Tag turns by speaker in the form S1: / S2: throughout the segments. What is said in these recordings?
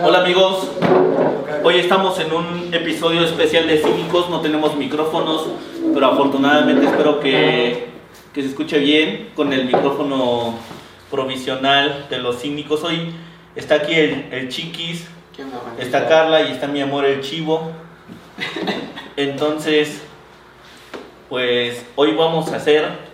S1: Hola amigos, hoy estamos en un episodio especial de Cínicos, no tenemos micrófonos, pero afortunadamente espero que, que se escuche bien con el micrófono provisional de los Cínicos. Hoy está aquí el, el Chiquis,
S2: ¿Qué onda, manito?
S1: está Carla y está mi amor el Chivo. Entonces, pues hoy vamos a hacer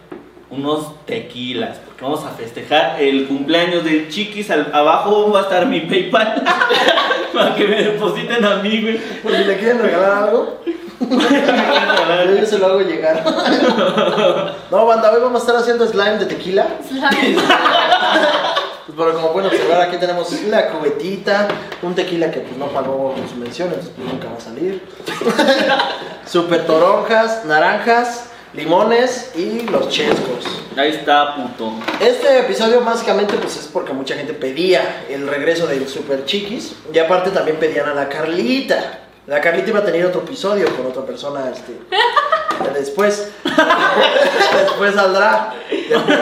S1: unos tequilas, porque vamos a festejar el cumpleaños del Chiquis. Al- abajo va a estar mi PayPal para que me depositen a mí, güey.
S2: Pues si le quieren regalar algo, yo se lo hago llegar. No, banda, hoy vamos a estar haciendo slime de tequila. Pues, pero como pueden observar, aquí tenemos la cubetita, un tequila que pues no pagó su mención, entonces pues, nunca va a salir. Super toronjas, naranjas, limones y los chescos.
S1: Ahí está, puto.
S2: Este episodio básicamente pues es porque mucha gente pedía el regreso del Super Chiquis y aparte también pedían a la Carlita. La Carlita iba a tener otro episodio con otra persona este después. después saldrá. Después,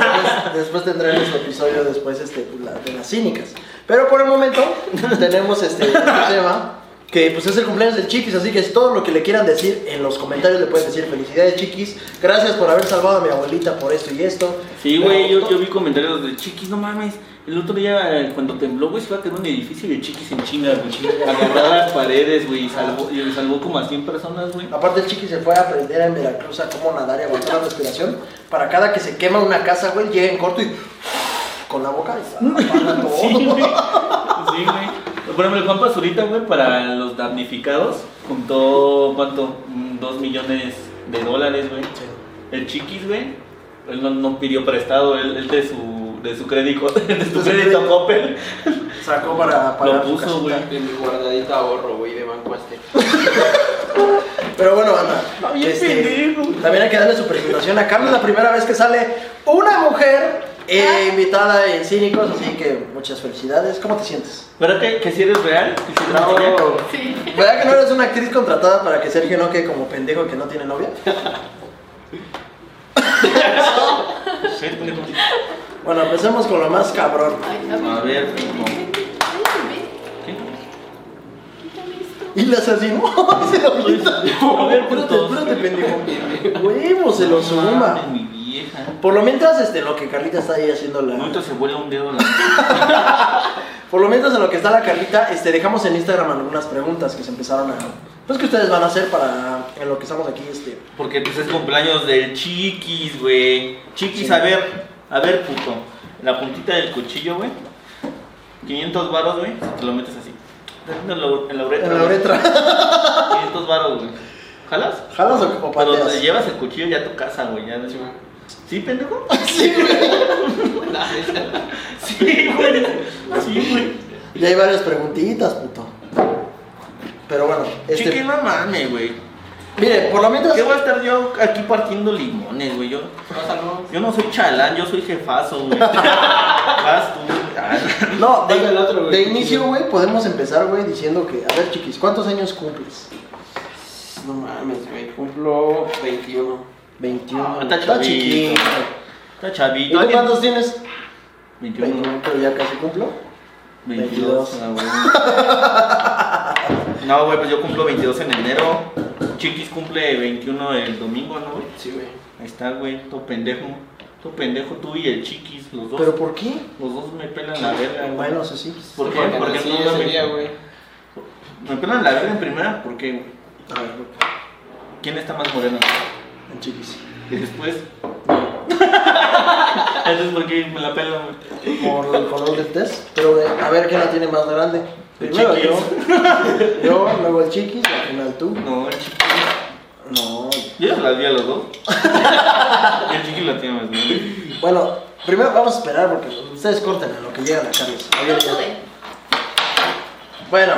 S2: después tendrá nuestro episodio después este pues, la- de las cínicas. Pero por el momento tenemos este, este tema que pues es el cumpleaños del Chiquis, así que es todo lo que le quieran decir en los comentarios le pueden decir felicidades Chiquis, gracias por haber salvado a mi abuelita por esto y esto.
S1: Sí, güey, yo,
S2: Pero-
S1: yo vi comentarios de Chiquis, no mames. El otro día, eh, cuando tembló, güey, se iba a caer un edificio y el Chiquis en chinga, güey. Agarraba las paredes, güey, y salvó, y salvó como a 100 personas, güey.
S2: Aparte el chiqui se fue a aprender en Veracruz a cómo nadar y aguantar la respiración. Para cada que se quema una casa, güey, llega en corto y con la boca y apaga todo.
S1: Sí, güey. Sí, güey. Por ejemplo, Juan Pazurita, güey, para los damnificados, juntó, ¿cuánto? Mm, Dos millones de dólares, güey. El chiquis, güey, él no, no pidió prestado, él, él de su, de su crédito, de su crédito
S2: su crédito.
S1: Coppel,
S2: Sacó para
S1: lo
S2: pagar su
S1: puso,
S2: casita.
S1: güey.
S3: De mi guardadita ahorro, güey, de Banco este. Aztec.
S2: Pero bueno, anda. Este,
S1: Está bien pendejo.
S2: también hay que darle su presentación a Carlos. Es la primera vez que sale una mujer eh, invitada en Cínicos, así que muchas felicidades. ¿Cómo te sientes?
S1: ¿Verdad que, que si eres real? ¿Que si eres real?
S4: Sí.
S2: ¿Verdad que no eres una actriz contratada para que Sergio no quede como pendejo que no tiene novia?
S1: Sí, pendejo.
S2: Bueno, empecemos con lo más cabrón.
S4: Ay,
S1: A ver, primo. ¿Qué?
S2: Y la asesinó. se lo quita.
S1: A ver,
S2: espérate,
S1: putos.
S2: espérate, pendejo. Huevo, se lo
S1: Mames,
S2: suma.
S1: mi vieja.
S2: Por lo mientras, este, lo que Carlita está ahí haciendo la.
S1: Ahorita se vuela un dedo la...
S2: Por lo mientras, en lo que está la Carlita, este, dejamos en Instagram algunas preguntas que se empezaron a. Pues que ustedes van a hacer para. En lo que estamos aquí, este.
S1: Porque pues es cumpleaños del chiquis, güey. Chiquis, a ver, a ver, puto. La puntita del cuchillo, güey. 500 varos, güey. si Te lo metes así. En la, en la uretra.
S2: En la
S1: güey.
S2: uretra.
S1: 500 varos, güey. ¿Jalas?
S2: ¿Jalas o, o
S1: Pero te
S2: pateas?
S1: llevas el cuchillo ya a tu casa, güey. Ya, ¿Sí, ¿Sí, pendejo?
S2: Sí, güey.
S1: Sí, güey. Sí, güey.
S2: Ya hay varias preguntitas, puto. Pero bueno,
S1: Este...
S2: este.
S1: no mames, güey.
S2: Mire, por lo mientras.
S1: ¿Qué voy a estar yo aquí partiendo limones, güey? Yo,
S3: Pásalo.
S1: yo no soy chalán, yo soy jefazo, güey. Vas tú. Ah,
S2: No, de,
S3: Dame el otro, güey.
S2: de inicio, güey, podemos empezar, güey, diciendo que. A ver, chiquis, ¿cuántos años cumples?
S3: No mames, güey. Cumplo 21.
S2: 21.
S1: Ah, está chavito. Está
S2: ¿Y
S1: chavito.
S2: tú
S1: ¿Alguien-
S2: cuántos tienes?
S1: 21.
S2: 21, pero ya casi cumplo.
S1: 22. Ah, güey. No, güey, pues yo cumplo 22 en enero. Chiquis cumple 21 el domingo, ¿no, güey?
S3: Sí, güey.
S1: Ahí está, güey, tu pendejo. Tu pendejo, tú y el chiquis, los dos.
S2: ¿Pero por qué?
S1: Los dos me pelan la verga, güey.
S2: Bueno, eso sí.
S1: ¿Por qué?
S3: Porque
S1: Porque
S3: nací
S1: no
S3: ese
S1: mames.
S3: día, güey.
S1: Me pelan la verga en primera, ¿por qué, güey?
S2: A ver,
S1: ¿Quién está más moreno?
S2: en chiquis.
S1: Y después. Eso es porque me la pelan, güey.
S2: Por el color del test. Pero eh, a ver quién la tiene más grande.
S1: El
S2: Primero yo.
S1: chiquis.
S2: Yo, luego el chiquis, y al final tú.
S1: No, el chiquis.
S2: No.
S1: Yo ya se las di a los dos. Y el chiquis la tiene más, grande.
S2: Bueno, primero vamos a esperar porque ustedes corten a lo que llegan a Carlos.
S4: Ah,
S2: A ver, ya. Bueno,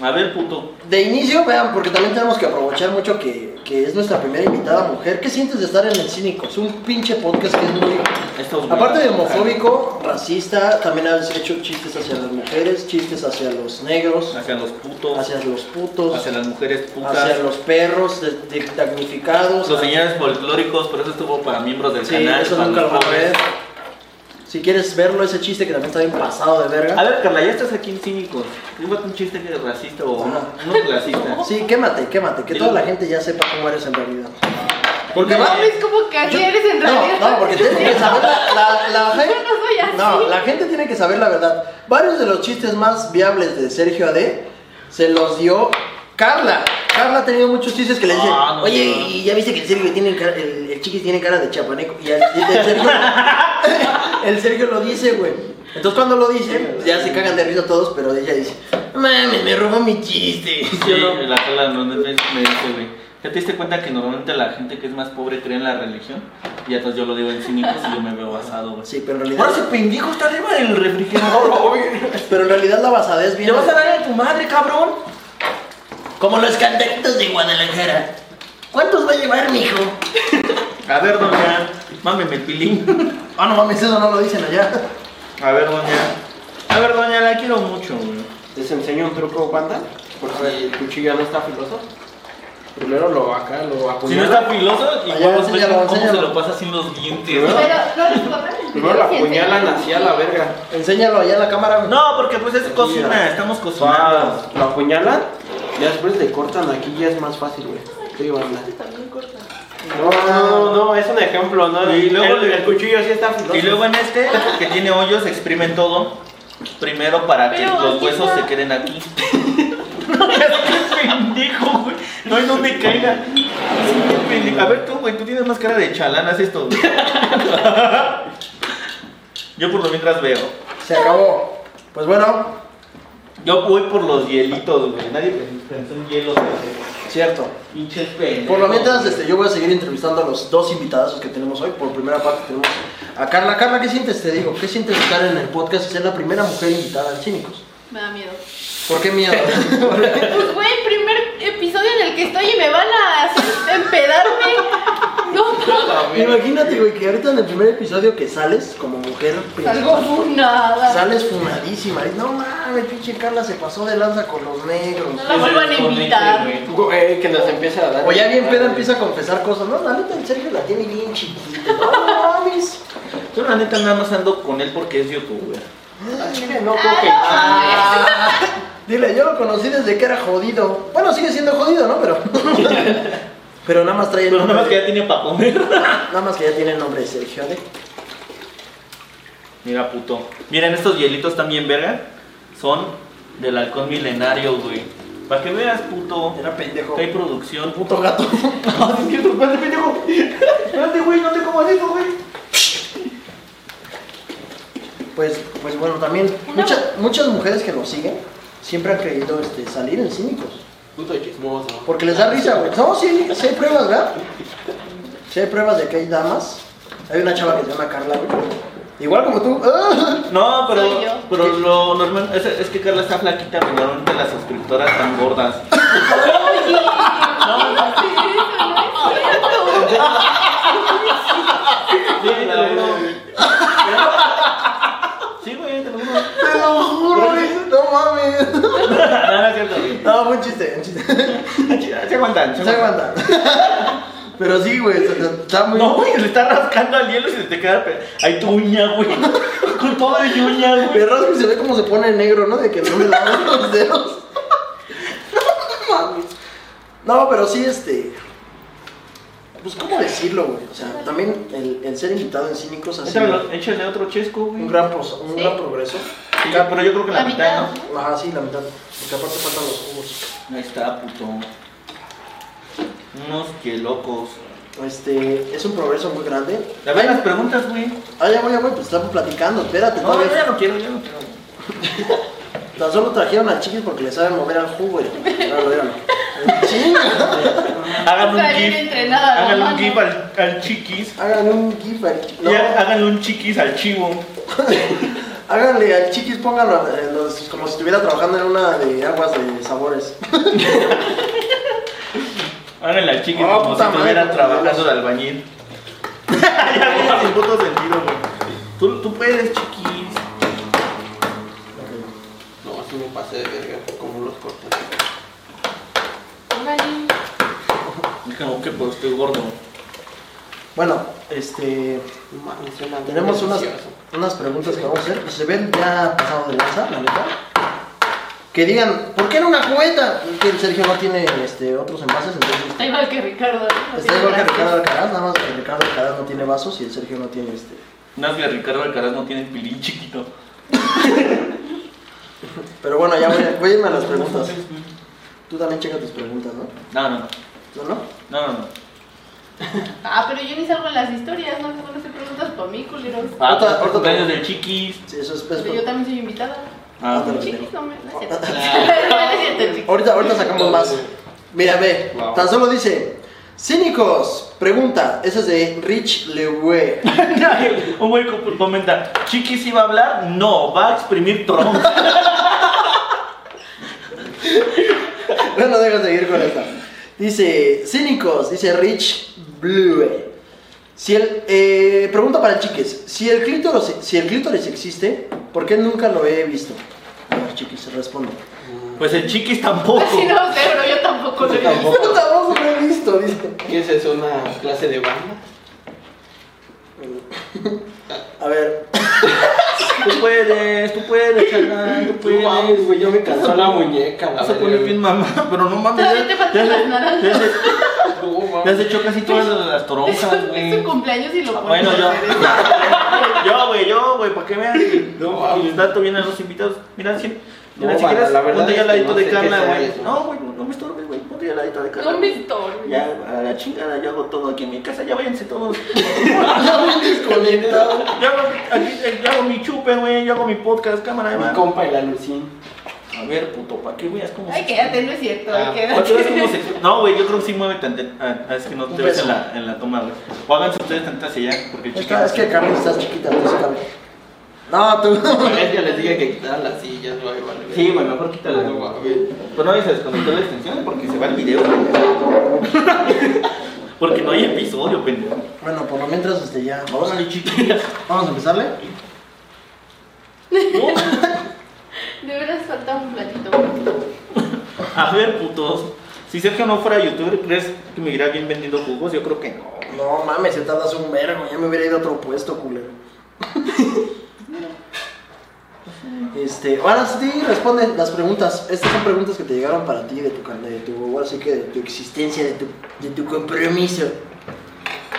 S1: A ver, puto.
S2: de inicio, vean, porque también tenemos que aprovechar mucho que, que es nuestra primera invitada mujer. ¿Qué sientes de estar en el Cínico? Es un pinche podcast que es muy
S1: Estos
S2: Aparte
S1: güeyes-
S2: de homofóbico, racista, también has hecho chistes hacia las mujeres, chistes hacia los negros,
S1: Hacia los putos.
S2: hacia los putos,
S1: hacia las mujeres putas.
S2: hacia los perros de- de- damnificados.
S1: los señores folclóricos, pero eso estuvo para miembros del
S2: Sí,
S1: canal.
S2: eso
S1: para
S2: nunca lo
S1: los
S2: van a ver.
S1: pobres.
S2: Si quieres verlo, ese chiste que también está bien pasado de
S1: A
S2: verga.
S1: ver, Carla, ya estás aquí en Cínicos. Dígate un chiste que es racista o no,
S2: Ajá.
S1: no clasista.
S2: Sí, quémate, quémate, que toda la gente ya sepa cómo eres en realidad.
S1: Porque
S2: No,
S1: va-
S2: mames,
S4: Es como que así eres en realidad.
S2: No, no, porque tienen que saber la, la, la
S4: Yo
S2: gente.
S4: no soy así.
S2: No, la gente tiene que saber la verdad. Varios de los chistes más viables de Sergio AD se los dio Carla. Carla ha tenido muchos chistes que le dicen,
S1: Ah, no,
S2: oye,
S1: no.
S2: y ya viste que el Sergio tiene cara- el, el chiquis tiene cara de chapaneco. Y el, y el Sergio, el Sergio lo dice, güey. Entonces cuando lo dice, ya se cagan de risa todos, pero ella dice, "No mames, me robó mi chiste.
S1: Sí,
S2: Yo no-
S1: la Carla no me, me dice, güey. ¿Ya te diste cuenta que normalmente la gente que es más pobre cree en la religión? Y entonces yo lo digo en Cínicos y yo me veo basado, güey.
S2: Sí, pero en
S1: Ahora
S2: realidad,
S1: ese pendejo está arriba del refrigerador, güey.
S2: pero en realidad la basadez viene...
S1: ¿Le vas a dar a tu madre, cabrón?
S2: Como los cantaritos de Guadalajara. ¿Cuántos va a llevar, mijo?
S1: A ver, doña, mámeme el pilín.
S2: Ah, no mames, eso no lo dicen allá.
S1: A ver, doña. A ver, doña, la quiero mucho, güey.
S3: Les enseño un truco, banda. Por si el cuchillo no está filoso. Primero lo acá, lo
S1: Si no
S3: apuñalas.
S1: está filoso, ¿y
S2: Allá,
S1: cómo,
S2: enséñalo,
S1: cómo se
S2: enséñalo.
S1: lo pasa sin los dientes?
S3: ¿Verdad?
S4: Pero no les borran el
S3: Primero
S4: video
S3: la
S4: y
S3: apuñalan
S4: enseñan.
S3: así a la verga.
S2: Enséñalo allá a la cámara. güey.
S1: No, porque pues es cocina, estamos cocinando.
S3: Lo apuñalan, ya después te cortan aquí, ya es más fácil, güey. Sí, banda.
S4: También cortan.
S3: No, no, no, es un ejemplo, ¿no?
S1: Y luego
S3: el,
S1: le-
S3: el cuchillo así está filoso.
S1: Y luego en este, que tiene hoyos, exprimen todo. Primero para que
S4: Pero
S1: los
S4: aquí
S1: huesos
S4: está.
S1: se queden aquí. No, es que pendejo, güey. No hay donde caiga. Es un pendejo. A ver tú, güey, tú tienes más cara de chalán, haz esto, güey. Yo por lo mientras veo.
S2: Se acabó. Pues bueno,
S1: Yo voy por los hielitos, güey. Nadie pensó en hielos, güey.
S2: cierto.
S1: Pinches pendejos.
S2: Por lo mientras, este, yo voy a seguir entrevistando a los dos invitados que tenemos hoy. Por primera parte tenemos a Carla. Carla, ¿qué sientes? Te digo, ¿qué sientes de estar en el podcast y ser la primera mujer invitada al Cínicos?
S4: Me da miedo.
S2: ¿Por qué miedo?
S4: Pues güey, primer episodio en el que estoy y me van a hacer empedarme. No, no.
S2: Imagínate, güey, que ahorita en el primer episodio que sales como mujer
S4: Salgo
S2: principal,
S4: funada.
S2: sales fumadísima. Y, No mames, pinche Carla se pasó de lanza con los negros.
S4: No la vuelvan a invitar.
S3: Güey, Eh, que nos empieza a dar.
S2: O ya bien peda empieza a confesar cosas. No, la neta, en serio la tiene bien chiquita. No mames.
S1: Yo la neta nada más ando con él porque es youtuber.
S3: Al Chile, no creo que.
S2: Ah, dile, yo lo conocí desde que era jodido. Bueno, sigue siendo jodido, ¿no? Pero. Pero nada más trae el
S1: Pero nada
S2: nombre.
S1: más que ya tiene para comer.
S2: Nada más que ya tiene el nombre de Sergio ¿eh? Ale.
S1: Mira, puto. Miren, estos hielitos también, verga. Son del halcón milenario, güey. Para que veas, puto.
S2: Era pendejo.
S1: que Hay producción.
S2: Puto gato.
S1: Espérate, pendejo. Espérate, güey, no te comas eso, güey.
S2: Pues, pues bueno, también. Muchas, muchas mujeres que nos siguen siempre han querido este, salir en cínicos.
S3: Puto chismoso.
S2: Porque les da risa, güey. No, sí, sí hay pruebas, ¿verdad? Sí hay pruebas de que hay damas. Hay una chava que se llama Carla, güey. Igual como tú.
S1: No, pero,
S4: Soy yo.
S1: pero lo normal es, es que Carla está flaquita, pero normalmente las suscriptoras están gordas.
S4: Oye, no es cierto.
S1: Sí, la verdad. Sí, güey, te lo juro.
S2: Te lo juro, güey. No mames.
S1: No, no es cierto, güey.
S2: No, fue un chiste, un chiste.
S1: Se aguantan,
S2: Se aguanta. Pero sí, güey, o sea, está muy.
S1: No, güey, le está rascando al hielo y se te queda. pe- Ahí tu uña, güey. Con todo de uña, güey.
S2: Pero rasgo y se ve como se pone negro, ¿no? De que no me lavan los dedos. No mames. No, pero sí, este. Pues, ¿cómo decirlo, güey? O sea, también el, el ser invitado en Cínicos ha sido
S1: Échamelo, échale otro chesco, güey.
S2: un gran, pos- un
S4: Sí.
S2: gran progreso.
S1: Sí, ya, pero yo creo que la,
S4: La
S1: mitad,
S4: mitad.
S2: Ajá, sí, la mitad. Porque aparte faltan los jugos.
S1: ¿no? Ahí está, puto. Unos que locos.
S2: Este, es un progreso muy grande.
S1: A ver las preguntas, güey.
S2: Ah, ya voy, ya voy, pues estamos platicando. Espérate,
S1: No,
S2: todavía.
S1: yo ya no quiero, ya no quiero.
S2: Tan solo trajeron a chiquis porque le saben mover al jugo, güey. Míralo, míralo. Chinga.
S1: Háganle
S4: Está
S1: un
S4: bien
S1: gif.
S4: entrenada la
S1: Háganle un
S4: mano.
S1: gif al, al chiquis.
S2: Hagan un gif al
S1: Y
S2: no,
S1: há- háganle un chiquis al chivo.
S2: Háganle al chiquis, pónganlo en los- como si estuviera trabajando en una de aguas de sabores.
S1: Háganle al chiquis
S2: Oh,
S1: como si
S2: puta madre,
S1: estuviera
S2: puta
S1: trabajando
S2: madre.
S1: de albañil. ya tiene sin puto sentido, güey. Tú, tú puedes, chiquis.
S3: No, así me pasé de verga. Como los cortan.
S4: Órale.
S1: Dije, no, que pues estoy gordo.
S2: Bueno, este.
S3: Man, suena muy
S2: Tenemos unas,
S3: delicioso.
S2: unas preguntas que vamos a hacer. pues, se ven ya pasado de lanza, la neta. Que digan, ¿por qué era una cubeta? Es que el Sergio no tiene este, otros envases, entonces.
S4: Está igual que Ricardo. no
S2: Está
S4: tiene
S2: igual que
S4: brazos.
S2: Ricardo Alcaraz, nada más que Ricardo Alcaraz no tiene vasos y el Sergio no tiene este.
S1: Nada más que Ricardo Alcaraz no tiene pilín chiquito.
S2: Pero bueno, ya voy a, voy a irme a las preguntas. Tú también checa tus preguntas, ¿no?
S1: No, no, no.
S2: ¿No, no?
S1: No, no, no.
S4: Ah, pero yo ni salgo en las historias, no no se preguntas para mí, culeros.
S1: Ah,
S2: Otra-
S1: pues, por
S2: otra
S1: cumpleaños
S2: pregunta.
S1: del chiquis.
S2: Sí, eso es.
S4: Pero yo
S2: es
S4: también soy invitada.
S1: Ah,
S2: Otra.
S4: Chiquis, no me. No es cierto.
S1: Ah.
S4: No es cierto, chiquis.
S2: ahorita, ahorita sacamos más. Mira, ve,
S3: Wow.
S2: tan solo dice. Cínicos, pregunta, esa es de Rich Lewe.
S1: Un güey co- comenta, ¿Chiquis iba a hablar? No, va a exprimir troncos.
S2: Bueno, dejo seguir con esta. Dice, cínicos, dice Rich Blue. Si el, eh, pregunta para el chiques, si el, clítoris, si el clítoris existe, ¿por qué nunca lo he visto? A ver, chiquis, responde.
S1: Pues el Chiquis tampoco.
S4: Sí, no sé, pero yo tampoco lo he visto.
S2: Yo tampoco lo he visto, dice.
S3: ¿Y esa es una clase de banda?
S2: A ver,
S1: Tú puedes, tú puedes, carnal, tú
S3: No
S1: puedes.
S3: mames, güey, yo me cansó la muñeca, la
S1: Vas Pues, a poner bien mamá, pero no mames.
S4: Todavía te faltan
S1: ya-
S4: las naranjas.
S1: ya has-
S3: No,
S1: ya
S3: mames.
S1: has hecho casi todas las, las
S4: Es su-
S1: toronjas,
S4: Es su
S1: güey. Ah,
S4: cumpleaños y lo pones.
S1: Bueno, yo.
S4: en redes.
S1: Yo, güey, yo, güey, para que vean.
S3: No,
S1: No,
S3: mames.
S1: el dato viene a los invitados. Mira, si, mira,
S3: No,
S1: si quieres,
S3: la verdad
S1: ponte
S3: es
S1: ya al
S3: que
S1: ladito
S3: no
S1: de
S3: sé qué
S1: Carla,
S3: sea
S1: güey.
S3: eso.
S1: No, güey, no me estorbes, güey. Ponte ya al ladito de Carla.
S4: No me
S1: güey.
S4: estorbes.
S1: Ya, a la chingada, yo hago todo aquí en mi casa. Ya váyanse todos.
S2: desconectado.
S1: Yo hago, aquí, eh, yo hago mi chupe, güey. Yo hago mi podcast, cámara, ahí
S3: Mi
S1: va.
S3: compa el alucín.
S1: A ver, puto, para que veas cómo
S4: Ay,
S1: se-
S4: quédate, no es cierto. ay,
S3: Ah,
S1: ¿Para que veas cómo
S4: quédate.
S1: se- No, güey, yo creo que sí mueve tantito. Ah, es que no
S2: Un
S1: te ves
S2: beso.
S1: en la, en la toma, güey. O háganse ustedes tantas hacia allá, porque el chiquito-
S2: Esta- es que Carmen estás chiquita, no se cabe. No, tú.
S3: Pues ya les dije que quitaran las sillas, güey, vale.
S1: Sí, güey, mejor quítale.
S3: No mames.
S1: Pero pues no se desconectó la extensión porque se va el video. porque no hay episodio, pendejo.
S2: Bueno, por lo mientras, este ya. Vamos,
S1: Órale, chiquilla.
S2: vamos a empezarle.
S4: De veras falta un platito.
S1: A ver, putos. Si Sergio no fuera youtuber, ¿crees que me irá bien vendiendo jugos? Yo creo que no.
S2: No mames, te tardas un vergo, ya me hubiera ido a otro puesto, culero. Este, ahora sí, responde las preguntas. Estas son preguntas que te llegaron para ti, de tu, can- de tu así que de tu existencia, de tu, de tu compromiso.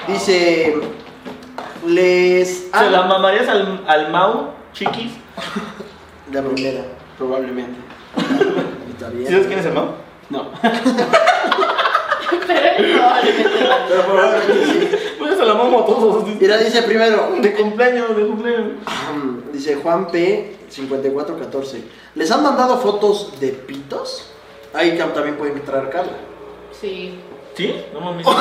S2: Dice, les...
S1: ¿Se la mamarías al, al Mau, chiquis?
S2: La primera.
S3: Probablemente.
S2: Está
S1: ¿Sí
S2: bien.
S1: sabes quién es el Mau?
S3: No.
S4: Pero él probablemente no.
S2: Pero probablemente sí.
S1: Pues se la mamo a todos.
S2: Mira, dice primero,
S1: De cumpleaños, de cumpleaños.
S2: Am, Dice Juan P. 5414. ¿Les han mandado fotos de pitos? Ahí tam- también puede entrar Carla.
S4: Sí.
S1: ¿Sí? No mames. no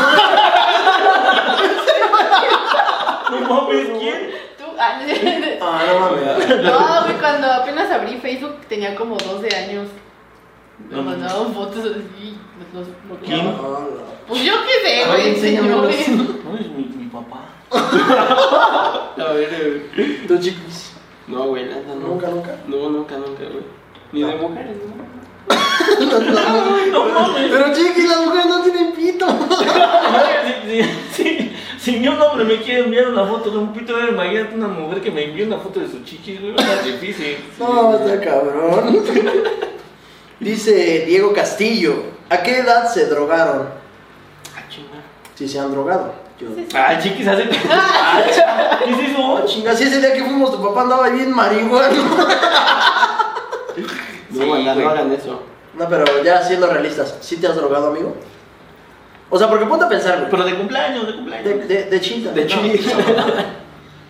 S1: mames, ¿quién?
S4: Tú. ah,
S2: Ah, no mames.
S4: No, güey, cuando apenas abrí Facebook tenía como 12 años. Me
S1: No, no.
S4: mandaban fotos así. Los, los bloqueaba.
S1: ¿Quién?
S2: No, no.
S4: Pues yo qué sé,
S2: A ver,
S4: güey,
S2: enséñamelos.
S4: señores.
S1: No, es mi, mi papá.
S3: A ver, eh,
S2: Tú, chicos.
S3: No, güey, nada, no.
S2: Nunca, nunca.
S3: No, nunca, nunca, güey. Ni de mujeres, ¿no?
S2: No, no. Pero chiquis, las mujeres no tienen pito.
S1: Si, si, si mi hombre me quiere enviar una foto de un pito, ahora imagínate una mujer que me envíe una foto de su chichi, güey. Es difícil.
S2: No, está cabrón. Dice Diego Castillo. ¿A qué edad se drogaron?
S3: Ah, chinga.
S2: Si se han drogado. Yo.
S1: Ah, chiquis, hace. Ah, chinga, ¿Qué es
S2: Oh,
S1: eso?
S2: chinga, si ese día que fuimos tu papá andaba bien marihuana.
S3: No,
S1: Sí,
S3: banda,
S1: güey.
S3: no hagan eso.
S2: No, pero ya siendo realistas, ¿sí te has drogado, amigo? O sea, porque ponte a pensar, güey.
S1: Pero de cumpleaños, de
S2: De,
S1: cumpleaños.
S2: de, de chinta.
S3: De
S2: no.
S3: chinta.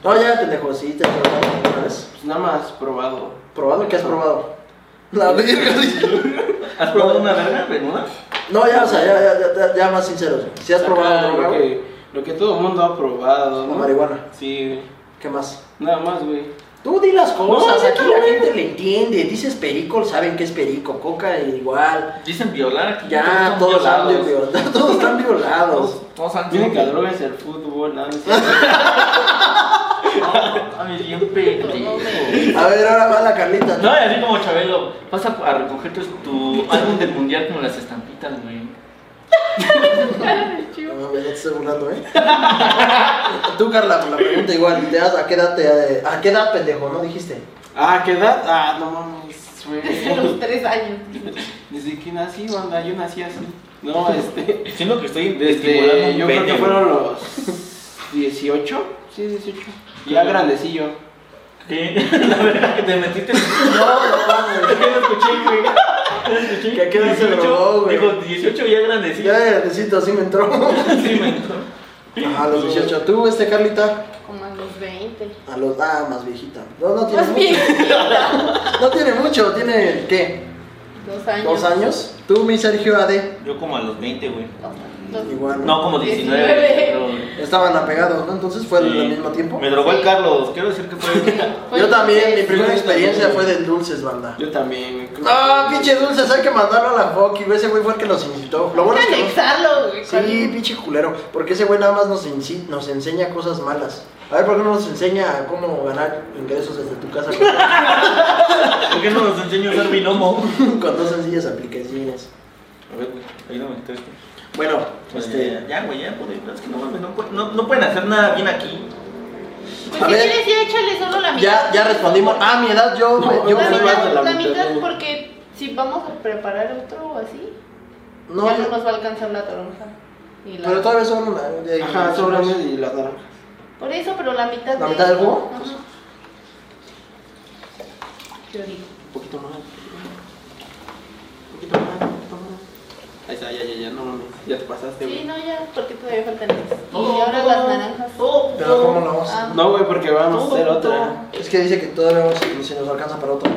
S2: No, ya, pendejo, sí te has drogado alguna vez.
S3: Pues nada más probado.
S2: ¿Probado? ¿Qué has probado? La verga, dice.
S1: ¿Has probado una verga, Bermuda?
S2: No, ya, o sea, ya, ya, ya, ya más sinceros. Si
S1: Ah,
S2: has
S3: Saca
S2: probado
S3: lo
S2: droga,
S3: que, lo que todo el mundo ha probado,
S2: o
S3: ¿no?
S2: marihuana.
S3: Sí, güey.
S2: ¿Qué más?
S3: Nada más, güey.
S2: Tú di las cosas,
S1: No,
S2: aquí
S1: neta,
S2: la
S1: güey.
S2: gente le entiende. Dices perico, saben que es perico. Coca igual.
S1: Dicen violar aquí.
S2: Ya,
S1: todos
S2: todos,
S1: son
S2: han
S1: violados.
S2: violado- todos están violados.
S1: Todos- Todos han
S3: Dicen que la
S1: sido
S3: droga es el fútbol, nada más.
S1: A mí siempre.
S4: No,
S2: A ver, ahora va la Carlita.
S1: No, y así como Chabelo, vas a, a recoger tu, tu álbum del mundial con las estampitas, güey.
S2: No mames, no te estoy burlando, ¿eh? Tú, Carla, pues, la pregunta igual. ¿te das- ¿A qué edad, te, eh, a qué edad, pendejo, no dijiste?
S3: Ah, ¿qué edad? Ah, no mames,
S4: Desde
S3: güey.
S4: los tres años.
S3: Desde que nací, banda, yo nací así. No, este.
S1: Siento que estoy estimulando
S3: Desde,
S1: un
S3: yo creo
S1: pene, güey.
S3: que fueron los 18. Sí, 18. Ya grandecillo.
S1: ¿Qué? La verdad que te metiste.
S2: No, no, mames.
S1: ¿Qué no escuché, güey? No escuché.
S2: Que a qué edad se
S1: 18,
S2: graduó, güey.
S1: Dijo 18 ya grandecito.
S2: Ya de grandecito, así me entró.
S1: Sí, me entró.
S2: A los 18. ¿Tú, este, Carlita?
S4: Como a los 20.
S2: A los. Ah, más viejita. No, no tiene
S4: Más
S2: mucho.
S4: bien,
S2: No tiene mucho, tiene. ¿Qué?
S4: dos años.
S2: ¿Dos años? Tú, mi Sergio AD.
S1: Yo como a los 20, güey.
S4: Dos-
S2: Igual.
S1: No, como 19.
S4: 19.
S1: pero-
S2: Estaban apegados, ¿no? Entonces fue
S1: Sí.
S2: al mismo tiempo.
S1: Me drogó el
S4: Sí.
S1: Carlos. Quiero decir que fue.
S4: fue
S2: Yo también, mi
S4: entonces.
S2: primera experiencia fue de dulces, banda.
S3: Yo también. creo
S2: Ah,
S3: que-
S2: pinche dulces, hay que mandarlo a la Foki, güey. Ese güey fue el que nos incitó. Lo
S4: Hay
S2: bueno
S4: que
S2: es que. no-
S4: anexarlo, güey.
S2: Sí, pinche culero. Porque ese güey nada más nos, inci- nos enseña cosas malas. A ver, ¿por qué no nos enseña cómo ganar ingresos desde tu casa con-
S1: ¿Por qué no nos enseñó a usar binomo?
S2: con dos sencillas aplicaciones?
S1: A ver, güey. Ahí no me entraste.
S2: Bueno, este.
S1: Este, ya, güey, ya, por Es que no mames, no, pueden- no, no pueden hacer nada bien aquí.
S4: Pues
S2: A
S4: si
S2: ver.
S4: quieres, ya échale solo la mitad. Pues
S2: Ya, ya respondimos. Ah, mi edad, yo,
S3: No,
S2: yo
S4: la,
S2: fui más
S4: mitad,
S2: de la
S4: la
S2: mitad.
S4: mitad, porque si vamos a preparar otro o así,
S2: No,
S4: ya no nos va a alcanzar la toronja. Y la-
S2: pero todavía son una. de-
S3: Ajá, sobre mí y las naranjas.
S4: Por eso, pero la mitad.
S2: ¿La mitad del jugo?
S4: Ajá. Yo digo.
S3: Un poquito más. Un poquito más, un poquito más. Ahí está, ya, ya, ya, no mames. Ya te pasaste,
S4: Sí,
S3: güey.
S4: no, ya, porque todavía faltan tres. Y ahora las naranjas.
S1: Todo,
S2: Pero cómo lo vamos a
S4: Ah,
S3: No, güey, porque vamos a hacer otra.
S2: Es que dice que todavía vamos, si nos alcanza para otro.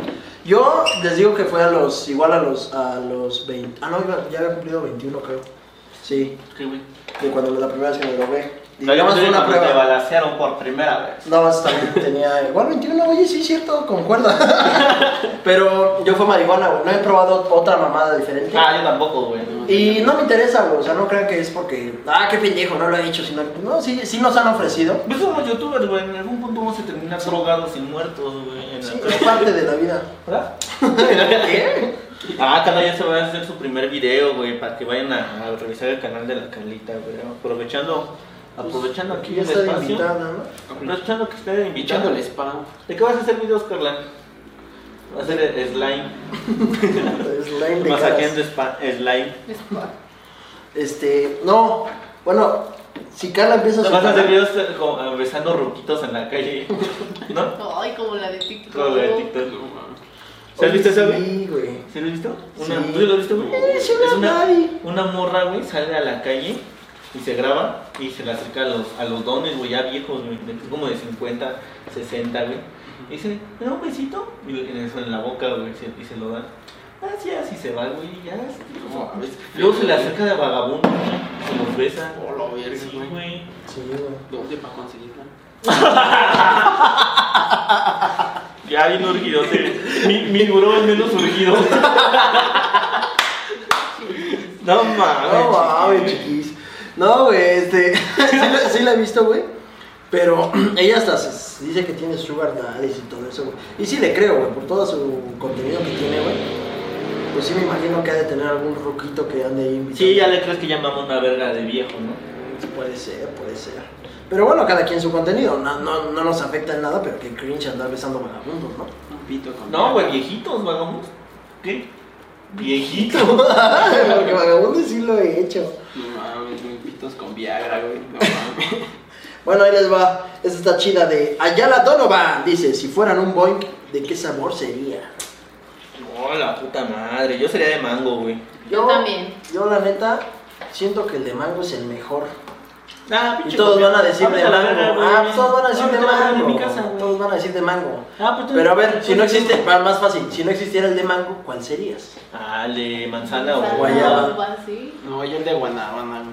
S2: Yo les digo que fue a los, igual a los, a los 20. Ah, no, iba- ya había cumplido 21, creo. Sí,
S1: ¿Qué, güey?
S2: de cuando la primera vez que me drogué. Y
S1: La
S2: nada más
S1: llamamos
S2: fue una
S1: cuando te
S2: prueba.
S1: balacearon por primera vez.
S2: No, más también tenía igual 21, oye, sí, cierto, concuerda. Pero yo fue marihuana, güey. No he probado otra mamada diferente.
S1: Ah, yo tampoco, güey.
S2: Y no me interesa, güey. O sea, no crean que es porque, ah, qué pendejo, no lo he hecho. Sino, no, sí, sí nos han ofrecido.
S1: Pues somos youtubers, güey. En algún punto vamos a terminar drogados y muertos, güey. en la
S2: Sí, es
S1: calle.
S2: parte de la vida.
S1: ¿Verdad? Ah, Carla ya se va a hacer su primer video, güey, para que vayan a, a revisar el canal de la Carlita, güey. Aprovechando, aprovechando aquí
S2: Pues, ya
S1: el
S2: está
S1: espacio.
S2: invitada, ¿no?
S1: Aprovechando que está invitada.
S3: Echándole spam.
S1: ¿De qué vas a hacer videos, Carla? Va a hacer slime.
S2: Es la indicada.
S1: Masajeando spa- slime.
S4: es pa-
S2: Este, no, bueno, si Carla empieza
S1: Vas
S2: su
S1: a hacer
S2: canal-
S1: videos eh, como, eh, besando ruquitos en la calle, ¿no?
S4: Ay, como la de TikTok.
S1: Como la de
S3: No
S1: TikTok.
S3: mames.
S1: ¿Se has visto
S2: Oye,
S1: esa, güey?
S2: Sí, güey.
S1: ¿Sí lo has visto? Una,
S2: Sí.
S1: ¿Tú lo has visto, güey?
S2: Es una Mari.
S1: una morra, güey, sale a la calle y se graba y se le acerca a los, a los dones, güey, ya viejos, güey, de- como de 50, 60, güey. Y dice, ¿me da un besito? Y le- en, eso, en la boca, güey, se- y se lo dan. Gracias, y se va, güey, y ya. sí,
S3: No mames.
S1: Luego se le acerca de vagabundo, güey, se los besa.
S3: Hola, verga,
S1: Sí,
S3: güey.
S1: güey.
S2: Sí, güey.
S3: ¿Dónde para conseguirla?
S1: Ya bien urgido, sí. mi, mi buró es menos urgido. No mames.
S2: No mames,
S1: chiqui.
S2: chiquis. No, güey, este. sí, la, sí la he visto, güey. Pero ella hasta se- dice que tiene sugar daddies y todo eso, güey. Y sí le creo, güey, por todo su contenido que tiene, güey. Pues sí me imagino que ha de tener algún roquito que ande ahí invitando.
S1: Sí, ya le crees que llamamos una verga de viejo, ¿no?
S2: Puede ser, puede ser. Pero bueno, cada quien su contenido. No, no, no nos afecta en nada, pero que cringe andar besando vagabundos, ¿no?
S3: Un pito con
S1: No, güey, viejitos, vagamos. ¿Qué? Viejito.
S2: Porque vagabundo sí lo he hecho.
S3: No mames, güey, pitos con Viagra, güey. No mames.
S2: Bueno, ahí les va. Esta está chida de Ayala Donovan. Dice, si fueran un boing, ¿de qué sabor sería?
S1: No, la puta madre. Yo sería de mango, güey.
S4: Yo también.
S2: Yo, la neta, siento que el de mango es el mejor.
S1: Ah,
S2: Y todos van a decir de mango. Ah, pues todos van a decir de
S1: En mi
S2: mango.
S1: casa, güey.
S2: Todos van a decir de mango.
S1: Ah, pues,
S2: Pero a ver, si no existe, va más fácil, si no existiera el de mango, ¿cuál serías?
S1: Ah, el de manzana
S4: Manzana,
S1: o
S2: guayaba.
S4: uva, sí.
S3: No, yo el de Guanabana,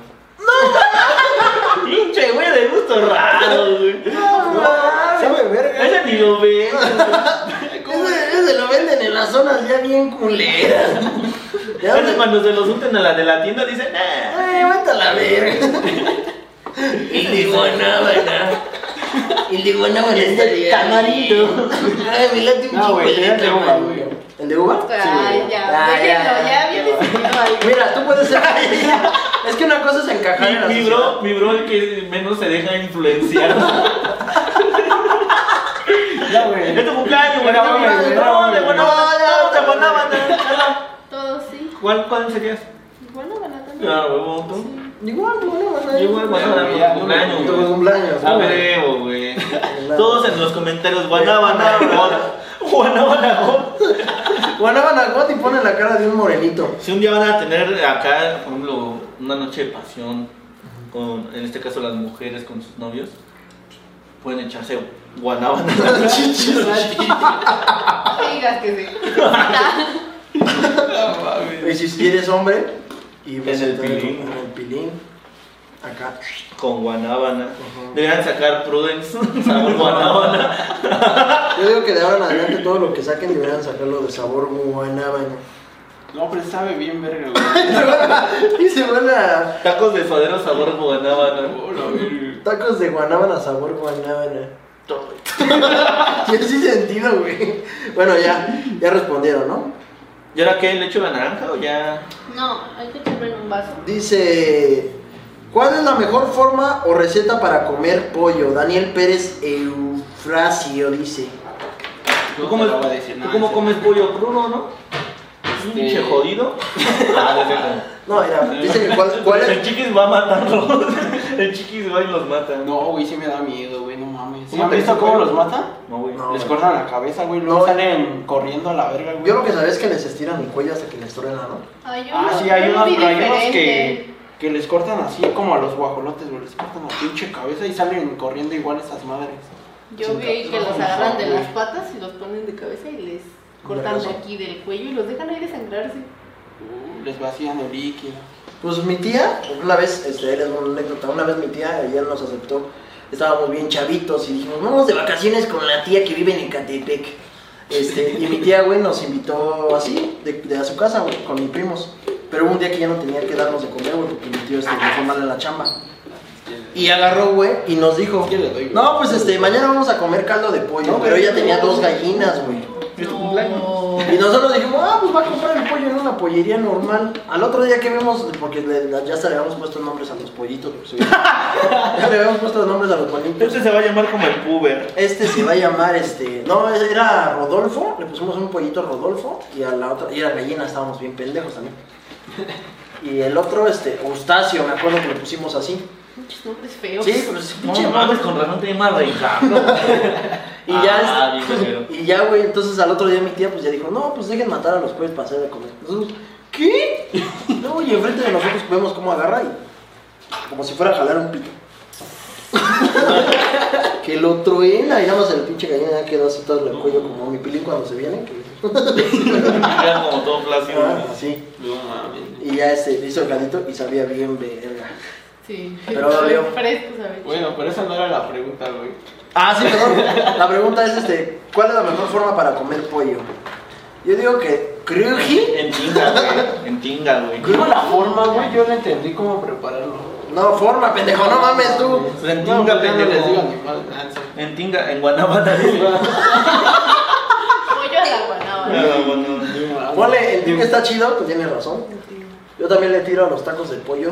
S3: güey.
S1: Pinche, güey, de gusto raro, güey.
S2: sabe verga.
S1: Ese ni lo ve.
S2: Ese, ese lo venden en las zonas ya bien culeras. Ya
S1: Ese
S2: se-
S1: cuando se los unten a la de la tienda dicen, ah,
S2: Ay, vete a la verga. El de Guanábana. El de Guanábana está de
S1: Camarito.
S2: Ay, me late un
S3: No,
S2: chico
S3: güey,
S2: el de
S3: era el de uva,
S2: camarito.
S3: güey.
S2: ¿El de uva?
S4: Ay,
S2: Ah,
S4: ya, déjenlo, ya viene sentido algo.
S2: Mira, tú puedes ser. Es que una cosa es encajar en la
S1: Mi, mi
S2: sociedad.
S1: bro, mi bro el que menos se deja influenciar.
S3: Ya, güey.
S1: es tu cumpleaños, buena
S3: Era broma,
S1: onda.
S3: güey, era
S1: No,
S3: broma,
S1: de buena
S2: güey.
S1: onda,
S2: No,
S1: no, de
S2: no,
S1: buena
S2: no.
S1: onda.
S4: Todo sí.
S1: ¿Cuál, ¿Cuál serías?
S4: Bueno, bueno, también.
S1: Ah, huevo, tú.
S2: Igual, bueno, bueno.
S1: Igual, bueno,
S3: Ya,
S1: de
S3: ya,
S1: cumpleaños,
S3: no,
S1: güey.
S2: Tu cumpleaños,
S1: Ah,
S2: güey.
S1: huevo, güey. Todos en los comentarios, guanábana,
S2: Guanábana Hot. Guanábana Hot y pone la cara de un morenito.
S1: Si un día van a tener acá, por ejemplo, una noche de pasión con, en este caso, las mujeres con sus novios, pueden echarse guanábana.
S4: No digas que sí.
S2: Y si eres hombre, y pues,
S1: En el
S2: entonces,
S1: pilín.
S2: en el pilín. Acá.
S1: con guanábana.
S2: Ujú.
S1: Deberían sacar Prudence, sabor guanábana.
S2: Yo digo que de ahora en adelante todo lo que saquen deberían sacarlo de sabor guanábana.
S3: No, pero sabe bien, verga, güey.
S2: Y se van a
S1: Tacos de suadero sabor guanábana.
S3: Hola, verga.
S2: tacos de guanábana, sabor guanábana. Tiene sí sentido, güey. Bueno, ya, ya respondieron, ¿no?
S1: ¿Y ahora qué? ¿Leche de naranja o ya?
S4: No, hay que echarme en un vaso.
S2: Dice, ¿cuál es la mejor forma o receta para comer pollo? Daniel Pérez Eufrasio dice.
S1: ¿Tú
S3: No
S1: cómo,
S3: te la voy a decir
S1: tú
S3: nada,
S1: cómo
S3: sí.
S1: comes pollo crudo, no? Es un
S3: Este-
S1: pinche jodido. Ah, de verdad.
S2: No, era, dice que cuál, cuál
S1: El
S2: es...
S1: chiquis va a matarlos. El chiquis va y los mata.
S3: No, güey, sí me da miedo, güey, no mames. ¿Sí
S1: ¿Cómo
S3: ¿Han
S1: te
S3: visto
S1: hizo,
S3: cómo
S1: güey?
S3: los mata?
S1: No, güey.
S2: No.
S3: Les cortan la cabeza, güey, luego
S2: No.
S3: salen corriendo a la verga, güey.
S2: Yo lo que sabía es que les estiran el cuello hasta que les truena, ¿no?
S4: Ay, yo
S3: Ah,
S4: no-
S3: sí, hay
S4: yo no
S3: unos,
S4: vi
S3: pero hay unos
S4: diferente.
S3: que, que les cortan así como a los guajolotes, güey, les cortan la pinche cabeza y salen corriendo igual esas madres.
S4: Yo vi que los agarran de las patas y los ponen de cabeza y les cortan de aquí del cuello y los dejan ahí desangrarse.
S3: Uh, Les vacían el líquido.
S2: Pues mi tía, una vez, este, era una anécdota, una vez mi tía, ella nos aceptó, estábamos bien chavitos y dijimos, vamos de vacaciones con la tía que vive en Ecatepec. Este, y mi tía, güey, nos invitó así, de, de a su casa, güey, con mis primos. Pero hubo un día que ya no tenía que darnos de comer, güey, porque mi tío este, le fue mal en la chamba. Y agarró, güey, y nos dijo,
S3: ¿Qué le doy, güey?
S2: no, pues este, mañana vamos a comer caldo de pollo, pero ella tenía dos gallinas, güey.
S1: ¿Es tu cumpleaños?
S2: Y nosotros dijimos, ah, pues va a comprar el pollo en una pollería normal. Al otro día que vemos, porque le- ya hasta le habíamos puesto nombres a los pollitos. pues, sí. ya le habíamos puesto nombres a los pollitos.
S1: Este se va a llamar como el puber.
S2: Este se va a llamar, este, no, era Rodolfo, le pusimos un pollito a Rodolfo y a la otra, y a la gallina estábamos bien pendejos también. Y el otro, este, Eustacio, me acuerdo que le pusimos así.
S4: Muchos nombres feos.
S2: Sí, pues pinche
S1: no,
S2: madre.
S1: mames, con razón te llama Ricardo.
S2: Y ya,
S1: Ah,
S2: este-
S1: bien, pero-
S2: y ya, güey, entonces al otro día mi tía pues ya dijo, no, pues dejen matar a los pollos para hacer de comer. Nosotros, ¿qué? No, y enfrente de nosotros vemos cómo agarra y como si fuera a jalar un pito. que lo truena y nada más el pinche gallina ya quedó así todo el cuello como mi pilín cuando se viene. que-
S1: Ya como todo flácido.
S2: Ah,
S1: güey.
S2: así.
S3: No mames.
S2: Y ya este, hizo el gatito y sabía bien verga.
S4: Sí.
S2: Pero dolió.
S4: Fresco, ¿sabes?
S3: Bueno, pero esa no era la pregunta, güey.
S2: Ah, sí, perdón. La pregunta es este, ¿cuál es la mejor forma para comer pollo? Yo digo que cruji.
S1: En tinga, güey. En tinga, güey.
S3: Digo la forma, güey, yo no entendí cómo prepararlo.
S2: No, forma, pendejo, no mames tú.
S1: Pues en
S3: No,
S1: tinga,
S3: güey, no les digo
S1: pendejo.
S3: ni madre, nada, sí.
S1: En tinga, en guanábana. dice.
S4: Pollo a la guanábana.
S1: Ah, bueno.
S2: Ponle, el que está chido, pues tiene razón. Yo también le tiro a los tacos de pollo.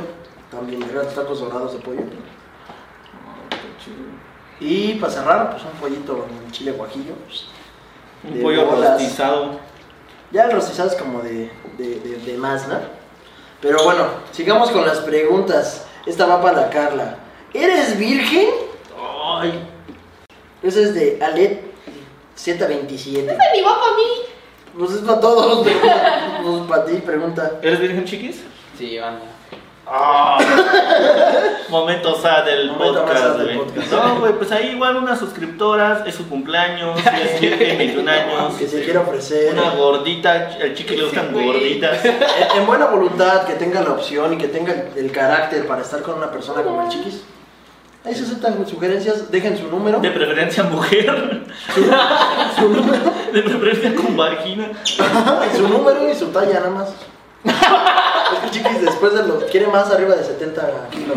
S2: También, ¿verdad? Los tacos dorados de pollo. Y para cerrar, pues un pollito con chile guajillo.
S1: Un
S2: De
S1: pollo
S2: bolas.
S1: rostizado.
S2: Ya el rostizado es como de, de, de, de más, ¿no? Pero bueno, sigamos con las preguntas. Esta va para la Carla. ¿Eres virgen?
S1: Ay,
S2: Esa es de Alet Z27.
S4: Esta ni va para mí.
S2: Pues es para todos, pero pues para ti, pregunta.
S1: ¿Eres virgen chiquis?
S3: Sí, banda.
S1: Ah. Momento sad del
S2: Momento más sad
S1: podcast,
S2: del
S1: güey.
S2: podcast.
S1: No, güey, pues ahí igual unas suscriptoras, es su cumpleaños, ya es virgen, 21 años.
S2: Que se quiera ofrecer.
S1: Una gordita, al chiqui le gustan
S4: güey.
S1: gorditas.
S2: En- En buena voluntad, que tenga la opción y que tenga el, el carácter para estar con una persona como el chiquis. Ahí se aceptan sugerencias, dejen su número.
S1: De preferencia mujer,
S2: Su número,
S1: de preferencia con vagina.
S2: su número y su talla nada más. Es que el chiquis después de lo quiere más arriba de 70 kilos.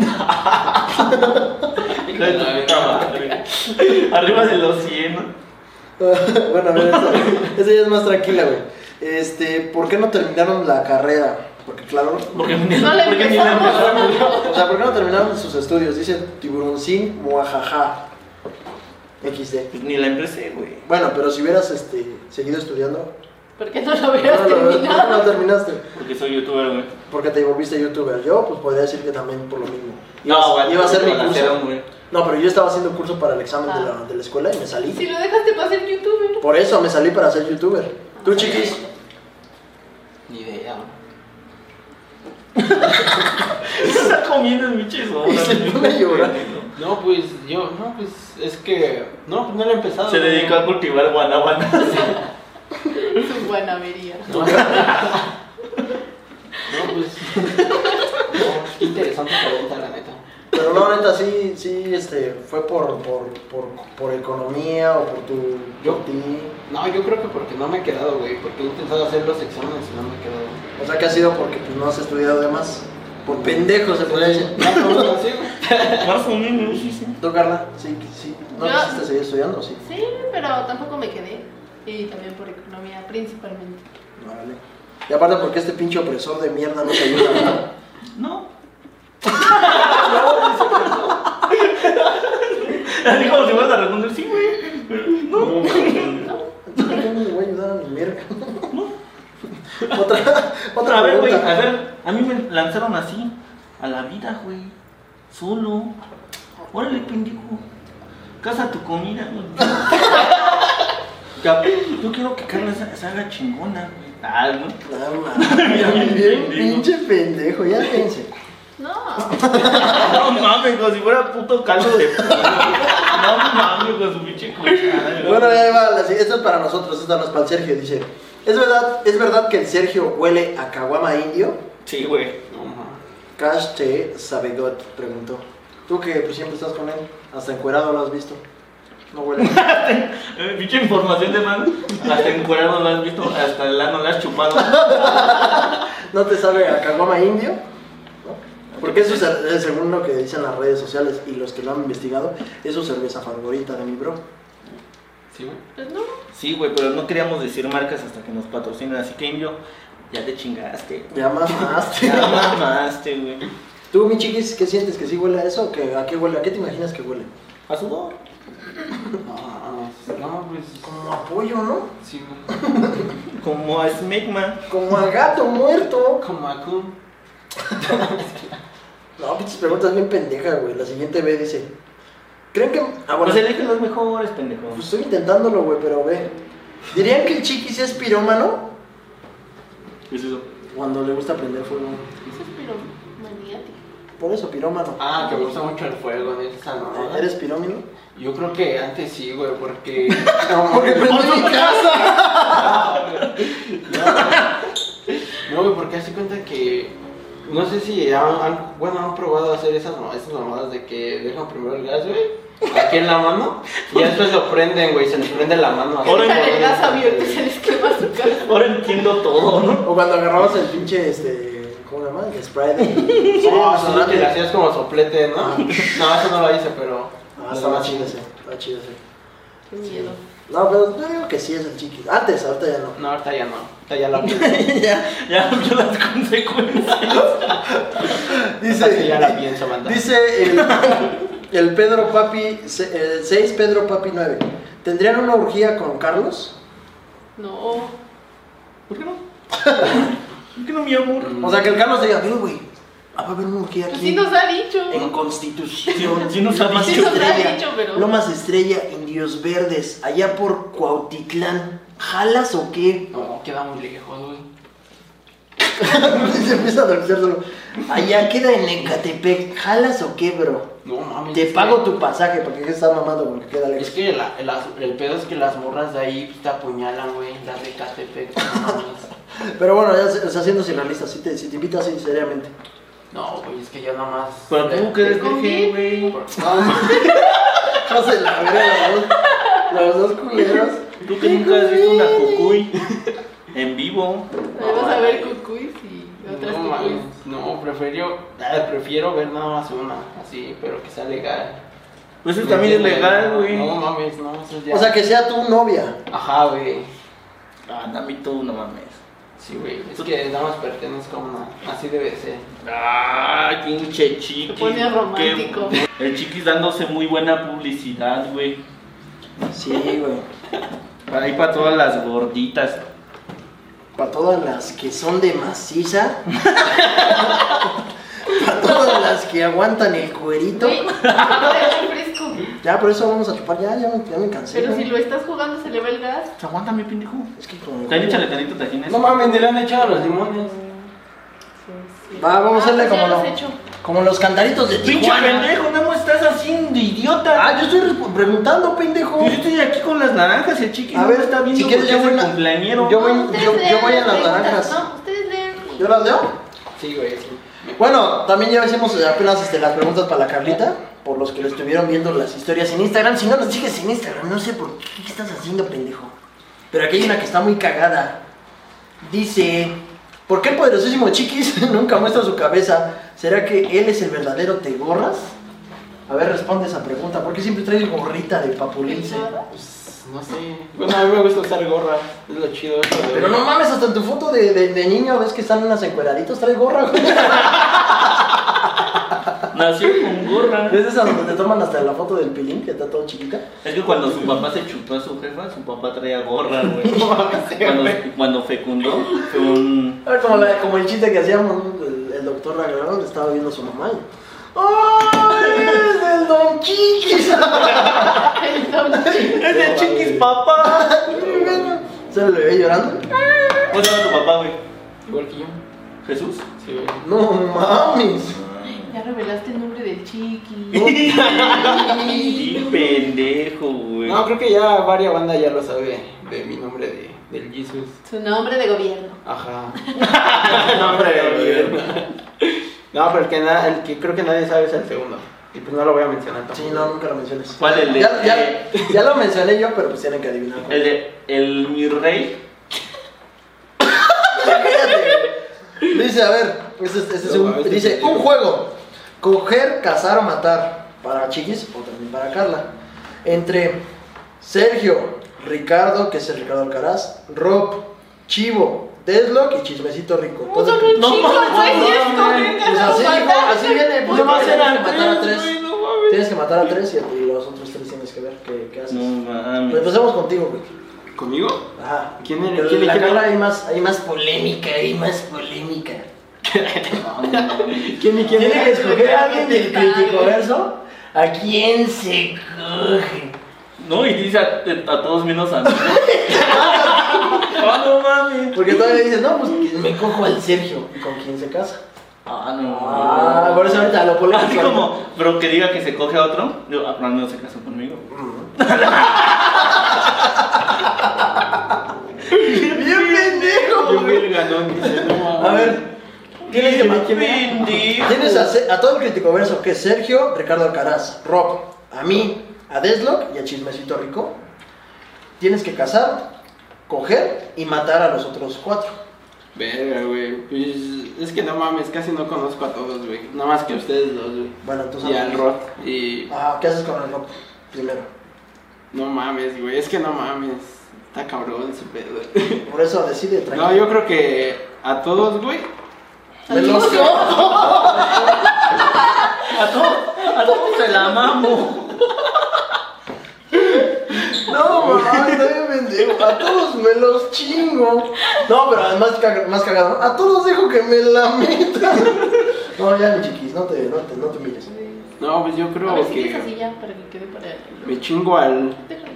S1: Hija de tu puta madre. Arriba de los 100. ¿no?
S2: bueno, a ver, esa, esa ya es más tranquila, güey. Este, ¿por qué no terminaron la carrera? Porque claro,
S1: Porque ni-
S4: No le
S1: porque ni la
S4: empezamos.
S1: empezaron.
S2: o sea, ¿por qué no terminaron sus estudios? Dice tiburoncín, muajaja, XD.
S1: Pues Ni la empecé, güey.
S2: Bueno, pero si hubieras este, seguido estudiando,
S4: ¿Por qué no lo
S2: no,
S4: hubieras
S2: no, no,
S4: terminado?
S2: no terminaste.
S1: Porque soy youtuber, güey.
S2: Porque te volviste youtuber. Yo, pues podría decir que también por lo mismo.
S3: No, güey,
S2: Iba a ser mi
S3: la
S2: curso.
S3: hicieron, güey.
S2: No, pero yo estaba haciendo curso para el examen de,
S4: Ah.
S2: la, de la escuela y me salí.
S4: Si lo dejaste para ser youtuber.
S2: Por eso me salí para ser youtuber. Tú, chiquis,
S3: Ni idea, güey.
S1: Está comiendo mi chizo.
S2: Y se pone a llorar.
S3: No, pues yo, no, pues es que. No, pues, no lo he empezado.
S1: Se
S3: güey.
S1: dedicó a cultivar guanabanas.
S4: Su guanamería.
S3: No, no, pues. no, qué interesante pregunta, la neta.
S2: pero no, neta, sí, sí, este, fue por, por, por, por economía o por tu.
S3: Yo.
S2: por ti.
S3: No, yo creo que porque no me he quedado, güey. Porque he intentado hacer los exámenes y no me he quedado.
S2: O sea, que ha sido porque pues, no has estudiado de más. Por
S3: Mm.
S2: pendejo se podría decir.
S3: No, no, no, sí, güey.
S1: Más o menos, sí, sí.
S2: Tú, Carla, sí, sí. ¿No
S4: Yo-
S2: quisiste seguir estudiando? Sí.
S4: Sí, pero tampoco me quedé. Y también por economía, principalmente.
S2: Vale. Y aparte, porque este pinche opresor de mierda no te ayuda. ¿no?
S1: No. Así como si fueras a responder, sí, güey. No.
S2: Entonces, ¿Cómo me voy a ayudar a mi mierda? otra, otra
S1: a ver, güey,
S2: pregunta.
S1: a ver, a mí me lanzaron así, a la vida, güey, solo. Órale, pendejo, casa tu comida, güey. Ya, Yo quiero que Carla se se haga chingona, güey. Ah, ¿no?
S2: No, mames, bien pinche pendejo, ya fíjense.
S4: No.
S1: No mames, como si fuera puto caldo de pollo. No mames, con su pinche cuchara.
S2: Bueno, ya va, la siguiente. Esto es para nosotros, esta no es para el Sergio. Dice: ¿Es verdad, ¿Es verdad que el Sergio huele a caguama indio?
S1: Sí, güey.
S3: No, ma.
S2: Cash te sabegot, preguntó. Tú que pues, siempre estás con él, hasta encuerado lo has visto. No huele.
S1: Eh, Pinche información de mano. Hasta encuerado lo has visto, hasta el ano lo has chupado.
S2: ¿No te sabe a caguama indio? ¿No? Porque eso es, eh, según lo que dicen las redes sociales y los que lo han investigado, es su cerveza favorita de mi bro.
S3: Sí, güey.
S4: Pues no.
S1: Sí, güey, pero no queríamos decir marcas hasta que nos patrocinen, así que Indio, ya te chingaste.
S2: Ya mamaste.
S1: Ya mamaste, güey.
S2: Tú, mi chiquis, ¿qué sientes? ¿Que sí huele a eso? o que- ¿A qué huele? ¿A qué te imaginas que huele?
S1: A sudor.
S3: No, no, pues.
S2: Como a pollo, ¿no?
S3: Sí, güey.
S1: Como a Smegma.
S2: Como a gato muerto.
S3: Como a Kun.
S2: No, pinches preguntas bien pendejas, güey. La siguiente ve dice: ¿Creen que.? Ah, bueno.
S1: Pues elige los mejores, pendejo.
S2: Pues estoy intentándolo, güey, pero ve. ¿Dirían que el chiquis es pirómano?
S1: ¿Qué es pues eso?
S2: Cuando le gusta prender fuego.
S4: Eso es pero maniático.
S2: Por eso, pirómano.
S3: Ah, que me gusta mucho el fuego, neta, esa mamada.
S2: ¿Eres pirómano?
S3: Yo creo que antes sí, güey, porque.
S2: Porque prendí mi casa.
S3: No, güey, porque hace cuenta que. No sé si han, han- bueno, han probado hacer esas, mam- esas mamadas de que dejan primero el gas, güey, aquí en la mano, y ya después lo prenden, güey, se les prende la mano. así.
S1: Ahora
S4: Esa del gas abierto se les quema su cara.
S1: Ahora entiendo todo, ¿no?
S2: O cuando agarrabas el pinche, este. ¿Cómo se llama? El Ah, spray
S3: Oh,
S2: de.
S3: sí,
S2: desodorante.
S3: que le hacías como soplete, ¿no? No, eso no lo hice, pero. pues,
S2: Ah, estaba chido ese. Estaba chido ese.
S4: Qué miedo.
S2: No, pero yo digo que sí es el chiquis. Antes, ahorita ya no.
S3: No, ahorita ya no. Ahorita ya lo abrí.
S2: ya.
S1: Ya vio las consecuencias.
S3: Ahorita sí ya la pienso, banda.
S2: Dice el, el Pedro Papi, se- el 6 Pedro Papi 9. ¿Tendrían una orgía con Carlos?
S4: No.
S1: ¿Por qué no? ¿Por qué no, mi amor?
S3: Mm.
S2: O sea, que el Carlos diga, "Mira, güey, va a haber una orgía
S4: Pues
S2: aquí.
S4: sí nos ha dicho.
S2: En
S1: Sí,
S2: Constitución.
S1: sí nos ha
S2: Lomas
S4: dicho. Sí nos ha
S2: Estrella,
S4: dicho, pero-
S2: Lomas Estrella, Indios Verdes, allá por Cuautitlán. ¿Jalas o qué?
S3: No, queda muy lejos, güey.
S2: Se empieza a dormir solo. Allá queda en Ecatepec. ¿Jalas o qué, bro?
S3: No mames.
S2: Te
S3: es que-
S2: pago tu pasaje porque está mamando porque queda
S3: Es
S2: lejos.
S3: que la- el, as- el pedo es que las morras de ahí pues, te apuñalan, güey, las de Catepec. no mames.
S2: Pero bueno, ya, se- o sea, siendo realista, si te, si te invitas así, seriamente.
S3: No, güey, es que yo nada más.
S1: Pero tú que eres virgen, güey.
S3: No, mames.
S2: No se la verga, los dos- los dos culeros.
S1: Tú que nunca has visto una cucuy en vivo.
S4: Ahí vas a ver cucuis y otras
S3: No,
S4: cucuis.
S3: mames. No, prefiero, ah, prefiero ver nada más una, así, pero que sea legal.
S1: Pues eso también es legal, güey.
S3: No mames, no, eso ya.
S2: O sea, que sea tu novia.
S3: Ajá, güey.
S1: Ah, también tú, no mames.
S3: Sí, güey, es que nada más pertenezco a una. Así debe ser.
S1: Ay, pinche chiquis.
S4: Se pone romántico.
S1: Qué- El chiquis dándose muy buena publicidad, güey.
S2: Sí, güey.
S1: Ahí para todas las gorditas.
S2: Para todas las que son de maciza. Para todas las que aguantan el cuerito.
S4: Güey, está fresco.
S2: Ya, por eso vamos a chupar. Ya, ya me, ya me cansé.
S4: Pero
S2: güey.
S4: si lo estás jugando, se le va el gas.
S1: Aguántame, pendejo.
S2: Es que como-
S1: También échale tantito tajín a eso.
S3: No mames, le han echado los limones.
S2: Va, vamos a hacerle
S4: Ah,
S2: como,
S4: ya lo has
S2: lo-
S4: hecho.
S2: como los cantaritos de
S1: Pinche
S2: Tijuana.
S1: pendejo, no estás haciendo, idiota.
S2: Ah, yo estoy resp- preguntando, pendejo.
S1: Pues yo estoy aquí con las naranjas y el chiquis
S2: A
S1: no
S2: ver,
S1: me está viendo
S2: si quieres
S1: porque
S2: yo
S1: es
S2: voy
S1: el
S2: na-
S1: cumpleañero.
S2: yo voy-
S4: ustedes
S2: yo- yo
S4: lean
S2: voy a las
S4: preguntas,
S2: naranjas.
S4: No, ustedes leen.
S2: ¿Yo las leo?
S3: Sí, güey, sí.
S2: Bueno, también ya hicimos apenas este, las preguntas para la Carlita, por los que lo estuvieron viendo las historias en Instagram. Si no nos sigues en Instagram, no sé por qué, ¿qué estás haciendo, pendejo. Pero aquí hay una que está muy cagada. Dice, ¿por qué el poderosísimo Chiquis nunca muestra su cabeza? ¿Será que él es el verdadero te gorras? A ver, responde esa pregunta. ¿Por qué siempre traes gorrita de papulince?
S4: Pensada.
S3: Pues, no sé. Bueno, a mí me gusta usar gorra. Es lo chido eso de-
S2: Pero no mames, hasta en tu foto de, de- de niño ves que están unas encueraditos, traes gorra, güey.
S1: Nació con gorra.
S2: ¿Ves esa donde te toman hasta la foto del pilín, que está todo chiquita?
S1: Es que cuando su papá se chupó a su jefa, su papá traía gorra, güey.
S3: No mames, sí,
S1: cuando,
S3: güey.
S1: cuando fecundó, fue un.
S2: Era como, la- como el chiste que hacíamos, ¿no? el, el doctor Ragnarok le estaba viendo a su mamá. y, ¡Ay, es el Don Chiquis!
S4: Entonces,
S1: ¡Es de chiquis, papá!
S2: ¿Se le veía llorando?
S1: ¿Cómo se llama tu papá, güey?
S3: Igual que yo.
S1: ¿Jesús?
S3: Sí, güey.
S2: ¡No mames!
S4: Ya revelaste el nombre del chiqui.
S1: Sí, pendejo, güey.
S3: No, creo que ya varias bandas ya lo sabe de mi nombre de, del Jesus.
S4: Su nombre de gobierno.
S3: Ajá. nombre de No, pero el que, na- el que creo que nadie sabe es el segundo. Y pues no lo voy a mencionar tampoco.
S2: Sí, no, nunca lo menciones.
S1: ¿Cuál, el de-
S2: Ya, ya, ya lo mencioné yo, pero pues tienen que adivinar. cuál.
S1: El de. El mi rey.
S2: Fíjate. Dice, a ver, este, es- este es
S3: No,
S2: un-
S3: a ver,
S2: dice,
S3: este-
S2: un juego. Coger, cazar o matar. Para Chiquis o también para Carla. Entre Sergio, Ricardo, que es el Ricardo Alcaraz, Rob, Chivo, Deslock y Chismecito Rico.
S4: Un solo
S2: Todo-
S4: chico,
S1: no, no,
S4: güey,
S1: no,
S4: si es
S1: no,
S4: coger,
S2: pues
S4: cazar,
S2: así dijo,
S4: matar.
S2: así viene, pues
S4: Pues
S2: nomás
S4: no,
S2: eran
S4: no,
S2: matar a tres.
S4: güey, no mames.
S2: Tienes que matar a tres y, y los otros tres tienes que ver qué, qué haces.
S1: No
S2: Pues
S1: mames.
S2: empecemos contigo, güey.
S3: ¿Conmigo?
S2: Ajá.
S3: ¿Quién eres?
S2: Pero
S3: ¿Quién
S2: en la
S3: eres?
S2: Carla hay más, hay más polémica, hay más polémica.
S3: ¿Quién y quién
S2: Tiene que
S3: es?
S2: escoger a alguien del criticoverso a quién se coge.
S1: No, y dice a, a todos menos a mí. ¡Ah, no mames!
S2: Porque todavía dices, no, pues me cojo al Sergio. ¿Y con quién se casa?
S1: ¡Ah, no
S2: Ah, por eso ahorita lo polémico.
S1: Así como, pero que diga que se coge a otro. Yo, ah, pero al menos se casó conmigo.
S2: Bien pendejo.
S3: Yo fui
S2: güey.
S3: el ganón. dice, no,
S2: A ver, tienes que
S1: Bien,
S2: matar.
S1: pendejo.
S2: Tienes a, se- a todo el criticoverso que es Sergio, Ricardo Alcaraz, Rob, a mí, a Deslock y a Chismecito Rico. Tienes que casar, coger y matar a los otros cuatro.
S3: Verga, güey. Pues es que no mames, casi no conozco a todos, güey. Nada más que a ustedes dos, güey.
S2: Bueno, entonces.
S3: Y al Rod. Y
S2: Ah, ¿qué haces con el Rob? Primero.
S3: no mames, güey. Es que no mames. Está cabrón ese pedo.
S2: Por eso decide
S3: No,
S2: tranquilo.
S3: yo creo que a todos, güey.
S2: De los que-
S1: A todos, a todos se la mamo.
S2: No, mamá, está bien pendejo. A todos me los chingo. No, pero además caga- más cagado. ¿no? A todos dejo que me la metan. No, ya, mi chiquis, no te, no te, no te humilles.
S3: No, pues yo
S4: A
S3: creo
S4: ver si quieres así
S3: que
S4: ya, para que quede para
S3: me chingo al,
S4: Déjalo aquí.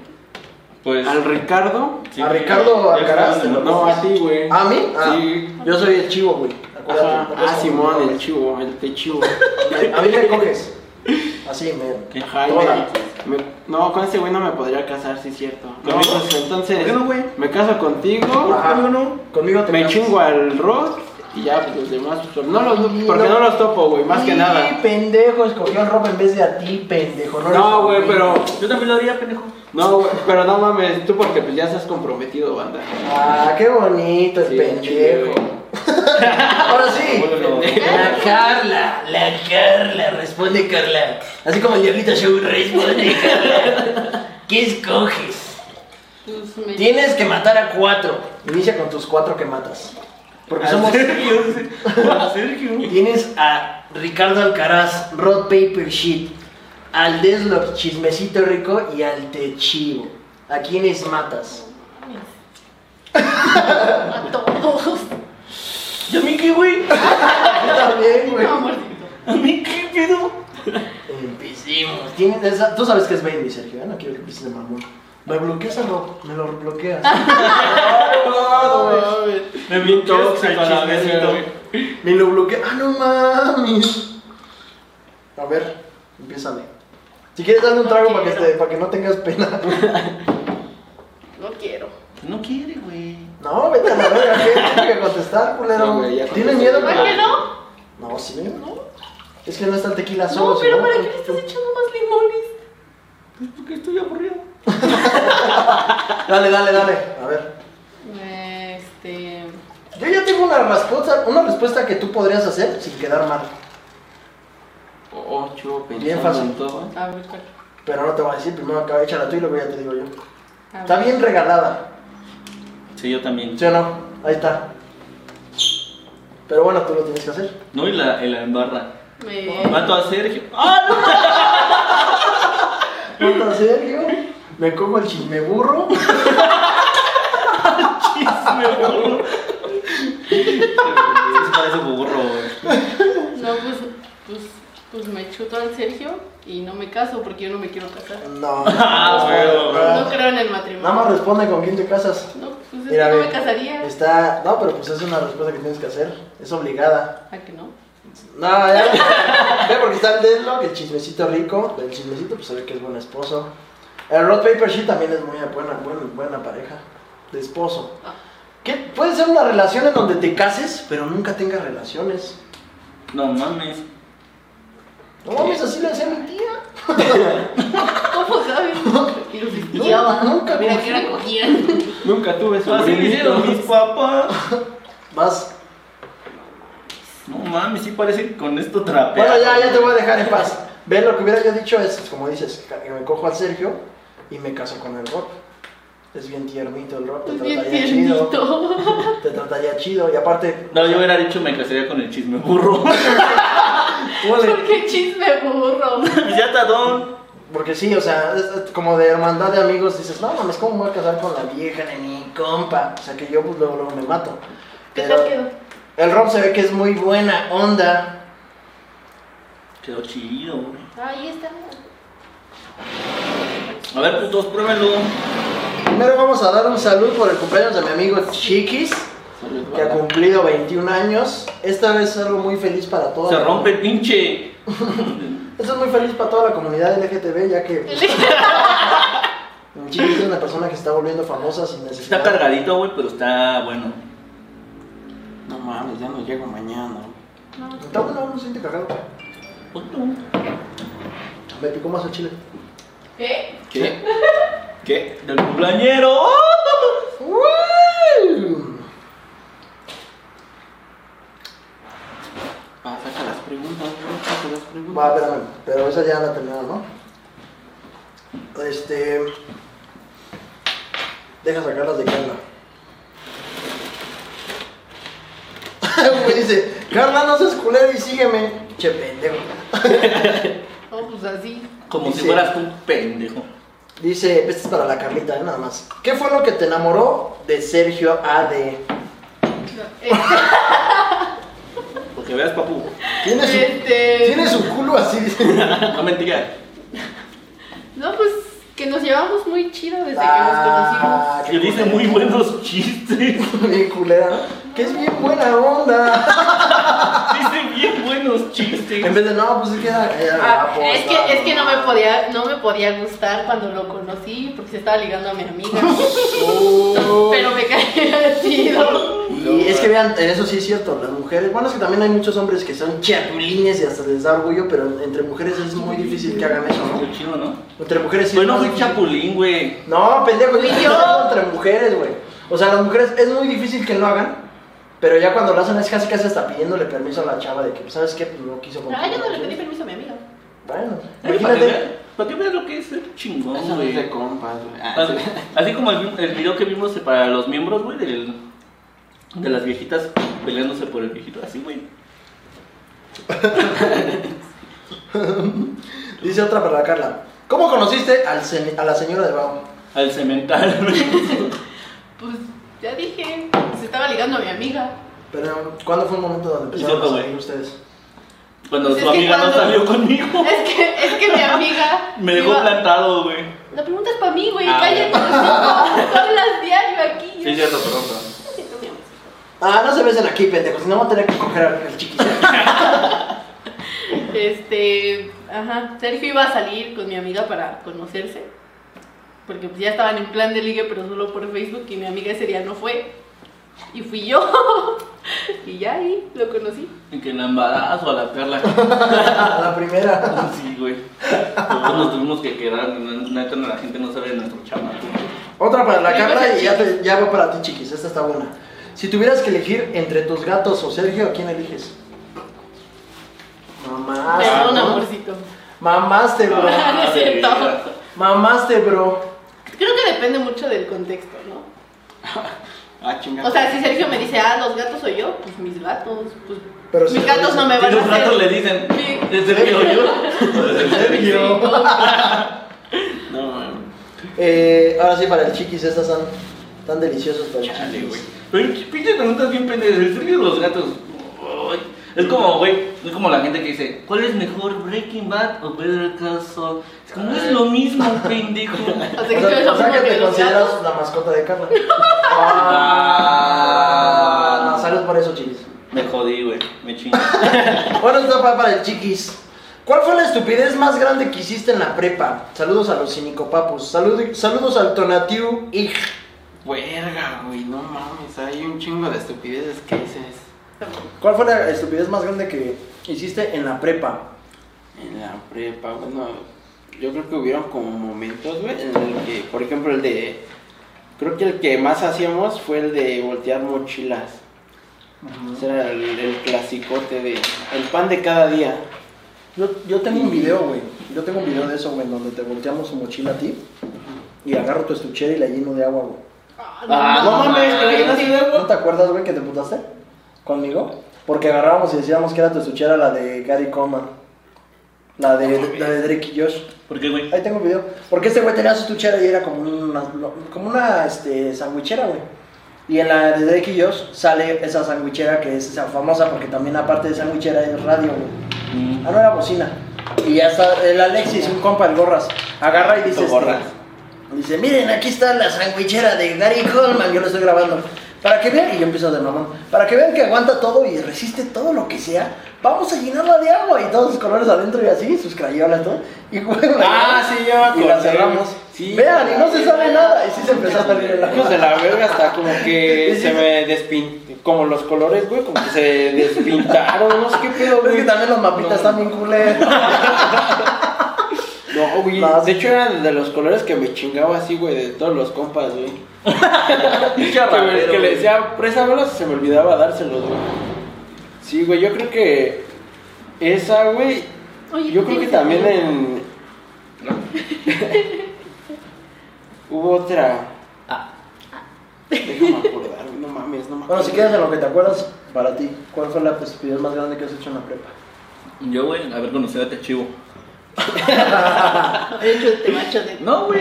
S1: Pues.
S3: al Ricardo.
S1: sí,
S2: a Ricardo
S1: ya
S2: Alcaraz,
S1: está,
S2: te lo-
S3: No, a ti, güey.
S2: ¿A mí? Ah,
S3: Sí.
S2: Yo soy el chivo, güey. Acuérdate.
S3: Ajá.
S2: por eso-
S3: Ah, Simón, el chivo, el te chivo.
S2: A mí me coges. Así, me.
S3: Ajá, y
S2: Hola.
S3: me- me- no, con ese güey no me podría casar, sí es cierto. No,
S1: ¿No?
S3: pues,
S1: ¿Por qué
S3: entonces
S1: no, güey? Ah,
S3: me caso contigo,
S2: Ajá. Conmigo te
S3: me
S2: casas.
S3: chingo al Rod y ya pues, los demás. pues, no los, porque no. los topo, güey, más que
S2: Sí,
S3: nada.
S2: pendejo, escogió al Rob en vez de a ti, pendejo. No,
S3: No,
S2: eres
S3: güey,
S2: conmigo.
S3: pero.
S1: Yo también lo haría, pendejo.
S3: No, güey, pero no mames, tú porque pues ya estás comprometido, banda.
S2: Ah, qué bonito el
S3: Sí,
S2: pendejo.
S3: güey.
S2: Ahora sí.
S1: Bueno,
S2: La Carla, la Carla, responde Carla. Así como el diablito show responde Carla. ¿Qué escoges?
S4: Pues me-
S2: Tienes que matar a cuatro. Inicia con tus cuatro que matas. Porque
S1: A
S2: somos.
S1: Sergio, dice. A Sergio.
S2: Tienes a Ricardo Alcaraz, Rod Paper Sheet, al Deslock Chismecito Rico y al Techivo. ¿A quiénes matas?
S4: A todos.
S1: ¿Y a mí qué, güey?
S2: También, güey.
S4: No, muertito.
S1: ¿A mí qué pedo?
S2: Empecemos. Tienes esa- Tú sabes que es Bane, mi Sergio. ¿eh? No quiero que empieces de mamón. Me bloqueas a Rob, me lo bloqueas.
S4: Ah.
S1: Me vi
S3: tóxico
S1: tóxico
S3: a
S1: a
S3: la
S1: la
S3: vez, güey.
S2: me lo bloqueas. Ah, no mames. A ver, empiézale. Si quieres, dale un trago para que, te- para que no tengas pena.
S4: No quiero.
S1: No quiere, güey.
S2: No, vete a la verga, ¿qué? Tienes que contestar, culero.
S3: No, güey, ya
S2: ¿Tienes
S3: contesté.
S2: miedo?
S4: ¿Por qué no?
S2: No, sí, no. Es que no está el tequila solo.
S4: No, pero
S2: sino-
S4: ¿para qué le estás echando más limones?
S1: Pues porque estoy aburrido.
S2: Dale, dale, dale. A ver.
S4: Este.
S2: Yo ya tengo una respuesta, una respuesta que tú podrías hacer sin quedar mal.
S3: Ocho,
S2: Bien
S3: pensando
S2: fácil.
S3: en todo.
S4: A ver cuál.
S2: Pero no te voy a decir, primero acaba, échala tú y luego ya te digo yo.
S4: A
S2: Está
S4: ver.
S2: bien regalada,
S1: Sí, yo también.
S2: ¿sí o no? Ahí está. Pero bueno, tú lo tienes que hacer.
S1: No, y la, y la embarra.
S4: Me-
S1: Mato a Sergio. ¡Ah, no!
S2: Puta Sergio, me como el chisme burro.
S1: Sí, parece burro, güey.
S4: No, pues, pues, pues me chuto al Sergio y no me caso porque yo no me quiero casar.
S2: No.
S1: Ah, bueno.
S4: No
S2: Nada
S4: creo en
S2: nada
S4: el
S2: más
S4: matrimonio.
S2: responde con quién te casas.
S4: No, pues es
S2: Mira,
S4: que no
S2: ve,
S4: me casaría.
S2: Está. No, pero pues es una respuesta que tienes que hacer. Es obligada.
S4: ¿A que no?
S2: No, ya. ya porque está el Deadlock, el chismecito rico. El chismecito, pues se ve que es buen esposo. El Rod Paper Sheet también es muy buena, buena, buena pareja de esposo.
S4: Ah.
S2: ¿Qué? Puede ser una relación en donde te cases, pero nunca tengas relaciones.
S1: No mames.
S2: No mames, así le hacía mi tía.
S4: ¿Cómo sabes? Y los espiaba.
S2: nunca
S4: ah, Mira
S2: cogí.
S4: que era cogían.
S3: Nunca tuve
S1: Así me hicieron mis
S3: sobrinitos.
S1: papás.
S2: Vas.
S1: No mames, sí parece que con esto trapea.
S2: Bueno, ya, ya te voy a dejar en paz. Ve, lo que hubiera yo dicho es, pues, como dices, que me cojo al Sergio y me caso con el Rob. Es bien tiernito el Rob, te
S4: Es bien
S2: trataría chido.
S4: tiernito.
S2: Te trataría chido y aparte...
S1: No, yo hubiera dicho me casaría con el chisme burro.
S2: huele.
S4: Porque chisme burro.
S1: ya tadón.
S2: Porque sí, o sea, es- es como de hermandad de amigos dices, no mames, ¿cómo me voy a casar con la vieja de mi compa? O sea, que yo pues, luego, luego me mato.
S4: ¿Qué
S2: Pero
S4: tal quedó?
S2: El Rob se ve que es muy buena onda.
S1: Quedó chido, güey.
S4: Ahí está.
S1: A ver, putos, pruébenlo.
S2: Primero vamos a dar un saludo por el cumpleaños de mi amigo Chiquis,
S3: Salud,
S2: que ha
S3: banda.
S2: cumplido 21 años. Esta vez es algo muy feliz para todos.
S1: Se rompe el pinche.
S2: Esto es muy feliz para toda la comunidad LGTB, ya que pues, Chiquis es una persona que está volviendo famosa sin necesidad.
S1: Está cargadito, güey, pero está bueno.
S3: No mames, ya no llego mañana.
S2: Está bueno, no se siente cargado. Me picó más el chile.
S4: ¿Eh?
S3: ¿Qué?
S1: ¿Qué? Del cumpleañero.
S2: ¡Uy!
S3: Ah, saca las preguntas, güey, saca las preguntas.
S2: Va, espérame, pero esa ya la terminaron, ¿no? Este. Deja sacarlas de Carla. Güey, dice, Carla, no seas culero y sígueme. Che, pendejo.
S4: No, pues así.
S1: Como
S2: Dice-
S1: si fueras tú, pendejo.
S2: Dice, este es para la Carlita, ¿eh? nada más. ¿Qué fue lo que te enamoró de Sergio AD?
S4: Este-
S1: Porque veas, papu.
S2: Tiene su,
S4: Este-
S2: tiene su culo así. dice.
S1: No mentira.
S4: No, pues que nos llevamos muy chido desde
S2: Ah,
S1: Que dice muy buenos chistes.
S2: Bien culera, ¿no? Que es bien buena onda.
S1: Dice bien buenos
S2: En
S1: chistes.
S2: vez de no, pues es que era,
S4: que
S2: era
S4: nos conocimos.
S2: guapo,
S4: Ah, es
S2: estaba-
S4: que, es que no, me podía, no me podía gustar cuando lo conocí porque se estaba ligando a mi amiga.
S2: Oh.
S4: pero me caía chido.
S2: Y es que vean, en eso sí es cierto, las mujeres, bueno es que también hay muchos hombres que son chapulines y hasta les da orgullo, pero entre mujeres es muy difícil que hagan eso, ¿no?
S1: Muy chido, ¿no?
S2: Entre mujeres sí.
S1: Yo no
S2: es
S1: soy
S2: más difícil.
S1: chapulín, güey.
S2: No, pendejo, yo
S4: Fui
S2: estoy
S4: yo.
S2: hablando entre mujeres, güey. O sea, las mujeres es muy difícil que lo hagan, pero ya cuando lo hacen es casi casi hasta pidiéndole permiso a la chava de que, ¿sabes qué? Pues no quiso
S4: Ah, yo no le pedí
S2: conmigo.
S4: permiso a mi amiga.
S2: Bueno,
S1: Eh, ¿Para que
S2: imagínate.
S1: veas- para que veas lo que es ser chingón,
S3: Eso no es de
S1: güey?
S3: compas, güey. Ah,
S1: Así,
S3: sí.
S1: así como el, el video que vimos para los miembros, güey, del, De las viejitas peleándose por el viejito. Así, güey.
S2: Dice otra para la Carla. ¿Cómo conociste al se- a la señora de Baum?
S1: Al cemental,
S4: Pues ya dije, se estaba ligando a mi amiga.
S2: Pero, ¿cuándo fue el momento donde empezaron
S1: Cierto,
S2: a
S1: güey.
S2: salir ustedes?
S1: Cuando
S4: Pues
S1: su
S4: es que
S1: amiga no
S4: cuando-
S1: salió conmigo.
S4: Es que, es que mi amiga.
S1: Me dejó
S4: iba-
S1: plantado, güey.
S4: La pregunta es para mí, güey.
S1: Ah,
S4: Cállate,
S1: ya.
S4: los ojos. Tú hablas diario aquí.
S1: Sí, es cierto, perdón, perdón.
S2: Ah, no se besen aquí, pendejos. No vamos a tener que coger al chiquis.
S4: Este, ajá, Sergio iba a salir con mi amiga para conocerse, porque pues ya estaban en plan de ligue, pero solo por Facebook y mi amiga ese día no fue. Y fui yo. y ya ahí lo conocí.
S1: Y Que la embarazo a la perla.
S2: A Ah, la primera.
S1: Sí, güey. Nosotros nos tuvimos que quedar. n- Neta, la gente no sabe de nuestro chama.
S2: Otra para la
S4: Yo iba a
S2: Carla
S4: ser
S2: y ya, te- ya va para ti, chiquis. Esta está buena. Si tuvieras que elegir entre tus gatos o Sergio, ¿a quién eliges? Mamás.
S4: Perdón,
S2: Ah, ¿no?
S4: amorcito.
S2: Mamaste, bro.
S4: Ah, es cierto.
S2: Mamaste, bro.
S4: Creo que depende mucho del contexto, ¿no?
S3: Ah, chinga.
S4: O sea, si Sergio me dice, ah, los gatos soy yo, pues mis gatos, pues
S2: Pero si
S4: mis
S2: te
S4: gatos
S2: dicen-
S4: no me
S1: Si
S4: van a
S1: los
S4: hacer.
S1: gatos le dicen,
S4: Sí.
S1: ¿es Sergio yo?
S2: ¿En
S4: Sí,
S2: serio?
S4: no.
S1: No, mames.
S2: Eh, ahora sí, para el chiquis, estas son tan deliciosas para el
S1: Chale, güey.
S2: chiquis.
S1: Pero qué pinches preguntas bien pendejas. El Sergio de los gatos. Ay. Es como, güey, es como la gente que dice, ¿cuál es mejor, Breaking Bad o Better Call Saul? Es como, no es lo mismo, pendejo.
S4: O sea,
S2: O
S4: que yo
S2: sea,
S4: lo
S2: o sea
S4: mismo
S2: que
S4: que
S2: te
S4: los gatos.
S2: consideras la mascota de Carla. Ah, no, salud por eso, chiquis.
S1: Me jodí, güey, me chingué.
S2: Bueno, esto va para el chiquis. ¿Cuál fue la estupidez más grande que hiciste en la prepa? Saludos a los cinicopapus. Salud- saludos al Tonatiu Ig.
S3: Verga, güey, no mames, hay un chingo de estupideces que dices.
S2: ¿Cuál fue la estupidez más grande que hiciste en la prepa?
S3: En la prepa, bueno, yo creo que hubieron como momentos, güey, en el que, por ejemplo, el de. Creo que el que más hacíamos fue el de voltear mochilas. Ese era el, el clasicote de. El pan de cada día.
S2: Yo, yo tengo un video, güey. Yo tengo un video de eso, güey, en donde te volteamos su mochila a ti y agarro tu estuchera y la lleno de agua, güey.
S3: Ah, no mames,
S4: mames.
S3: ¿te llenaste de agua?
S2: ¿No te acuerdas, güey, que te putaste conmigo? Porque agarrábamos y decíamos que era tu estuchera la de Gary Coma. La de, la de Drake y Josh.
S1: ¿Por qué, güey?
S2: Ahí tengo un video. Porque este güey tenía su estuchera y era como una, como una este, sandwichera, güey. Y en la de Drake y Josh sale esa sandwichera que es esa famosa porque también aparte de sandwichera es radio, güey.
S1: Mm.
S2: Ah, no era bocina. Y ya está el Alexis, un compa, el Gorras, agarra y dice...
S3: Tu Gorras.
S2: este, dice, miren, aquí está la sandwichera de Gary Coleman, yo lo estoy grabando. Para que vean, y yo empiezo de mamón, para que vean que aguanta todo y resiste todo lo que sea, vamos a llenarla de agua y todos sus colores adentro y así, sus crayolas, todo. Y güey,
S3: Ah, sí, ya me
S2: Y
S3: acordé,
S2: la cerramos.
S3: sí.
S2: vean, y no se sabe nada. Y sí se empezó a salir el
S3: Hijos
S2: agua.
S3: de la verga, hasta como que se me despin. Como los colores, güey, como que se despintaron, no sé qué pedo,
S2: Pero
S3: güey.
S2: es que también los mapitas
S3: No.
S2: están bien culeros.
S3: No, güey.
S2: No,
S3: de
S2: sí.
S3: hecho, eran de los colores que me chingaba así, güey, de todos los compas, güey. que, me-
S1: ratero,
S3: que le
S1: güey.
S3: decía, préstamelos y se me olvidaba dárselos, güey. Sí, güey, yo creo que esa, güey.
S4: Oye,
S3: Yo creo que
S4: ¿tienes
S3: también
S4: amigo?
S3: en. Hubo otra. Ah. Déjame acordar, no mames, no me acuerdo.
S2: Bueno, si quieres en lo que te acuerdas, para ti, ¿cuál fue la estupidez más grande que has hecho en la prepa?
S1: Yo, güey, haber conocido a Chivo.
S4: De hecho, este macho de.
S1: No, güey,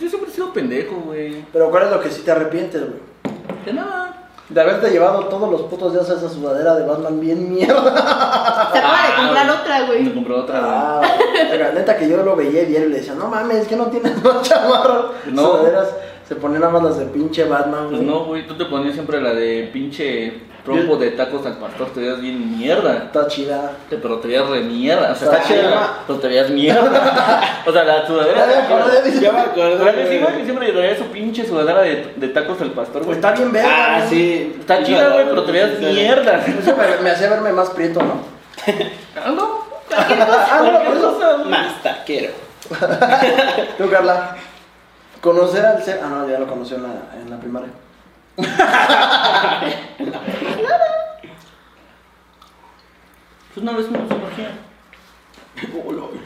S1: yo siempre he sido pendejo, güey.
S2: Pero ¿cuál es lo que sí te arrepientes, güey?
S1: De nada.
S2: De haberte llevado todos los putos días a esa sudadera de Batman bien mierda.
S4: Se acaba de
S1: Ah,
S4: comprar
S1: güey.
S4: otra,
S1: Me
S4: güey.
S1: compró otra, güey.
S2: Ah, la neta que yo lo veía y él le decía, no mames, que no tienes más chamarras.
S1: No.
S2: Sudaderas, se ponían nada más las de pinche Batman,
S1: Pues
S2: güey.
S1: no, güey, tú te ponías siempre la de pinche trompo de tacos al pastor, te veías bien mierda.
S2: Está chida.
S1: Te- Pero te veías re mierda. O sea,
S2: Está
S1: está chida,
S3: chida.
S1: pero te veías mierda. O sea, la
S2: Ya me
S1: sudadera.
S2: acordé, dice.
S3: Ya me acordé,
S1: ¿Verdad que sí,
S3: güey.
S1: güey? Que siempre traía su pinche sudadera de, de tacos al pastor, güey.
S2: Pues Está bien verga.
S3: Ah,
S2: güey.
S3: sí.
S1: Está chida, güey, pero te veías mierda.
S2: Eso Pues me, me hacía verme más prieto, ¿no?
S1: Ah, no.
S2: Ah, no,
S1: Cualquier
S2: por eso.
S1: cosa, güey.
S3: Más taquero.
S2: Tú, Carla, conocer al ser. Ah, no, ya lo conoció en la, en la primaria.
S1: Pues una vez me puse magia.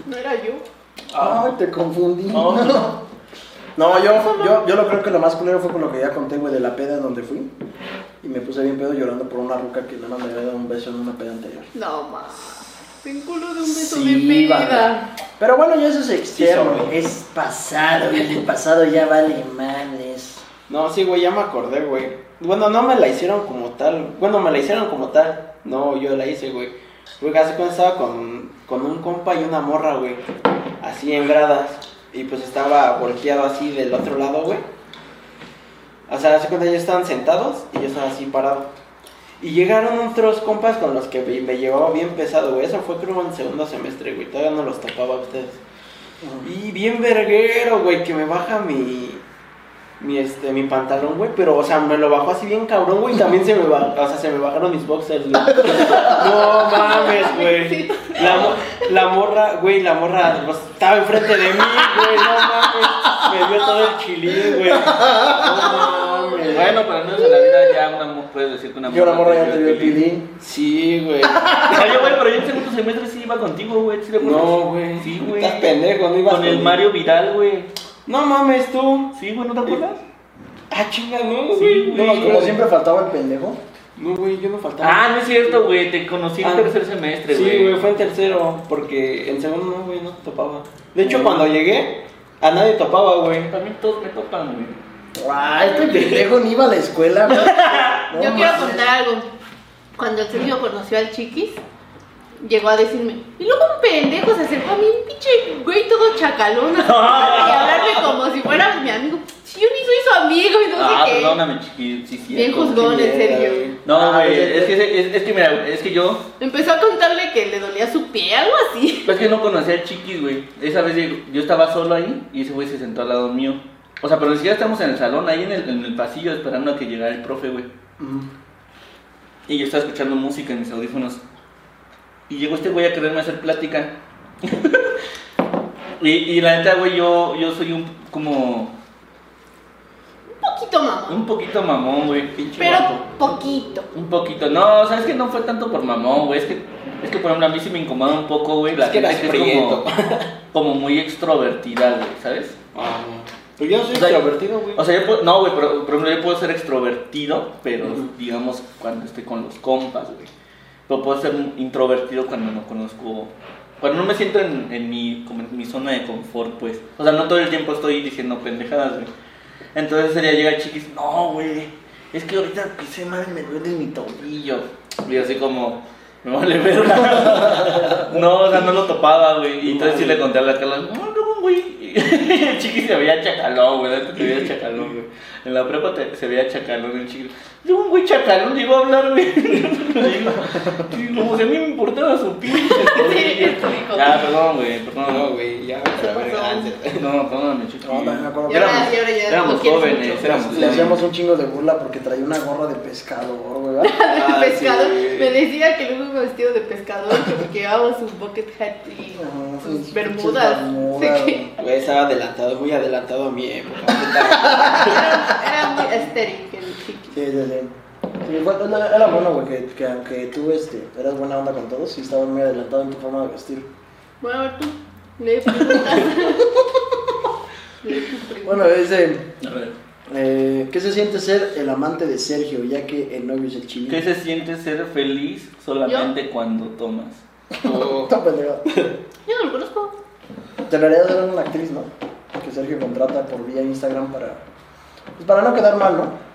S4: No era yo.
S2: Ay, te confundí.
S1: Ah, no.
S2: Ah. No, yo, yo, yo lo creo que lo más culero fue con lo que ya conté, güey, de la peda en donde fui. Y me puse bien pedo llorando por una ruca que nada más me había dado un beso en una peda anterior.
S4: No, más. Ten culo de un beso
S2: Sí,
S4: de
S2: vale.
S4: peda.
S2: Pero bueno, ya eso es
S1: Sí,
S2: externo.
S1: son, güey.
S2: es pasado, y el pasado ya vale males.
S3: No, sí, güey, ya me acordé, güey. Bueno, no me la hicieron como tal. Bueno, me la hicieron como tal. No, yo la hice, güey. Porque hace cuando estaba con, con un compa y una morra, güey. Así en gradas. Y pues estaba golpeado así del otro lado, güey. O sea, hace cuenta ellos estaban sentados y yo estaba así parado. Y llegaron otros compas con los que me, me llevaba bien pesado, güey. Eso fue creo en segundo semestre, güey. Todavía no los topaba a ustedes. Y bien verguero, güey, que me baja mi. Mi, este, mi pantalón, güey, pero, o sea, me lo bajó así bien cabrón, güey, y también se me, ba- o sea, se me bajaron mis boxers, güey. No mames, güey. La, mo- la morra, güey, la morra pues, estaba enfrente de mí, güey, no mames. Me vio todo el chilín, güey. No mames.
S5: Bueno, pero al menos en la vida ya una mu- puedes decir que una
S2: Yo la morra ya te vio el
S5: pidió
S2: pilín.
S3: Sí, güey.
S1: Ah, yo, güey, pero yo en segundo semestre sí iba contigo, güey. ¿sí te acuerdas?
S3: No, güey.
S1: Sí, güey.
S3: Estás pendejo, no ibas
S1: Con el
S3: conmigo.
S1: Mario Vidal, güey.
S3: No mames, tú.
S1: Sí, güey, ¿no te acuerdas?
S3: Ah, chinga, no,
S1: Sí,
S3: güey.
S1: güey.
S3: no, me
S2: Como
S3: acuerdo.
S2: siempre faltaba el pendejo.
S3: No, güey, yo no faltaba.
S1: Ah, no es cierto, güey. Te conocí en
S3: Ah.
S1: tercer semestre,
S3: Sí,
S1: güey.
S3: güey, fue en tercero, porque en segundo no, güey, no te topaba. De
S1: Mm.
S3: hecho, cuando llegué, a nadie topaba, güey.
S1: También todos me topan, güey.
S2: Guau, este pendejo ni iba a la escuela, güey. No
S4: Yo quiero
S2: mames.
S4: contar algo. Cuando el Sergio conoció al Chiquis, llegó a decirme, y luego un pendejo se acercó a mí, un pinche güey todo chacalón, así, y hablarme como si fuera mi amigo. Si yo ni soy su amigo y no
S1: Ah,
S4: sé qué.
S1: perdóname, chiquito. Sí,
S4: Bien
S1: cierto.
S4: juzgón, en serio.
S1: No,
S2: Ah,
S1: güey,
S2: pues,
S1: es, que, ese- es, es que mira, es que yo,
S4: Empezó a contarle que le dolía su pie, algo así.
S1: es que no conocía al chiquis, güey. Esa vez llegó- yo estaba solo ahí y ese güey se sentó al lado mío. O sea, pero ni siquiera estamos en el salón, ahí en el, en el pasillo esperando a que llegara el profe, güey. Y yo estaba escuchando música en mis audífonos. Y llegó este güey a quererme hacer plática. y, y la neta, güey, yo, yo soy un como
S4: Un poquito mamón.
S1: un poquito mamón, güey, pinche
S4: Pero
S1: guapo.
S4: poquito.
S1: Un poquito, no, o sea, es que no fue tanto por mamón, güey, es que, es que por ejemplo a mí sí me incomoda un poco, güey, la
S3: Es que
S1: gente
S3: eras
S1: que es como, como muy extrovertida, güey, ¿sabes?
S3: Ah, Pero yo no soy
S1: O sea,
S3: extrovertido, güey.
S1: O sea, yo puedo, no, güey, pero por ejemplo yo puedo ser extrovertido, pero digamos cuando estoy con los compas, güey. Pero puedo ser un introvertido cuando no conozco, cuando no me siento en, en mi, como en mi zona de confort, pues. O sea, no todo el tiempo estoy diciendo pendejadas, güey. Entonces sería llegar chiquis, no, güey, es que ahorita pisé mal, me duele mi tobillo. Y así como, me vale verga. no, o sea, no lo topaba, güey. Y entonces sí le conté a la Carla, no, no, güey. el chiquis se veía chacalón, güey. Antes se veía chacalón, güey. En la prepa te- se veía chacalón el chiquis. Yo, un güey chacalón, llegó a hablar, güey. Digo, sí, como si a mí me importaba su pinche. tobillo.
S4: es tu hijo.
S1: Ya, perdón, güey, perdón.
S3: no, güey, ya.
S4: Se pasó.
S1: No, perdóname, chiquis.
S2: No, también me acuerdo
S4: Ya
S2: que
S4: ahora- y ahora ya lo
S1: éramos
S4: quieres
S1: jóvenes,
S4: mucho.
S1: éramos
S2: le hacíamos
S1: jóvenes.
S2: un chingo de burla porque traía una gorra de pescador, güey. ¿verdad?
S3: Ah,
S4: El pescador.
S3: sí.
S4: Me decía que luego iba vestido de pescador, que porque llevaba su bucket hat y
S2: Ajá,
S4: sus
S2: sus
S4: bermudas.
S2: bermudas,
S4: Sí, que
S3: Güey, estaba adelantado, muy adelantado a mi época. puta.
S4: Era era muy estético el chiqui.
S2: Sí, sí, sí. Sí, bueno, no, era bueno, güey, que, que aunque tú este, eras buena onda con todos y estabas muy adelantado en tu forma de vestir.
S4: Bueno, a ver tú, le preguntas. Le preguntas.
S2: Bueno, dice,
S1: A ver,
S2: eh, ¿qué se siente ser el amante de Sergio, ya que el novio es el chile?
S1: ¿Qué se siente ser feliz solamente cuando tomas?
S3: Oh,
S2: Está pendejo.
S4: Yo no lo conozco.
S2: Te lo haría hacer una actriz, ¿no? Que Sergio contrata por vía Instagram para... Pues para no quedar mal, ¿no?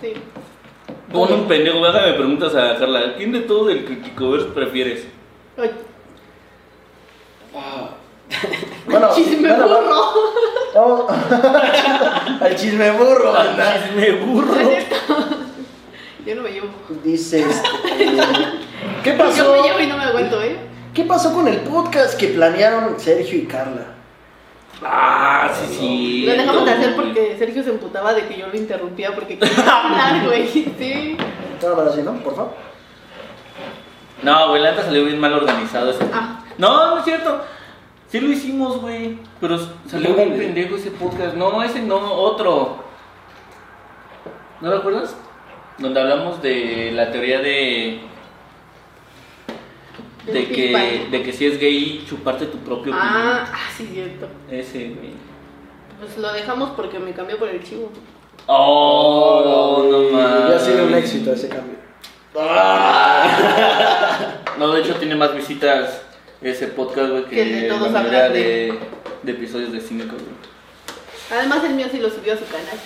S4: Sí.
S1: Pon un pendejo, güey, hágame preguntas a Carla. ¿Quién de todo del Criticoverse prefieres?
S4: Ay,
S2: Bueno,
S4: chisme
S2: bueno, va-
S4: burro.
S2: vamos- al chisme burro, banda.
S1: Me burro.
S4: Yo no me llevo.
S2: Dice, este, eh, ¿qué
S4: Yo
S2: pasó?
S4: me llevo y no me aguanto, ¿eh?
S2: ¿Qué pasó con el podcast que planearon Sergio y Carla?
S1: Ah, sí, sí.
S4: Lo dejamos de hacer porque Sergio se emputaba de que yo lo interrumpía porque quería hablar, güey. Sí.
S2: No, pero así, ¿no? Por favor.
S1: No, güey, la neta salió bien mal organizado ese.
S4: Ah.
S1: No, no es cierto. Sí lo hicimos, güey. Pero s- salió bien
S3: Ándale.
S1: pendejo ese podcast. No, ese no, otro. ¿No lo acuerdas? Donde hablamos de la teoría de. De
S4: Del
S1: que,
S4: feedback.
S1: de que si es gay, chuparte tu propio
S4: Ah, ah, sí, cierto.
S1: pene. Ese, güey.
S4: Pues lo dejamos porque me cambió por el chivo.
S1: Oh, no mames.
S2: Y ha sido un éxito ese cambio.
S1: No, de hecho tiene más visitas ese podcast, güey, que,
S4: Que el de todos
S1: la mayoría
S4: hablan de-
S1: de, de episodios de cine, güey.
S4: Además el mío sí lo subió a su canal.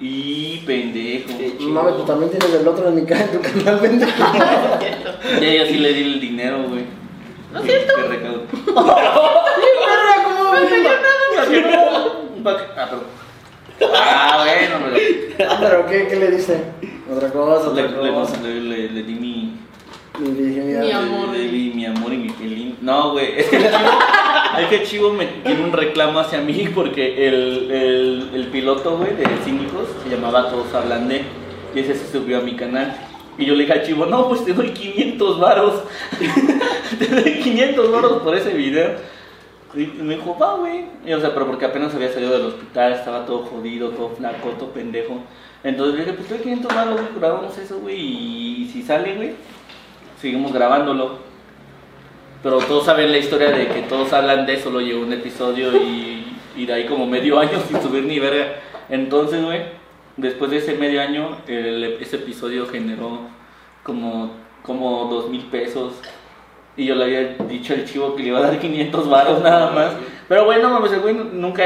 S1: Y pendejo.
S3: Sí.
S2: No, pues también tienes el otro en mi canal, tu canal, pendejo.
S4: No es cierto.
S1: Ya yo sí le di el dinero, güey.
S4: No es
S1: Qué-
S4: cierto.
S1: Qué recado.
S2: Perra, ¿cómo
S4: No me
S2: viva?
S4: dio nada.
S1: Ah, perdón. Ah, bueno, pero.
S2: Pero, ¿qué, qué le diste? Otra cosa,
S1: Le,
S2: otra cosa.
S1: le- le- le di mi.
S2: Mi virginidad.
S4: Mi
S1: le-
S4: amor.
S1: Le, di mi amor y mi pelín. No, güey. Es que el chivo, es que el chivo me tiene un reclamo hacia mí porque el, el, el piloto, güey, de Cínicos se llamaba Todos Hablan de. Y ese se subió a mi canal. Y yo le dije al chivo, no, pues te doy 500 varos. te doy 500 varos por ese video. Y me dijo, va, güey. Y, o sea, pero porque apenas había salido del hospital, estaba todo jodido, todo flaco, todo pendejo. Entonces le dije, pues estoy 500 malos, güey, grabamos eso, güey. Y si sale, güey, seguimos grabándolo. Pero todos saben la historia de que todos hablan de eso, lo llegó un episodio y, y de ahí como medio año sin subir ni verga. Entonces, güey, después de ese medio año, el- ese episodio generó como, como 2 mil pesos. Y yo le había dicho al chivo que le iba a dar 500 varos nada más. Pero bueno, mames, el güey nunca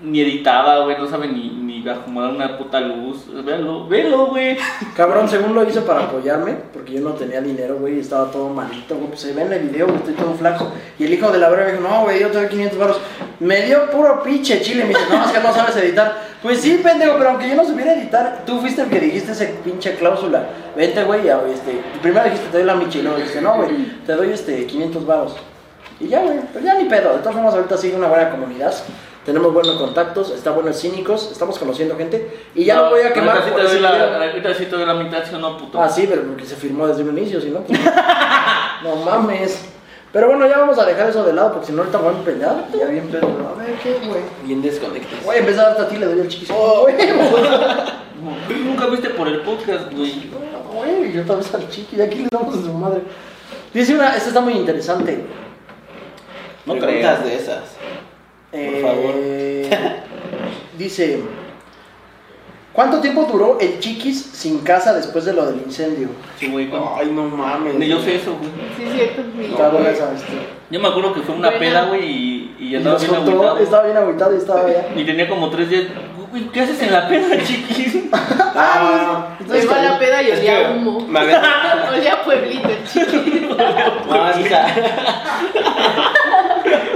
S1: ni editaba, güey, no sabe ni, ni acomodar una puta luz. Velo, velo, güey.
S2: Cabrón, según lo hice para apoyarme, porque yo no tenía dinero, güey, y estaba todo malito, güey. Pues se ve en el video, güey, estoy todo flaco. Y el hijo de la verga me dijo, no, güey, yo te doy 500 baros. Me dio puro pinche chile, me dice, no, es que no sabes editar. Pues sí, pendejo, pero aunque yo no supiera editar, tú fuiste el que dijiste esa pinche cláusula. Vente, güey, ya, güey, este. Primero dijiste, te doy la michi, y luego dijiste, no, güey, te doy este 500 baros. Y ya, güey, pues ya ni pedo. De todas formas, ahorita sigue una buena comunidad. Tenemos buenos contactos, está buenos cínicos, estamos conociendo gente. Y ya no, voy a quemar
S1: Ahorita sí
S2: por
S1: te doy
S2: decir,
S1: la, ahorita sí te doy la mitad, ¿sí o no, puto?
S2: Ah, sí, pero porque se firmó desde un inicio, si no. pues, no mames. Pero bueno, ya vamos a dejar eso de lado porque si no, ahorita voy a empeñar. y Ya bien, pero a ver qué, güey.
S3: Bien desconectas.
S2: Voy a empezar hasta a ti, le doy el chiquis. ¡Oh, güey!
S1: Nunca viste por el podcast, güey.
S2: Güey, yo otra vez al chiqui, de aquí le damos a su madre. Dice una, esta está muy interesante.
S1: No
S3: Preguntas
S1: creo.
S3: de esas.
S2: Eh,
S3: favor.
S2: dice: ¿Cuánto tiempo duró el chiquis sin casa después de lo del incendio?
S1: Sí, güey. cuando-
S3: Ay, no mames.
S1: Ni yo sé eso, güey.
S4: Sí, es cierto. mi-
S2: Está buena
S3: güey.
S2: esa, este.
S1: Yo me acuerdo que fue una
S4: Buena.
S1: peda, güey, y, y
S2: Y
S1: andaba
S2: nos
S1: bien
S2: contó,
S1: agüitado.
S2: estaba bien agüitado y estaba ya.
S1: Y tenía como tres días. Güey, ¿qué haces en la peda, chiquis?
S3: Ah,
S4: Me iba a la peda y
S3: Es
S4: olía
S3: que
S4: a humo.
S3: me había-
S4: Olía a pueblito, el chiquito.
S3: no, no, es que-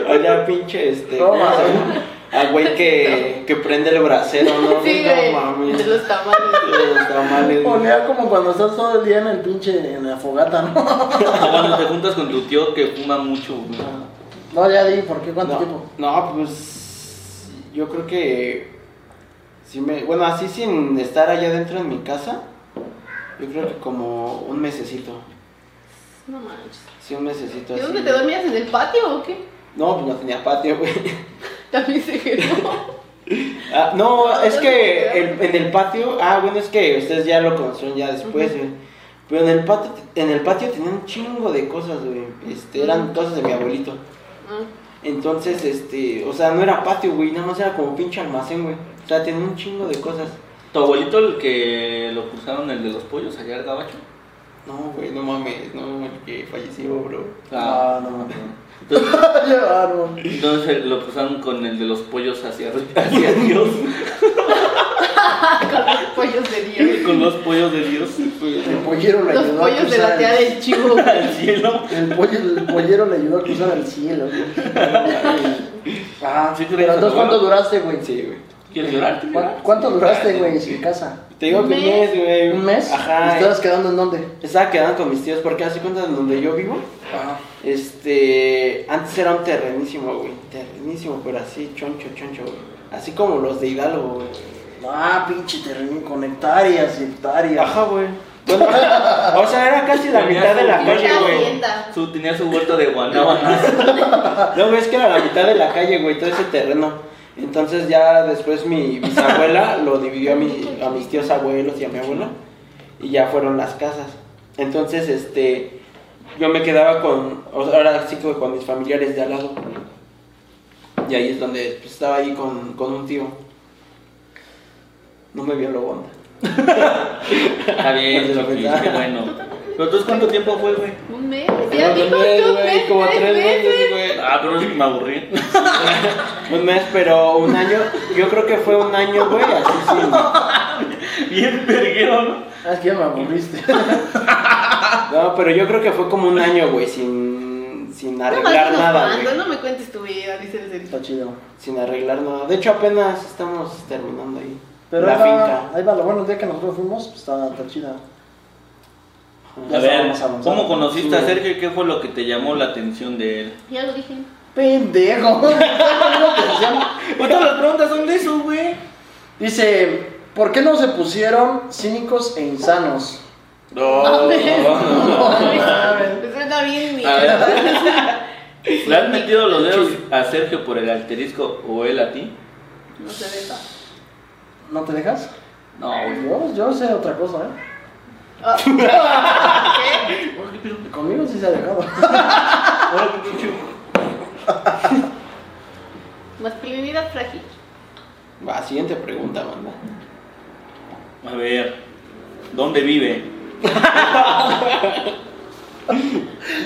S3: Oye, pinche este.
S2: No,
S3: ¿cómo se
S2: mames.
S3: llama? A güey que, que prende el brasero, ¿no?
S4: Sí,
S3: no
S4: güey.
S3: mames.
S4: De los tamales.
S3: Los tamales. güey.
S2: Olea como cuando estás todo el día en el pinche, en la fogata, ¿no?
S1: O cuando te juntas con tu tío que fuma mucho, güey.
S2: No, ya di, ¿por qué? ¿Cuánto
S3: no,
S2: tiempo?
S3: No, pues yo creo que si me, bueno, así sin estar allá adentro en mi casa, yo creo que como un mesecito,
S4: No manches.
S3: sí un mesecito.
S4: ¿Y
S3: así.
S4: dónde te dormías? ¿En el patio o qué?
S3: No, pues no tenía patio, güey.
S4: También se quedó.
S3: Ah, no, es que el- en el patio, ah, bueno, es que ustedes ya lo construyen ya después,
S4: Ujú.
S3: güey. Pero en el patio, en el patio tenían un chingo de cosas, güey. Este, eran cosas de mi abuelito.
S4: Ah,
S3: Entonces, este, o sea, no era patio, güey, nada más era como pinche almacén, güey. O sea, tenía un chingo de cosas.
S1: ¿Tu abuelito el que lo cruzaron el de los pollos allá al gabacho?
S3: No, güey, no mames, no, el que falleció, bro.
S2: Ah, no, no.
S1: Entonces,
S2: Ah, no.
S1: entonces eh, lo cruzaron con el de los pollos hacia, hacia Dios.
S4: pollos de Dios.
S1: Con los pollos de Dios
S2: El pollero le
S4: Los
S2: ayudó a
S4: pollos de la
S2: cruzar
S4: tía
S2: el,
S4: del chivo. güey.
S1: al cielo.
S2: el, pollo, el pollero le ayudó a cruzar el cielo, güey. Ah,
S1: Sí, tú
S2: pero
S1: eres
S2: entonces, ¿cuánto
S1: adorado.
S2: duraste, güey?
S3: Sí, güey.
S1: ¿Quieres llorar?
S2: ¿Cuán- ¿Cuánto duraste, güey, sin casa?
S3: Te digo
S4: ¿Un
S3: que un
S4: mes?
S3: mes, güey.
S2: ¿Un mes?
S3: Ajá.
S2: ¿Estabas quedando en dónde?
S3: Estaba quedando con mis tíos porque hace cuenta de donde yo vivo. Este, antes era un terrenísimo, güey. Terrenísimo, pero así, choncho, choncho, güey. Así como los de Hidalgo, güey.
S2: Ah, pinche terreno con hectáreas y hectáreas.
S3: Ajá, güey. Bueno, o sea, era casi la mitad de la calle,
S4: Una
S3: güey.
S4: hacienda.
S1: Su, tenía su huerto de guanábanas.
S3: No, güey, es que era la mitad de la calle, güey, todo ese terreno. Entonces ya después mi bisabuela lo dividió a, mi- a mis tíos abuelos y a mi abuela. Y ya fueron las casas. Entonces, este, yo me quedaba con, o sea, ahora sí que con mis familiares de al lado. Y ahí es donde pues, estaba ahí con, con un tío. No me violó onda.
S1: Está bien,
S3: Pues,
S1: Chiquis,
S3: la verdad.
S1: qué bueno. Pero entonces, ¿cuánto tiempo fue, güey?
S4: Un mes.
S3: Pero
S4: Ya dijo
S3: un mes,
S4: que un
S3: güey,
S4: mes.
S3: como
S4: tres
S3: tres meses,
S4: meses.
S3: güey.
S1: Ah, pero es que me aburrí.
S3: Un mes, pero un año. Yo creo que fue un año, güey, así sí.
S1: Bien verguero, ¿no?
S2: Ah, es que ya me aburriste.
S3: No, pero yo creo que fue como un año, güey, sin, sin
S4: No
S3: arreglar
S4: más
S3: nada,
S4: cuando,
S3: güey.
S4: No me cuentes tu vida, dice el serio.
S2: Está chido.
S3: Sin arreglar nada. De hecho, apenas estamos terminando ahí.
S2: Pero
S3: la
S2: ahí, va,
S3: finca.
S2: ahí va lo bueno, el día que nosotros fuimos, pues está, está chida.
S1: A
S2: Ya
S1: ver,
S2: estábamos avanzando.
S1: ¿cómo conociste a
S3: Sí.
S1: Sergio y qué fue lo que te llamó la atención de él?
S4: Ya lo dije.
S2: Pendejo.
S1: Pues todas las preguntas son de eso, güey.
S2: Dice, ¿por qué no se pusieron cínicos e insanos?
S1: No,
S4: Mames.
S1: no, no.
S2: mames.
S4: Pues está bien, mi.
S1: A ver. ¿Le has metido los dedos a Sergio por el asterisco o él a ti?
S4: No se ve pa.
S2: ¿No te dejas?
S1: No, güey.
S2: Yo, yo sé otra cosa, ¿eh?
S4: Ah. ¿Qué?
S2: Conmigo sí se ha dejado.
S4: Masculinidad frágil.
S3: Va, siguiente pregunta, banda.
S1: A ver, ¿dónde vive?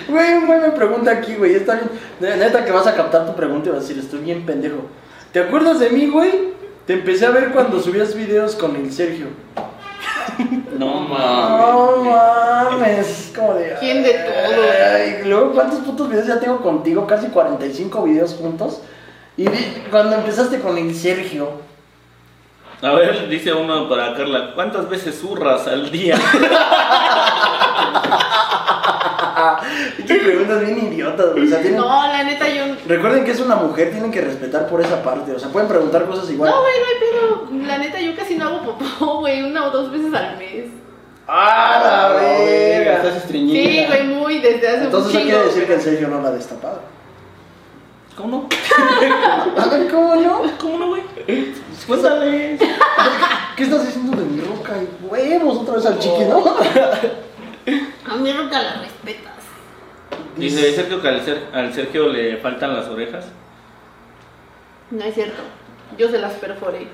S2: Güey, un güey me pregunta aquí, güey, está bien. de- Neta que vas a captar tu pregunta y vas a decir, estoy bien pendejo. ¿Te acuerdas de mí, güey? Te empecé a ver cuando subías videos con el Sergio.
S1: No mames.
S2: No mames, es como de.
S4: ¿Quién de todos?
S2: Ay, luego, ¿cuántos putos videos ya tengo contigo? Casi 45 videos juntos. Y di- cuando empezaste con el Sergio.
S1: A ver, dice uno para Carla, ¿cuántas veces zurras al día?
S2: Estas preguntas bien idiotas, güey. O sea, tienen-
S4: No, la neta, yo. No,
S2: Recuerden que es una mujer, tienen que respetar por esa parte. O sea, pueden preguntar cosas igual.
S4: güey, no hay pedo. La neta, yo casi no hago popó, güey, una o dos veces al mes.
S2: ¡Ah, la verga!
S3: Oh, Estás estreñida.
S4: Sí, güey, muy desde hace
S2: Entonces
S4: un
S2: eso
S4: chingo.
S2: quiere decir que el Sergio no la ha destapado.
S1: ¿Cómo no?
S2: ¿Cómo no?
S1: ¿Cómo no, güey? Cuéntale.
S2: ¿Qué estás diciendo de mi roca y huevos otra vez al chiqui, no?
S4: A mí nunca la respetas.
S1: Dice Sergio que al, Ser- al Sergio le faltan las orejas.
S4: No es cierto. Yo se las perforé.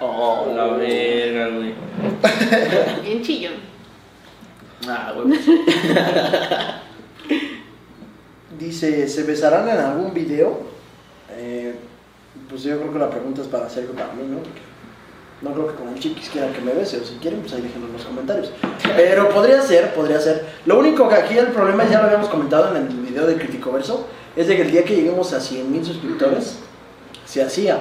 S1: Oh, la verga, güey.
S4: Bien chillón.
S1: Ah, güey.
S2: Dice, ¿se besarán en algún video? Eh, pues yo creo que la pregunta es para Sergio para mí, ¿no? No creo que como chiquis quieran que me bese, o si quieren, pues ahí déjenlo en los comentarios. Pero podría ser, podría ser. Lo único que aquí el problema, ya lo habíamos comentado en el video de Critico Verso, es de que el día que lleguemos a 100.000 suscriptores, se hacía.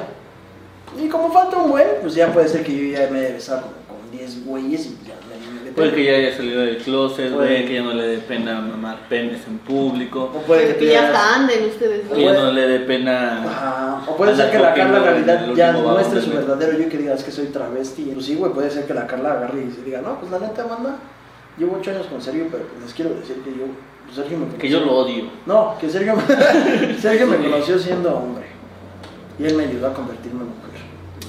S2: Y como falta un güey, pues ya puede ser que yo ya me haya besado como con 10 güeyes y ya me... me-
S1: Puede que ya haya salido del closet, güey,
S2: Puede.
S1: que ya no le dé pena mamar penes en público.
S2: O puede que
S4: Porque
S2: tú
S4: ya
S2: ya-
S4: hasta anden ustedes dos.
S1: Que ya no le dé pena.
S2: Ajá. O puede
S1: Andar
S2: ser que la
S1: cogiendo
S2: Carla en
S1: el-
S2: realidad
S1: el
S2: ya
S1: último
S2: muestre
S1: vagón
S2: su
S1: del metro.
S2: verdadero yo que digas que soy travesti. Pues sí, güey, puede ser que la Carla agarre y se diga, no, pues la neta, banda, llevo ocho años con Sergio, pero pues, les quiero decir que yo, pues, Sergio me
S1: Que yo lo odio.
S2: No, que Sergio, me- Sergio me conoció siendo hombre. Y él me ayudó a convertirme en mujer.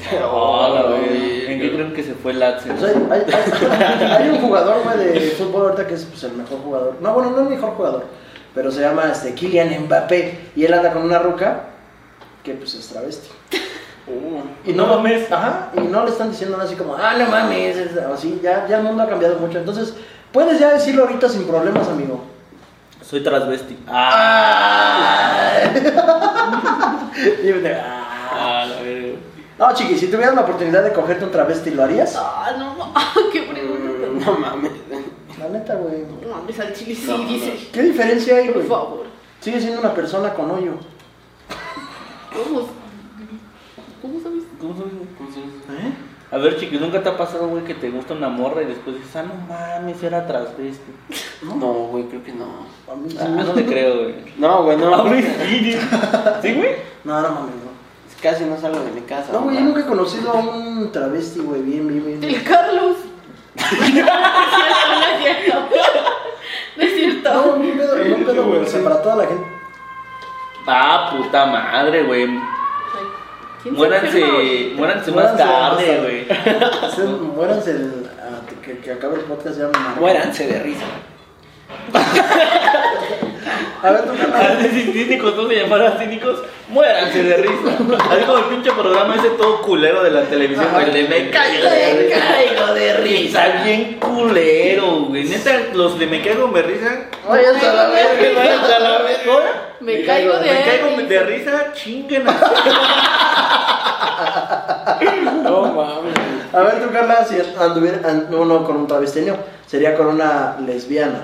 S3: Ah,
S1: Hola,
S3: Oh, güey.
S1: Ah, ¿En qué creen que se fue el accent?
S2: Pues hay, hay- hay- hay un jugador, güey, de fútbol ahorita que es pues, el mejor jugador. No, bueno, no el mejor jugador, pero se llama este, Kylian Mbappé. Y él anda con una ruca que, pues, es travesti. Y no,
S1: No mames.
S2: Ajá, y no le están diciendo nada así como, ah, no mames, es- o así, ya, ya el mundo ha cambiado mucho. Entonces, puedes ya decirlo ahorita sin problemas, amigo.
S1: Soy transvesti. Ah,
S2: Y yo de, "Ah".
S1: ah, la verga.
S2: No, chiqui, si tuvieras la oportunidad de cogerte un travesti, ¿lo harías?
S4: Ah, no, ma- qué pregunta.
S3: Mm, No mames.
S2: La neta, güey.
S4: No mames, al chile sí,
S3: No, no,
S4: dice.
S2: ¿Qué diferencia hay,
S4: Por
S2: güey?
S4: favor.
S2: Sigue siendo una persona con hoyo.
S4: ¿Cómo? ¿Cómo sabes?
S1: ¿Cómo son?
S2: ¿Eh?
S1: A ver, chiqui, ¿nunca te ha pasado, güey, que te gusta una morra y después dices, ah, no mames, era transvesti?
S3: No, güey, creo que no.
S2: A mí sí.
S1: Ah, no te creo, güey.
S3: No, güey,
S1: A
S3: no.
S1: mí sí, ¿Sí, güey?
S2: No, no mames, no.
S3: Casi no salgo de mi casa.
S2: No, güey, yo
S3: mamá.
S2: nunca he conocido a un travesti, güey, bien, bien, bien.
S4: El Carlos. no es cierto, no es cierto.
S2: No,
S4: No es cierto.
S2: no, pedo, no, pedo, güey. O sea, para toda la gente.
S1: Ah, puta madre, güey.
S4: Ay, ¿quién se enferma
S1: Muéranse,
S4: hoy?
S1: muéranse más
S2: Muéranse más
S1: tarde,
S2: tarde.
S1: güey.
S2: Ustedes Muéranse el- ah, a- que, que acabe el podcast ya. me marcan.
S3: Muéranse de risa.
S2: A ver, tú carnal.
S1: Si cínicos no se llamaran cínicos, muéranse de risa. Así como el pinche programa ese todo culero de la televisión,
S2: Ajá.
S1: el de me caigo de caigo de risa, bien culero, güey. Neta, los de me caigo me risa.
S2: Váyanse a la verga.
S1: váyanse a la verga.
S4: Me caigo de
S1: Me caigo de
S4: risa.
S1: risa, chinguen. a-
S3: No mames.
S2: A ver, tú carnal, si anduviera an- no, no, con un travestiño, sería con una lesbiana.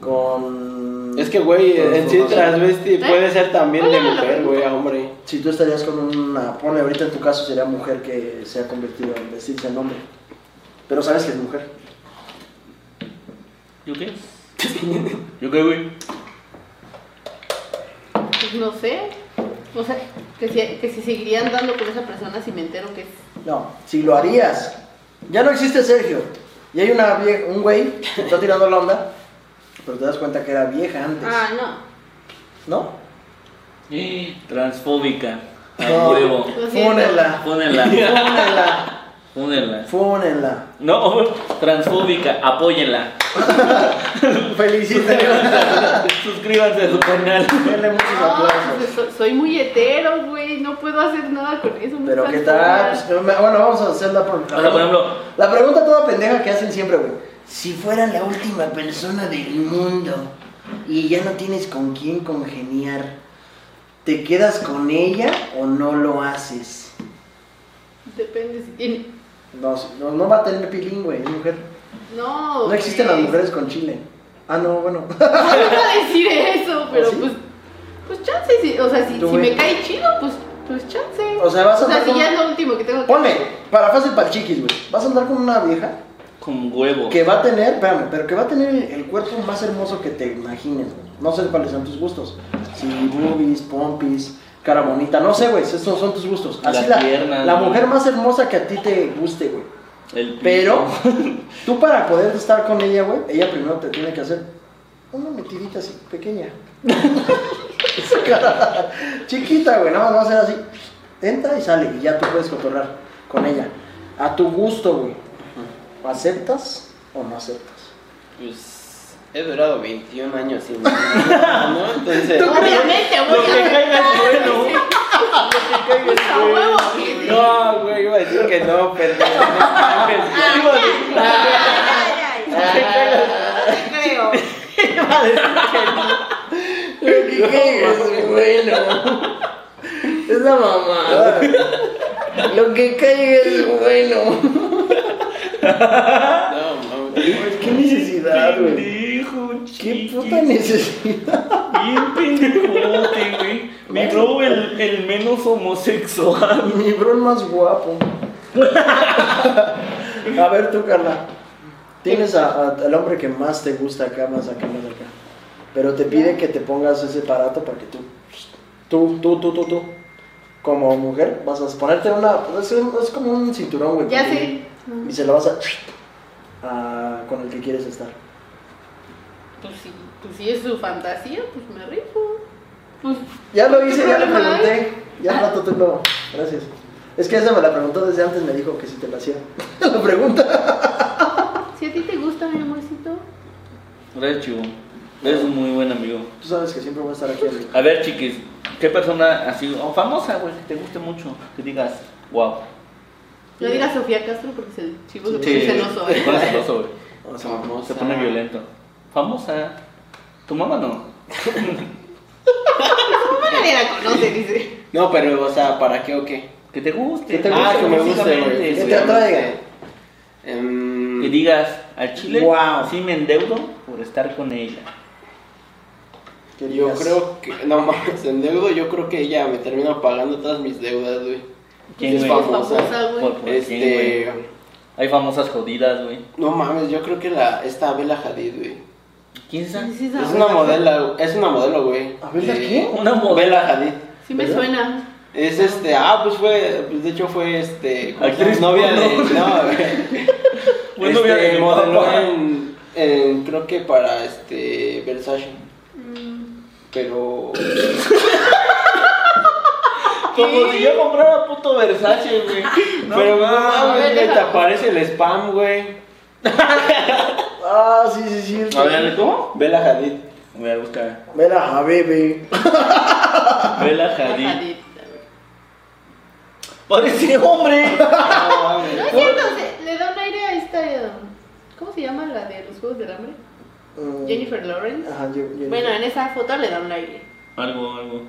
S2: Con.
S3: Es que, güey, en sí
S4: ¿Eh?
S3: transvesti puede ser también de
S4: Hola, hola.
S3: mujer, güey, a hombre.
S2: Si tú estarías con una. Ponle ahorita en tu caso sería mujer que se ha convertido en vestirse en hombre. Pero sabes que es mujer.
S1: ¿Yo qué? ¿Yo qué, güey?
S4: Pues no sé. O sea, que si, que si seguiría andando con esa persona si me entero que es.
S2: No, si lo harías. Ya no existe Sergio. Y hay una vie- un güey que está tirando la onda, pero te das cuenta que era vieja antes.
S4: Ah, no.
S2: ¿No?
S1: Transfóbica. A
S2: No.
S1: huevo.
S4: Lo siento.
S2: Fúnenla.
S1: Pónenla,
S2: Fúnenla.
S1: pónenla.
S2: Fúnenla.
S1: No, transfóbica, apóyenla.
S2: Felicítenla.
S1: Suscríbanse a su canal.
S2: Denle muchos
S4: No,
S2: aplausos.
S4: pues, so- soy muy hetero, güey. No puedo hacer nada con eso. muy
S2: Pero qué tal.
S4: transformada.
S2: Pues, eh, bueno, vamos a hacer la, pro-
S1: O sea, por ejemplo,
S2: la pregunta toda pendeja que hacen siempre, güey. Si fuera la última persona del mundo y ya no tienes con quién congeniar, ¿te quedas con ella o no lo haces?
S4: Depende si tiene.
S2: No, no, no va a tener pilín, güey, es mujer.
S4: No.
S2: No existen las
S4: güey.
S2: mujeres con chile. Ah, no, bueno.
S4: No iba a decir eso, pero
S2: ¿Sí?
S4: pues. Pues chance, si, o sea, si,
S2: Tú,
S4: si
S2: güey.
S4: me cae chido, pues, pues chance.
S2: O sea, vas a andar
S4: si
S2: con-
S4: ya es lo último que tengo que
S2: Ponle,
S4: hacer.
S2: para fácil para chiquis, güey. Vas a andar con una vieja
S1: con huevo.
S2: que va a tener, espérame, pero que va a tener el, el cuerpo más hermoso que te imagines, güey. No sé cuáles son tus gustos. Si boobies, pompis, cara bonita, no sé, güey, esos son tus gustos. Así
S1: Las
S2: la,
S1: piernas,
S2: la
S1: güey.
S2: mujer más hermosa que a ti te guste, güey.
S1: El pito.
S2: Pero tú para poder estar con ella, güey, ella primero te tiene que hacer una metidita así, pequeña. Esa cara Chiquita, güey, nada más va a ser así. Entra y sale y ya tú puedes cotorrar con ella. A tu gusto, güey. ¿Aceptas o no aceptas?
S3: Pues he durado 21 años sin ¿no? Entonces,
S4: Obviamente, voy
S1: Lo que
S4: a
S1: caiga es
S4: aceptar,
S1: bueno.
S4: sí. Pues, a huevo
S3: Eh,
S4: que sí.
S3: no, güey, iba a decir que no, perdón.
S4: Ah, Ay, ay, ay. No creo.
S2: es bueno. Es la mamada. Ah. Lo que cae es bueno.
S3: No, mames.
S2: Qué necesidad, güey.
S1: Pendejo,
S2: Qué
S1: chiquis.
S2: puta necesidad.
S1: Bien pendejote, güey. Me creo el, el menos homosexual.
S2: Mi bro más guapo. a ver tú, Carla. Tienes a- a- al hombre que más te gusta acá, más acá, más acá. Pero te pide que te pongas ese aparato para que tú, tú, tú, tú, tú, tú, como mujer, vas a ponerte una, es, un- es como un cinturón, güey.
S4: Ya
S2: porque-
S4: sé.
S2: Y se lo vas a, a- con el que quieres estar.
S4: Pues sí, pues sí es su fantasía, pues me rifo. Pues
S2: Ya lo hice,
S4: ¿Qué
S2: ya le
S4: problema hay?
S2: pregunté. Ya al rato tú lo, gracias. Es que esa me la preguntó desde antes, me dijo que si te la hacía. la pregunta.
S4: si a ti te gusta, mi amorcito.
S1: Gracias, chivo. Eres un muy buen amigo.
S2: Tú sabes que siempre voy a estar aquí, amigo.
S1: A ver, chiquis, ¿qué persona así, o famosa, güey, que te guste mucho? Que digas, wow.
S4: No digas Sofía Castro porque se, chivo se
S1: Sí.
S4: pone celoso.
S1: Se
S4: ¿eh?
S1: pone celoso, güey.
S3: Famosa.
S1: Se pone violento. Famosa. ¿Tu mamá no?
S4: ¿Cómo nadie la conoce? Dice.
S3: No, pero, o sea, ¿para qué o qué?
S1: Que te guste.
S2: Que te
S3: Ah,
S2: guste,
S3: que me guste, güey.
S1: físicamente,
S2: Que te
S1: güey.
S2: atraiga.
S3: Em,
S1: Que digas, al chile,
S2: Wow.
S1: sí me endeudo por estar con ella.
S2: Que
S3: Yo
S2: digas,
S3: creo que, no mames, en deudo yo creo que ella me termina pagando todas mis deudas, güey.
S1: ¿Quién,
S3: es
S1: güey?
S3: famosa.
S4: güey.
S1: Por- por quién,
S3: Este,
S1: güey. Hay famosas jodidas, güey.
S3: no mames, yo creo que la, esta Abela Hadid, güey.
S1: ¿Quién es esa?
S4: Sí, sí,
S3: Es una modelo, es una modelo, güey.
S2: ¿Abela
S3: Eh,
S2: qué?
S1: Una modelo.
S3: Bella Hadid.
S4: Sí me suena.
S3: Es este, ah, pues fue, pues de hecho fue este, ¿cómo se llama?
S1: Actriz
S3: novia de,
S1: porno.
S3: no, güey.
S1: Fue
S3: Este,
S1: novia de mi
S3: modeló
S1: papá.
S3: en, en, creo que para este, Versace,
S4: Mm,
S3: pero,
S1: Como si yo comprara puto Versace, güey.
S3: pero no
S4: mames,
S3: mames, güey, te
S4: déjalo.
S3: aparece el spam, güey.
S2: Ah, sí, sí, sí.
S1: A ver, ¿cómo?
S3: Bella Hadid.
S1: Voy a buscar.
S2: Mira, a baby.
S1: Bella Hadid.
S4: Hadid, a ver.
S1: Parece hombre.
S4: No es cierto, se- le da un aire a esta. eh, ¿Cómo se llama la de los Juegos del Hambre?
S2: Mm,
S4: Jennifer Lawrence.
S1: Ah,
S2: Ajá, yo, yo-
S4: Bueno, en esa foto le da un aire.
S1: Algo, algo.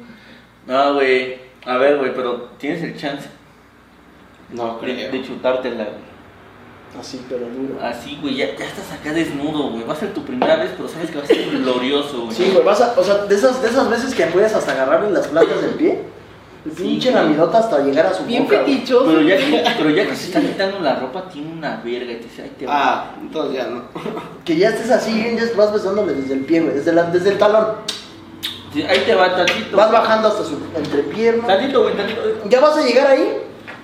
S1: No, güey. A ver, güey, pero tienes el chance de,
S3: No creo.
S1: de chutártela, güey.
S2: Así, Ah, pero duro.
S1: Así, güey, ya, ya estás acá desnudo, güey. Va a ser tu primera vez, pero sabes que va a ser glorioso, güey.
S2: Sí, güey, vas a, o sea, de esas, de esas veces que puedes hasta agarrarle las plantas del pie, el pinche
S1: güey.
S2: laminota hasta llegar a su
S4: Bien
S2: boca. güey.
S4: fetichoso.
S1: Pero ya, que- pero ya que se está quitando la ropa, tiene una verga y te dice, ay, te va.
S3: Ah, entonces ya no.
S2: Que ya estés así, bien, ya vas besándole desde el pie, güey, desde, la- desde el talón.
S1: Sí, Ahí te va tantito.
S2: Vas bajando hasta su entrepierna.
S1: Tantito, güey, tantito. eh,
S2: Ya vas a llegar ahí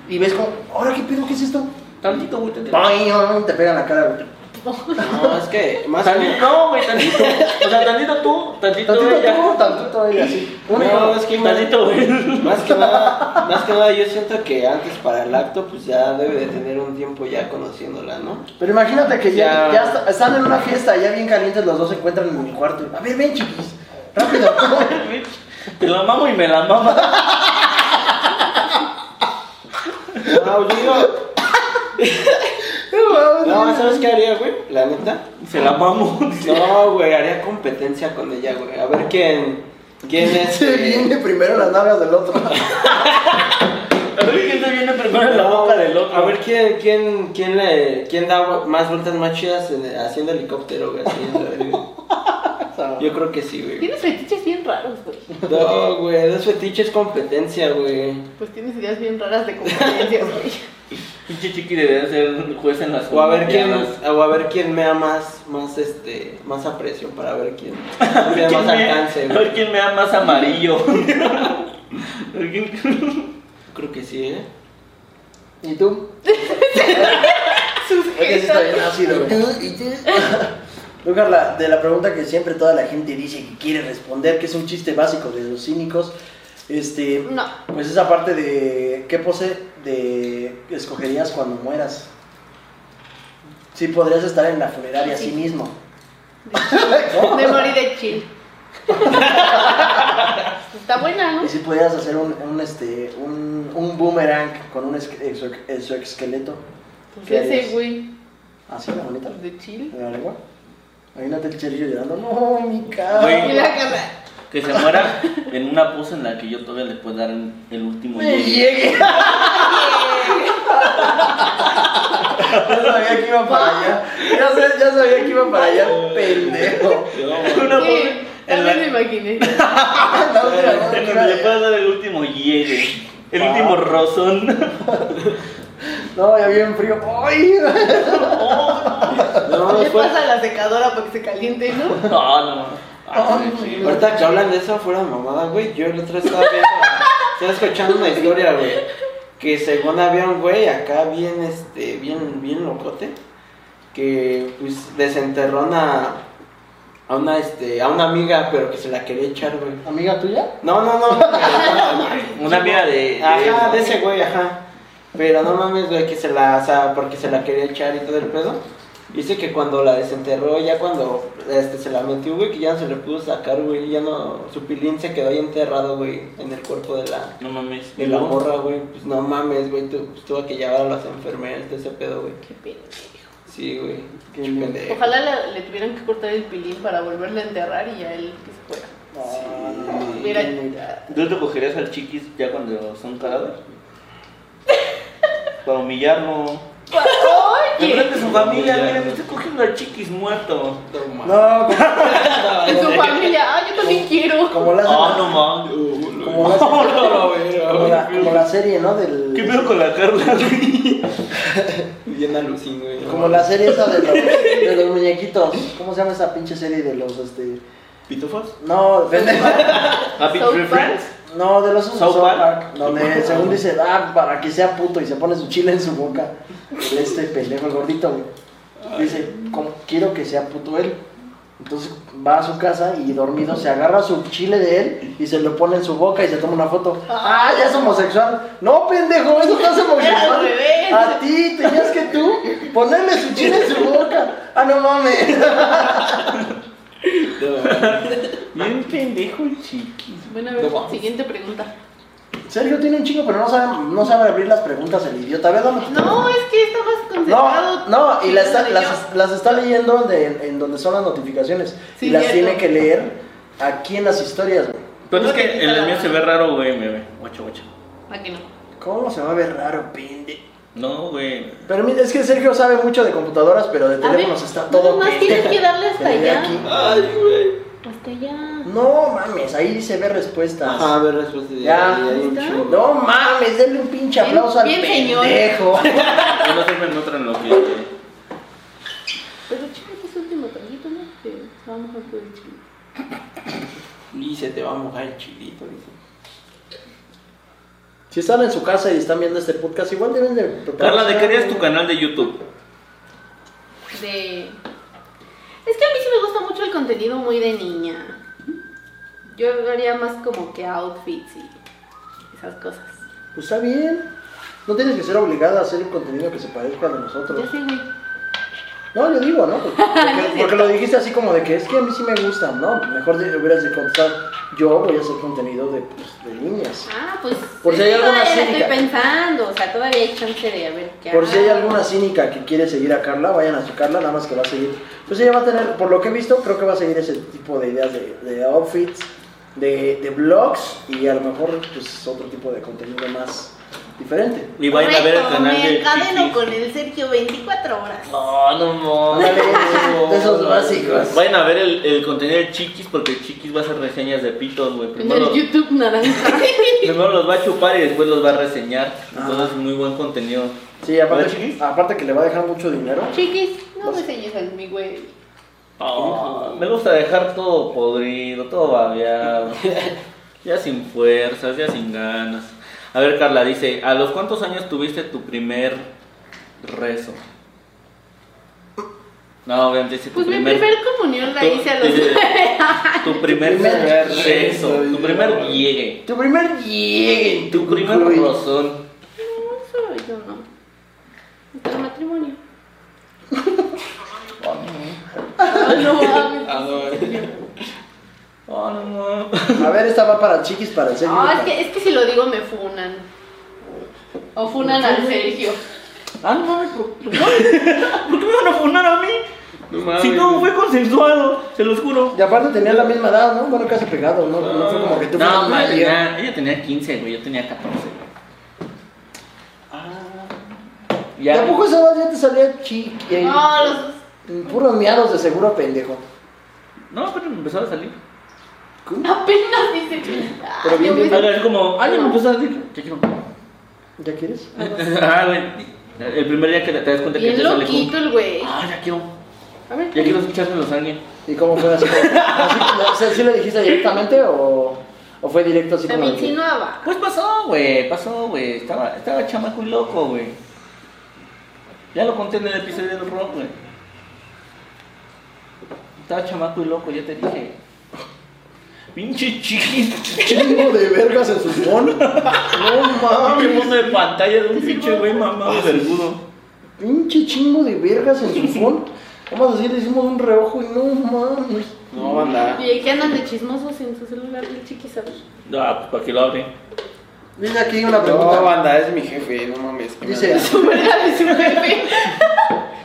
S2: y ves como, ahora qué pedo, ¿qué es esto?
S1: Tantito, güey, tantito.
S2: ¡Ay! Te pega en la cara, güey.
S3: No, es que más
S1: Tantito,
S3: que...
S1: no, güey, tantito. O sea, tantito tú, tantito,
S2: Tantito
S1: ella.
S2: tú, tantito él, así.
S3: No,
S2: Una-
S3: es que más,
S1: Tantito, güey.
S3: más que nada, más que nada yo siento que antes para el acto pues ya debe de tener un tiempo ya conociéndola, ¿no?
S2: Pero imagínate que ya,
S3: Ya.
S2: ya está- están en una fiesta, ya bien calientes, los dos se encuentran en el cuarto. A ver, ven, chiquis. Rápido.
S1: Te la mamo y me la mama.
S3: No, yo digo, no, ¿sabes qué haría, güey? La neta.
S1: Se la mamo. dice.
S3: No, güey, haría competencia con ella, güey. A ver quién, quién es. eh,
S2: Se viene primero las nalgas del otro.
S1: A ver quién se viene primero en la boca del otro.
S3: A ver quién, quién, quién le, quién da más vueltas más chidas en- haciendo helicóptero, güey. así, a ver, güey. Yo creo que sí, güey.
S4: Tienes fetiches bien raros, pues. güey.
S3: No, güey, dos fetiches competencia, güey.
S4: Pues tienes ideas bien raras de competencias, güey.
S1: Pinche chiqui debería ser juez en las
S3: O a ver quién,
S1: Olimpiadas.
S3: o a ver quién me da más, más este, más aprecio para ver quién, quién da
S1: ¿Quién
S3: más
S1: me-
S3: alcance,
S1: a ver
S3: güey.
S1: quién me da más amarillo. A ver quién-
S3: Creo que sí, eh.
S2: ¿Y tú?
S4: Sus
S2: Oye, sí está bien
S4: jetas.
S2: ácido, güey. Tú, Carla, de la pregunta que siempre toda la gente dice que quiere responder, que es un chiste básico de los cínicos, este,
S4: No,
S2: pues esa parte de qué pose de escogerías cuando mueras. Sí, podrías estar en la funeraria así mismo.
S4: me morí de chill. Está buena, ¿no?
S2: Y si pudieras hacer un, un, este, un, un boomerang con un eh, ex- exo- exoesqueleto.
S4: Pues
S2: ¿Qué
S4: ese
S2: harías?
S4: güey pues,
S2: Así, la bonita.
S4: de chill.
S2: ¿Me da lengua? Imagínate el Sergio llorando. No, mi cara.
S1: Güey.
S4: Y la cara.
S1: Que se muera en una pose en la que yo todavía le puedo dar un- el último
S2: Me
S1: llegue.
S2: llegué. ya sabía que iba para allá. Ya, sé- ya sabía que iba para allá, pendejo.
S1: Una
S4: Sí,
S1: pose en la,
S4: también me imaginé.
S2: La última cosa que
S1: en
S2: iba a
S1: donde le
S2: decir.
S1: puedas dar el último llegue. El
S2: Ah.
S1: último rozón.
S2: No, ya bien frío. ¡Ay!
S3: No,
S4: Le
S3: después,
S4: pasa a la secadora para que se caliente, ¿no?
S1: No, no. Ah,
S2: Ay,
S1: sí, güey.
S3: ahorita que hablan de eso fuera de mamada, güey, yo el otro día estaba viendo, estaba escuchando una historia, güey, que según había un güey acá bien, este, bien, bien locote, que pues desenterró a una, a una, este, a una amiga, pero que se la quería echar, güey.
S2: ¿Amiga tuya?
S3: No, no, no.
S1: Una amiga de-
S3: Ajá,
S1: de-
S3: de ese güey, ajá. Pero no mames, güey, que se la. O sea, porque se la quería echar y todo el pedo. Dice que cuando la desenterró, ya cuando este, se la metió, güey, que ya no se le pudo sacar, güey. Ya no. Su pilín se quedó ahí enterrado, güey, en el cuerpo de la.
S1: No mames.
S3: De la morra, güey. Pues no mames, güey. tu- pues, tuvo que llevar a las enfermeras de ese pedo, güey.
S4: Qué pena.
S3: Sí, güey. Qué
S2: Qué
S3: pendejo.
S4: Ojalá la- le tuvieran que cortar el pilín para volverle a enterrar y ya él que se fuera. Mira,
S1: ¿Tú te cogerías al chiquis ya cuando son cadáveres? Para humillarlo. Enfrente de
S4: oye,
S1: su familia, mira, me estoy cogiendo al chiquis muerto.
S3: No, mames.
S2: No, como-
S4: en su familia, ay, yo también quiero.
S2: como la,
S1: Ah, no mames.
S2: como la-
S1: No, no,
S2: como la-
S1: no,
S2: como la serie, ¿no? Del,
S1: ¿Qué pedo con la Carla?
S3: Bien alucin, güey. no
S2: Como la serie esa de los, de los muñequitos. ¿Cómo se llama esa pinche serie de los este?
S1: ¿Pitufos?
S2: No,
S1: ¿Happy
S4: South
S1: Tree
S4: Park.
S1: Friends?
S2: no, de los de
S1: South
S2: South
S1: Park.
S2: Park, donde según dice, ah, para que sea puto y se pone su chile en su boca. Este pendejo, el gordito, güey. Dice, "Como quiero que sea puto él. Entonces va a su casa y dormido se agarra su chile de él y se lo pone en su boca y se toma una foto. Ah, ya es homosexual. No, pendejo, eso no es
S4: Era al
S2: homosexual.
S4: revés.
S2: A ti tenías que tú ponerle su chile en su boca. Ah, no mames.
S1: Bien pendejo el chiquis.
S4: Bueno, a ver,
S3: No mames.
S4: siguiente pregunta.
S2: Sergio tiene un chingo, pero no sabe, no sabe abrir las preguntas el idiota. A ver, dame.
S4: No, es que estabas concentrado.
S2: No, no, y las está,
S4: Yo.
S2: las, las está leyendo de- en donde son las notificaciones.
S4: Sí,
S2: y las
S4: cierto.
S2: tiene que leer aquí en las historias, güey.
S1: Pero es
S4: No te
S1: que
S4: quita
S1: en
S4: la
S1: el mío
S4: mano.
S1: se ve raro, güey, me ve. Guacho, guacho.
S4: Aquí Ah, no.
S2: ¿Cómo se va a ver raro, pende?
S1: No, güey.
S2: Pero mira, es que Sergio sabe mucho de computadoras, pero de
S4: A ver,
S2: teléfonos está todo
S4: nomás
S2: pendejo.
S4: tienes que darle hasta
S2: Se ve
S4: allá.
S2: aquí.
S3: Ay, güey.
S4: Hasta allá.
S2: No mames, ahí se ve respuestas.
S3: Ajá, a ver, respuesta. de-
S2: Ya.
S3: de- de- de-
S4: ¿Está?
S3: de-
S2: No mames, denle un pinche
S4: Bien-
S2: aplauso
S4: bien,
S2: al
S4: señor.
S2: pendejo.
S1: Yo no tengo en otra en lo que. eh,
S4: Pero chica, es último traguito, ¿no? Que vamos a poder chiquito.
S3: Y se te va a mojar el chilito, dice.
S2: Si están en su casa y están viendo este podcast, igual deben de prepararse
S1: Carla, ¿de qué harías
S2: algo.
S1: tu canal de YouTube?
S4: de... Es que a mí sí me gusta mucho el contenido muy de niña. Yo lo haría más como que outfits y esas cosas.
S2: Pues está bien. No tienes que ser obligada a hacer un contenido que se parezca al de
S4: Ya
S2: nosotros.
S4: sé, güey.
S2: No, yo digo, ¿no? Porque, porque- porque lo dijiste así como de que es que a mí sí me gusta, ¿no? Mejor de- hubieras de contestar, yo voy a hacer contenido de, pues, de niñas.
S4: Ah, pues...
S2: Por si hay
S4: es que
S2: alguna
S4: todavía
S2: cínica.
S4: Estoy pensando, o sea, todavía hay chance de a ver qué
S2: Por si hay
S4: hago.
S2: alguna cínica que quiere seguir a Carla, vayan a su Carla, nada más que va a seguir. Pues ella va a tener, por lo que he visto, creo que va a seguir ese tipo de ideas de, de outfits, de, de vlogs y a lo mejor pues otro tipo de contenido más diferente.
S1: Y vayan a ver el
S4: Correcto,
S1: canal
S4: me
S1: de.
S4: encadeno
S1: Chiquis.
S4: con el Sergio 24 horas.
S1: No, no mames.
S2: Ándale, esos- esos básicos.
S1: Vayan a ver el, el contenido de Chiquis porque el Chiquis va a hacer reseñas de pitos, güey.
S4: En
S1: Primero,
S4: el YouTube naranja.
S1: primero los va a chupar y después los va a reseñar. Entonces,
S2: Ah.
S1: muy buen contenido.
S2: Sí,
S1: ¿Verdad,
S2: aparte,
S1: chiquis?
S2: aparte que le va a dejar mucho dinero.
S4: Chiquis, no
S1: Pues-
S4: reseñes a mi güey.
S1: Ah, me gusta dejar todo podrido, todo babeado. ya sin fuerzas, ya sin ganas. A ver, Carla, dice, ¿a los cuántos años tuviste tu primer rezo? No, obviamente dice tu
S4: Pues mi
S1: primer...
S4: primer comunión la hice a los
S1: Dice,
S4: nueve.
S1: Tu primer,
S2: primer
S1: rezo,
S3: rezo,
S1: tu primer
S3: Dios.
S1: llegue,
S2: Tu primer llegue,
S1: tu primer
S2: cucuy.
S1: rozón.
S4: No, eso yo no. Hasta el matrimonio. Ah, no mames.
S3: Ah, no.
S1: Oh, no, no.
S2: A ver, esta va para chiquis, para el Sergio.
S4: No, es
S2: para-
S4: que, es que si lo digo me funan. O funan al Sergio.
S1: Ah, no mames, ¿por, por- ¿por qué me van a funar a mí?
S3: No mames.
S1: Si todo fue consensuado, se los juro.
S2: Y aparte tenía la misma edad, ¿no? Bueno, casi pegado, ¿no? No fue como que tú
S1: No,
S2: fueras
S1: madre,
S2: mayor.
S1: nah, ella tenía 15, güey, yo tenía 14. Ya.
S2: Tampoco esa edad ya te salía chiqui. eh?
S4: No, los
S2: Puros miados de seguro, pendejo.
S1: No, pero me empezó a salir.
S4: apenas dice. ah,
S2: Pero bien,
S4: yo
S2: bien.
S4: me-
S1: Algo así como, ay, me empezó a salir. Te quiero.
S2: ¿Ya quieres?
S1: Ah, güey. El primer día que te das cuenta que
S4: Bien
S1: te sale como,
S4: loquito ¿eh? el güey.
S1: ah, ya quiero.
S4: A ver.
S1: Ya quiero escuchárselos a alguien.
S2: ¿Y cómo fue así? así o sea, ¿Sí le dijiste directamente o, o fue directo así
S4: Se
S2: como
S4: me
S2: de que-
S4: insinuaba.
S1: Pues pasó, güey, pasó, güey. Estaba, estaba chamaco y loco, güey. Ya lo conté en el episodio del rock, güey. Estaba chamaco y loco, ya te dije. Pinche chiquis.
S2: chingo de vergas en sus monos? No
S1: Pinche
S2: mames.
S1: Ah, mundo de pantalla de un pinche güey Ah, mamado vergudo.
S2: Pinche chingo de vergas en su phone. Vamos a decir, le hicimos un reojo y no mames.
S3: No, banda.
S4: Y que andan de chismosos en su celular del chiquis, a ver.
S1: Ah, pues para que lo abre.
S2: Dice aquí una
S3: No,
S2: pregunta.
S3: banda, es mi jefe, no mames. que me
S2: Dice.
S3: da-
S4: Su verga de su jefe.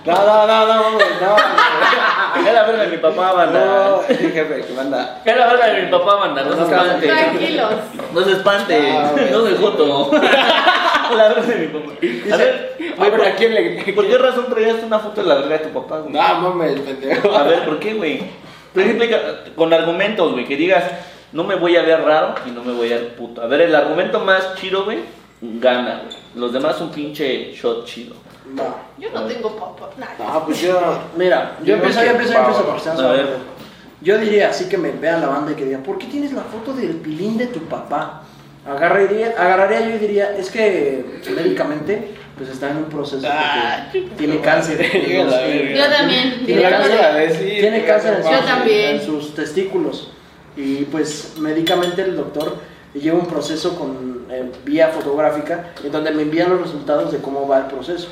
S3: No, no, no, no, mames, no.
S1: Acá Ah, la verga de mi papá,
S3: No,
S1: banda.
S3: es mi jefe, que manda.
S1: Acá la verga de mi papá, banda. No se espante.
S4: Tranquilos.
S1: No se
S3: Ah, güey.
S1: espante. No se joto. La verga de mi papá. A ver,
S3: A
S1: güey,
S3: ver, ¿a
S1: ¿por,
S3: quién le.?
S1: por qué razón traías una foto de la verga de tu papá, güey?
S3: No, mames, pendejo.
S1: A ver, ¿por qué, güey? Pero explica- con argumentos, güey, que digas, no me voy a ver raro y no me voy a ver puto. A ver, el argumento más chido, güey, gana, güey. Los demás un pinche shot chido.
S2: No.
S4: Yo no tengo papá. Nada.
S3: No, pues yo.
S2: Mira, yo
S3: Yo
S2: empiezo,
S3: creo
S2: yo
S3: que-
S2: empiezo, yo empiezo por
S1: A ver.
S2: Yo diría así que me vean la banda y que digan, ¿por qué tienes la foto del pilín de tu papá? Agarraría, agarraría yo y diría, es que médicamente pues está en un proceso
S3: Ah,
S2: porque tiene cáncer. en los-
S3: la verga.
S4: Yo también.
S2: Tiene
S4: Yo
S2: cáncer,
S4: también.
S3: decir,
S2: tiene cáncer en
S4: Yo
S2: sus-
S4: también.
S2: en sus testículos. Y pues médicamente el doctor lleva un proceso con eh, vía fotográfica en donde me envían los resultados de cómo va el proceso.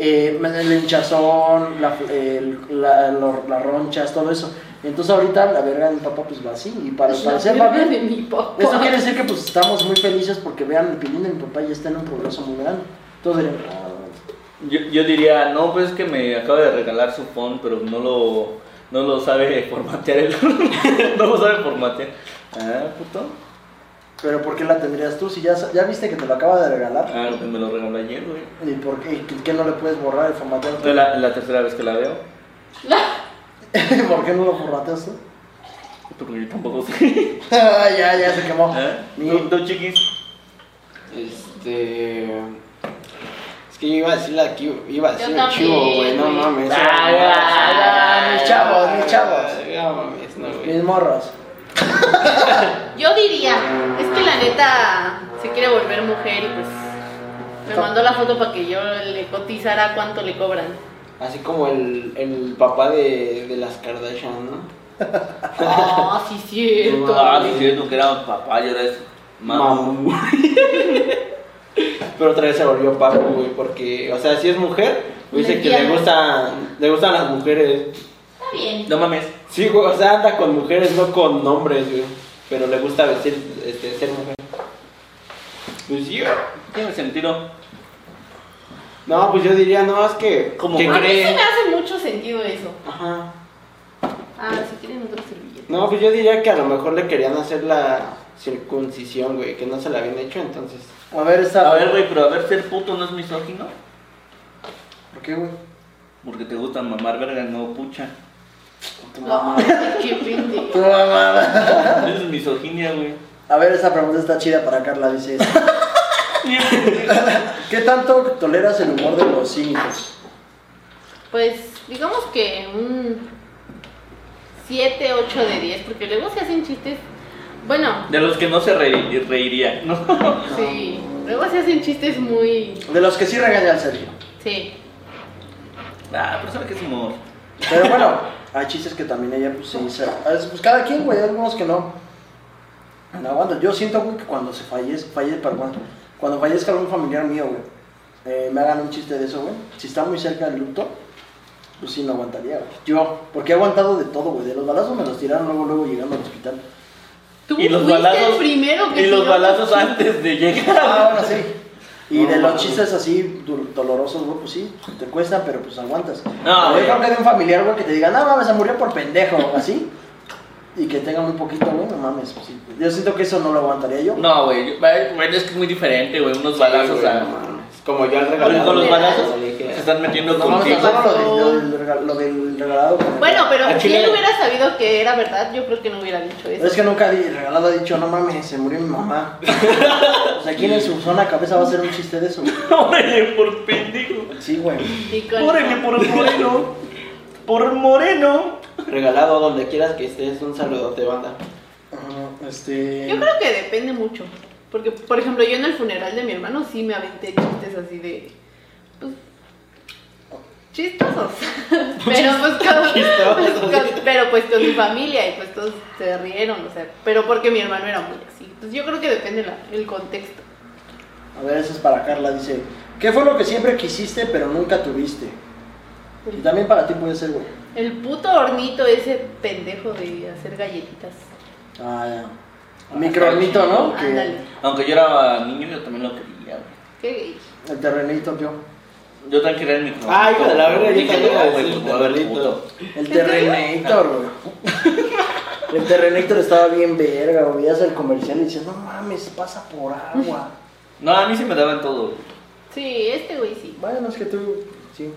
S2: eh, el hinchazón, la, el- la- lo- las ronchas, todo eso. Entonces ahorita la verga de mi papá pues va así y para,
S4: La
S2: para ser va
S4: verga
S2: bien.
S4: de mi papá.
S2: Eso quiere decir que pues estamos muy felices porque vean el pilín de mi papá ya está en un progreso muy grande. Todos dirían, "Ah,
S1: Yo, yo diría, no, pues es que me acaba de regalar su phone, pero no lo, no lo sabe formatear. El, no lo sabe formatear. Ah, puto.
S2: pero ¿por qué la tendrías tú si ya, sa- ya viste que te lo acaba de regalar?
S1: Ah, pues me lo regaló ayer, güey.
S2: ¿Y por qué, ¿Y qué no le puedes borrar el formateo?
S1: Es la, la tercera vez que la veo.
S2: ¿Por qué no lo formateas tú?
S1: Porque yo tampoco sé.
S2: Ah, ya, ya se quemó.
S1: ¿Eh?
S2: Ni-
S1: ¿Tú, tú, chiquis?
S3: Este. Es que yo iba a decir la que iba a decir
S4: Yo
S3: el chivo, güey.
S4: también,
S3: No
S4: güey.
S3: mames.
S2: Ah, ah, ah, mis chavos, mis chavos.
S3: No mames, no, güey.
S2: Mis morros.
S4: Yo diría, es que la neta se quiere volver mujer y pues me mandó la foto para que yo le cotizara cuánto le cobran.
S3: Así como el, el papá de, de las Kardashian, ¿no?
S4: Ah, sí, cierto.
S1: Ah, sí, cierto que era papá y ahora es mamá.
S3: Mamu. Pero otra vez se volvió papu, güey, porque, o sea, si es mujer, güey, dice que le
S4: Lesbiana.
S3: gustan, le gustan las mujeres.
S4: Está bien.
S1: No mames.
S3: Sí, güey, o sea, anda con mujeres, no con hombres, güey. Pero le gusta vestir, este, ser mujer. Pues sí, güey.
S1: Tiene sentido.
S3: No, pues yo diría, no, es que.
S1: Como
S3: que
S4: A mí sí
S3: cree.
S4: me hace mucho sentido eso.
S3: Ajá.
S4: Ah, si quieren otro servilleta.
S3: No, pues yo diría que a lo mejor le querían hacer la circuncisión, güey, que no se la habían hecho, entonces.
S2: A ver, esta.
S1: A ver, güey, pero a ver, ser puto no es misógino.
S2: ¿Por qué, güey?
S1: Porque te gusta mamar verga, no pucha.
S4: No, qué pendejo.
S2: Tu mamada.
S1: Eso es misoginia, güey.
S2: A ver, esta pregunta está chida para Carla. Dice: ¿Qué tanto toleras el humor de los cínicos?
S4: Pues digamos que un 7, 8 de 10, porque luego se hacen chistes. Bueno,
S1: De los que no se reiri- reiría, ¿no?
S4: sí, luego se hacen chistes muy...
S2: De los que sí regaña al Sergio.
S4: Sí.
S1: Ah, pero sabe que es humor.
S2: Pero bueno, hay chistes que también ella pues, se dice. a veces, Pues cada quien, güey, hay algunos que no. No aguantan. Yo siento, güey, que cuando se fallezca, falle, perdón, cuando fallezca algún familiar mío, güey, eh, me hagan un chiste de eso, güey. Si está muy cerca del luto, pues sí, no aguantaría, güey. Yo, porque he aguantado de todo, güey. De los balazos me los tiraron luego, luego llegando al hospital.
S4: Tú
S1: Y los
S4: fuiste
S1: balazos.
S4: el primero que
S1: y los
S4: tiró
S1: balazos
S4: los
S1: antes de llegar.
S2: Ah, bueno, sí. Y
S3: No,
S2: de los
S3: mames.
S2: chistes así du- dolorosos, güey, pues sí, te cuestan, pero pues aguantas.
S1: No,
S2: Pero yo
S1: güey.
S2: creo que de un familiar, güey, que te diga, no mames, se murió por pendejo, así. Y que tenga muy poquito, güey, no mames. Pues, sí. Yo siento que eso no lo aguantaría yo.
S1: No, güey. yo- güey, Bueno, es que es muy diferente, güey. Unos balazos ah. a-
S3: Sí, güey, no mames. Como yo al
S1: Oye,
S3: regalado.
S1: Con los
S3: le-
S1: balazos
S3: le dije,
S1: se están metiendo
S2: No mames,
S1: contigo.
S4: balazos.
S2: solo lo, de- lo del rega- lo del regalado. güey.
S4: Bueno, pero
S3: A
S4: si
S3: Chile.
S4: él hubiera sabido que era verdad, yo creo que no hubiera dicho
S2: Pero
S4: eso.
S2: es que nunca di- el regalado ha dicho, no mames, se murió mi mamá. o sea, ¿quién en su zona cabeza va a hacer un chiste de eso? güey?
S1: Órale, por pendejo.
S2: Sí, güey.
S4: Y con-
S1: Órale, por moreno. Por moreno.
S3: Regalado donde quieras que estés, un saludote, banda.
S2: Ajá, Este...
S4: Yo creo que depende mucho. Porque, por ejemplo, yo en el funeral de mi hermano sí me aventé chistes así de. Pues, chistosos. pero, pues, con,
S3: Chistosos.
S4: pues, con- pero pues con mi familia y pues todos se rieron, o sea. Pero porque mi hermano era muy así. Pues yo creo que depende la- el contexto.
S2: A ver, eso es para Carla, dice. ¿Qué fue lo que siempre quisiste pero nunca tuviste? Y también para ti puede ser, güey.
S4: El puto hornito ese pendejo de hacer galletitas.
S2: Ah, ya. Microornito, ¿no?
S4: Ándale.
S2: Que
S1: Aunque yo era niño, yo también lo quería, güey.
S4: Qué gay.
S2: el terrenito, yo.
S1: Yo también quería el micrófono.
S3: Ay, hijo de la verga, yo
S1: Dije,
S3: también iba a
S1: no, güey,
S3: decir
S1: pues, voy a ver,
S3: terrenito.
S1: puto.
S2: El terrenator, güey. El terrenator estaba bien verga, güey. Veías el comercial y dices, no mames, pasa por agua.
S1: No, a mí se me daban todo.
S4: Sí, este güey sí.
S2: Bueno, es que tú, sí.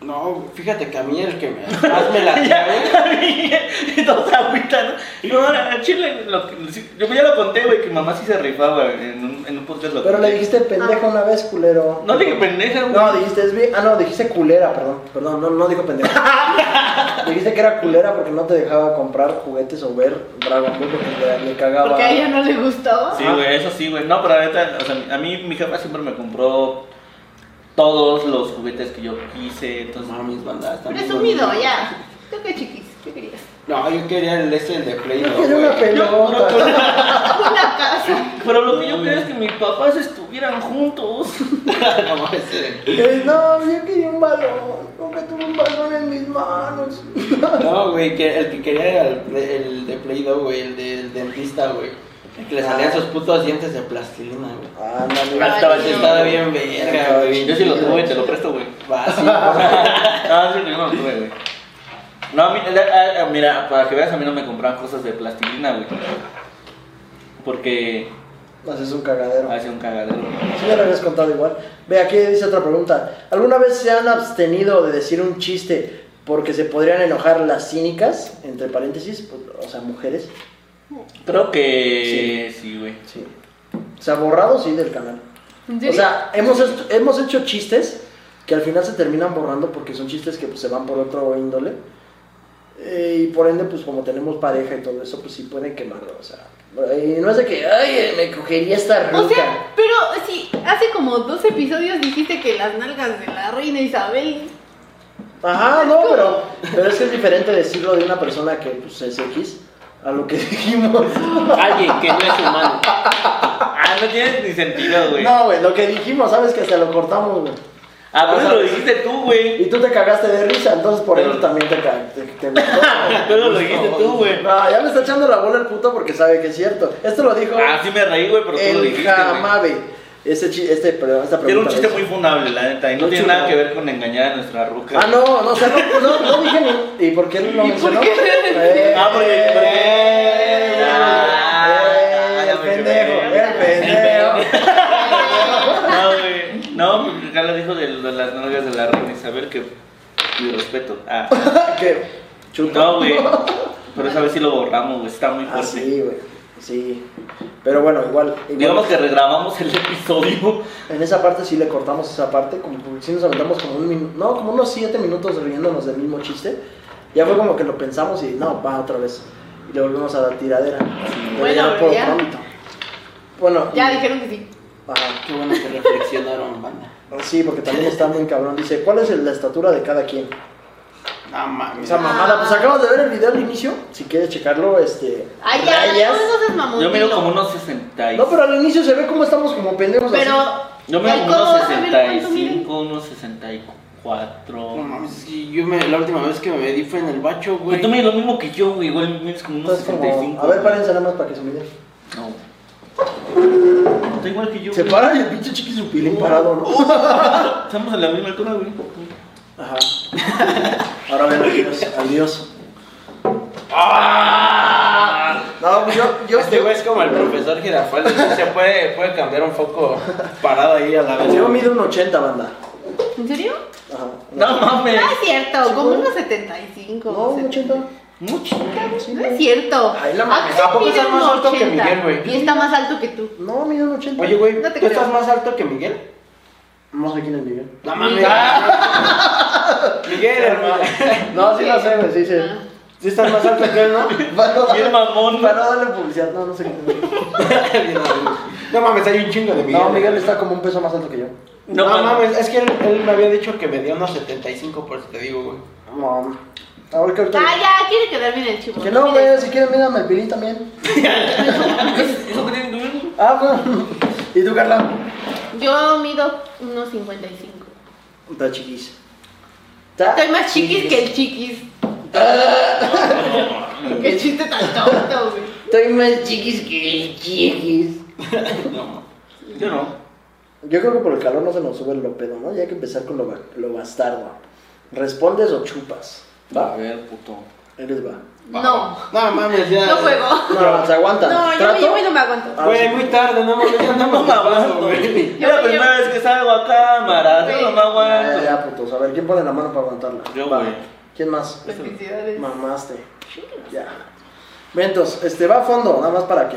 S3: No, fíjate que a mí el que me, más me latía, güey.
S1: Y todos agüitan. No, a Chile, lo que- sí, yo ya lo conté, güey, que mamá sí se rifaba güey, en un, en un podcast. Lo
S2: Pero le
S1: conté.
S2: dijiste pendeja una vez, culero.
S1: No dije pendeja, güey.
S2: No, dijiste es bien. Ah, no, dijiste culera, perdón. Perdón, no, no dijo pendeja. dijiste que era culera porque no te dejaba comprar juguetes o ver Dragon Ball porque le, le cagaba.
S4: Porque a ella no le gustaba.
S1: Sí, güey, eso sí, güey. No, pero la neta, o sea, a mí mi jefa siempre me compró todos los juguetes que yo quise. Entonces,
S3: No mames, banda. están bien
S4: Presumido,
S3: bonitos.
S4: ya. ¿Tú qué chiquis? ¿Qué querías?
S3: No, yo quería el ese, el de Play.
S2: Yo
S3: no,
S2: quiero una
S3: güey.
S2: pelota.
S4: Una casa.
S1: Pero lo que yo creo es que mis papás estuvieran juntos.
S3: No mames, eh.
S2: Eh, no, yo quería un balón. Nunca tuve un balón en mis manos.
S3: No, güey, que el que quería era el, pre- el de Play Doh, güey, el del dentista, güey. El que le salían sus putos dientes de plastilina, güey.
S2: Ándale.
S4: Ay,
S3: Estaba,
S4: no.
S3: estaba bien verga, güey.
S1: Yo sí lo tuve, te lo presto, güey.
S3: Va, sí, güey.
S1: Ah, sí, yo no lo tuve, güey. No, a mí- a- a- mira, para que veas, a mí no me compraban cosas de plastilina, güey. Porque
S2: Haces un cagadero.
S1: hace un cagadero.
S2: Sí, ya lo habías contado igual. Ve, aquí dice otra pregunta. ¿Alguna vez se han abstenido de decir un chiste porque se podrían enojar las cínicas, entre paréntesis, pues, o sea, mujeres?
S1: Creo que sí, güey.
S2: Sí. O sea, borrado sí del canal.
S4: ¿En
S2: O
S4: serio?
S2: sea, hemos, est- hemos hecho chistes que al final se terminan borrando porque son chistes que pues, se van por otro índole. Eh, y por ende, pues como tenemos pareja y todo eso, pues sí pueden quemarlo. O sea, y no es de que, ay, me cogería esta rica.
S4: O sea, pero si hace como dos episodios dijiste que las nalgas de la reina Isabel.
S2: Ajá, no, pero, pero es que es diferente decirlo de una persona que pues, es X a lo que dijimos.
S1: Alguien que no es humano. Ah, no tiene ni sentido, güey.
S2: No, güey, lo que dijimos, sabes que hasta lo cortamos, güey.
S1: Ah, pero
S2: Ah,
S1: eso lo
S2: sabes.
S1: dijiste tú, güey.
S2: Y tú te cagaste de risa, entonces por eso
S1: Pero-
S2: también te cagaste. Te, te-
S1: Pero lo dijiste tú, güey.
S2: No, ya me está echando la bola el puto porque sabe que es cierto. Esto lo dijo
S1: Ah, sí me reí, güey, pero tú lo
S2: el
S1: dijiste, güey.
S2: Jamabe. Este, chi- este, pero esta pregunta.
S1: Era un chiste
S2: lo
S1: muy
S2: hizo.
S1: funable, la neta. Y no
S2: Muy
S1: tiene
S2: chingón.
S1: nada que ver con engañar a nuestra ruca.
S2: Ah, no, no, o sea, no, no, no dije ni. ¿Y por qué no lo
S4: ¿Y por
S2: mencionó?
S4: qué?
S2: Eh,
S1: Ah, porque-
S2: eh,
S1: Ah,
S2: eh,
S1: ya
S2: el
S1: me
S2: pendejo,
S1: quemé.
S2: el pendejo.
S1: No, güey. No, porque Carla dijo de, de las nalgas de la reina Isabel que. Mi respeto. Ah.
S2: que chuta.
S1: No, güey. Pero esa vez sí lo borramos, güey. Está muy
S2: Ah,
S1: fuerte.
S2: sí, güey. Sí. Pero bueno, igual. igual
S1: Digamos que regrabamos el episodio.
S2: En esa parte sí le cortamos esa parte. Como que sí nos aventamos como un minuto. No, como unos 7 minutos riéndonos del mismo chiste. Ya fue como que lo pensamos y no, va otra vez. Y le volvimos a dar tiradera. Pero
S4: Bueno,
S2: ya
S4: pero
S2: por
S4: ya.
S2: pronto. Bueno.
S4: Ya
S2: y-
S4: dijeron que sí.
S2: ajá.
S3: Qué bueno que reflexionaron, banda.
S2: Ah, Sí, porque también está muy cabrón. Dice, ¿cuál es el- la estatura de cada quien?
S3: No mames.
S2: Esa mamada,
S4: Ah.
S2: pues acabas de ver el video al inicio. Si quieres checarlo, este.
S4: Ay, ya,
S2: rayas.
S4: no, no seas mamón,
S1: Yo miro
S4: dilo.
S1: como unos 60. y-
S2: No, pero al inicio se ve cómo estamos como pendejos así.
S4: Pero.
S1: Yo
S4: ay,
S1: miro como
S4: ¿cómo
S1: unos
S4: vas a ver cuánto miden?
S1: 65, unos 64.
S3: No mames, es que yo me, la última vez que me medí fue en el bacho,
S1: Güey,
S3: güey.
S1: tú mides lo mismo que yo, güey. Igual mides como unos
S2: Entonces, como,
S1: 65.
S2: a ver, párense nada más para que se mire.
S1: No. Está igual que yo.
S2: Se
S1: güey.
S2: para y el pinche chiqui su pilín
S1: Oh.
S2: parado, ¿no?
S1: Estamos en la misma altura, güey.
S2: Ajá. Ahora ven, adiós, adiós.
S3: ¡Ah!
S2: No, pues yo, yo,
S3: Este güey es como el profesor Girafal, se puede, puede cambiar un foco parado ahí a la vez.
S2: yo mido un 80, banda.
S4: ¿En serio?
S2: Ajá.
S1: No mames.
S4: No es cierto,
S2: Sí,
S4: como
S2: güey.
S4: unos 75.
S2: No, un
S4: 70.
S2: 80.
S1: Mucho.
S2: Sí,
S4: No es cierto.
S2: Ay, la mames,
S4: Axel
S3: tampoco
S4: mide
S3: está más
S4: unos
S3: alto que
S4: 80,
S3: Miguel, güey.
S4: Y está más alto que tú.
S2: No, mido un 80.
S3: Oye, güey,
S4: No
S3: ¿tú
S4: te creo.
S3: estás más alto que Miguel?
S2: No sé quién es Miguel.
S3: No
S4: mames.
S3: Miguel, hermano.
S2: No, sí lo sé, güey, sí, sí.
S4: Ah.
S3: ¿Sí estás más alto que él, no?
S2: Para no
S1: Bien
S2: darle-
S1: mamón,
S2: para no darle publicidad, no, no sé quién es Miguel.
S3: No mames, hay un chingo de Miguel.
S2: No, Miguel está como un peso más alto que yo.
S3: No,
S1: No mames.
S3: mames, es que él, él me había dicho que me dio unos 75, por eso te digo, güey.
S2: No. Ahorita, ahorita.
S4: Ah, ya, quiere quedar bien el chivo.
S2: Que no, güey, si quieres, mírame el pilín también.
S1: ¿Eso que tiene que ver?
S2: Ah, bueno. ¿Y tú, Carla?
S4: Yo mido unos 55.
S2: Está chiquis.
S4: Estoy más chiquis que el chiquis. Qué chiste tan tonto, güey.
S2: Estoy más chiquis que el chiquis.
S1: No. Yo no.
S2: Yo creo que por el calor no se nos sube el lo pedo, ¿no? Ya hay que empezar con lo, ba- lo bastardo. ¿Respondes o chupas?
S1: A ver, puto.
S2: Eres va.
S4: No,
S3: No mames, ya.
S4: no juego.
S2: No, se aguanta.
S4: No, yo,
S2: ¿Trato?
S4: yo no me aguanto.
S3: Güey, muy tarde, no mames, ya
S1: No
S3: andamos
S1: me
S3: abajo,
S1: aguanto,
S3: güey.
S1: güey. Es la
S4: Yo-
S1: primera vez que salgo a cámara. Yo no me
S2: Ya,
S1: aguanto.
S2: ya, putos. A ver, ¿quién pone la mano para aguantarla?
S1: Yo,
S2: Va.
S1: güey.
S2: ¿Quién más?
S4: Felicidades.
S2: Mamaste. Ya. Ventos, este, va a fondo, nada más para que...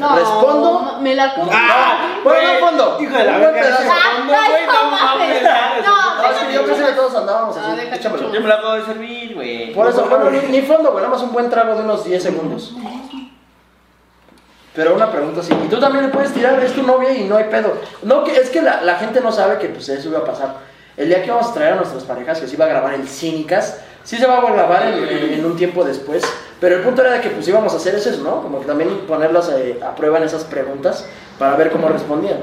S4: No,
S2: ¿Respondo?
S4: me la como.
S3: Ah,
S2: Bueno, va a fondo.
S3: Hijo de la
S2: Un buen
S3: verga,
S2: pedazo.
S3: ese fondo,
S4: Ah,
S3: güey,
S4: no,
S3: no
S4: mames.
S3: mames, ya,
S4: No,
S2: No, es que yo pensé que todos andábamos
S4: Ah,
S2: así.
S4: deja
S2: Échamelo.
S4: chucho.
S1: Yo me la acabo de servir, güey.
S2: Por eso, bueno, ni, ni fondo, güey, nada más un buen trago de unos 10 segundos. Pero una pregunta así, y tú también le puedes tirar, es tu novia y no hay pedo. No, que, es que la, la gente no sabe que pues eso iba a pasar. El día que vamos a traer a nuestras parejas, que se iba a grabar el Cínicas, sí se va a grabar en, en- en un tiempo después, Pero el punto era que pues íbamos a hacer eso, ¿no? Como que también ponerlas eh, a prueba en esas preguntas para ver cómo respondían.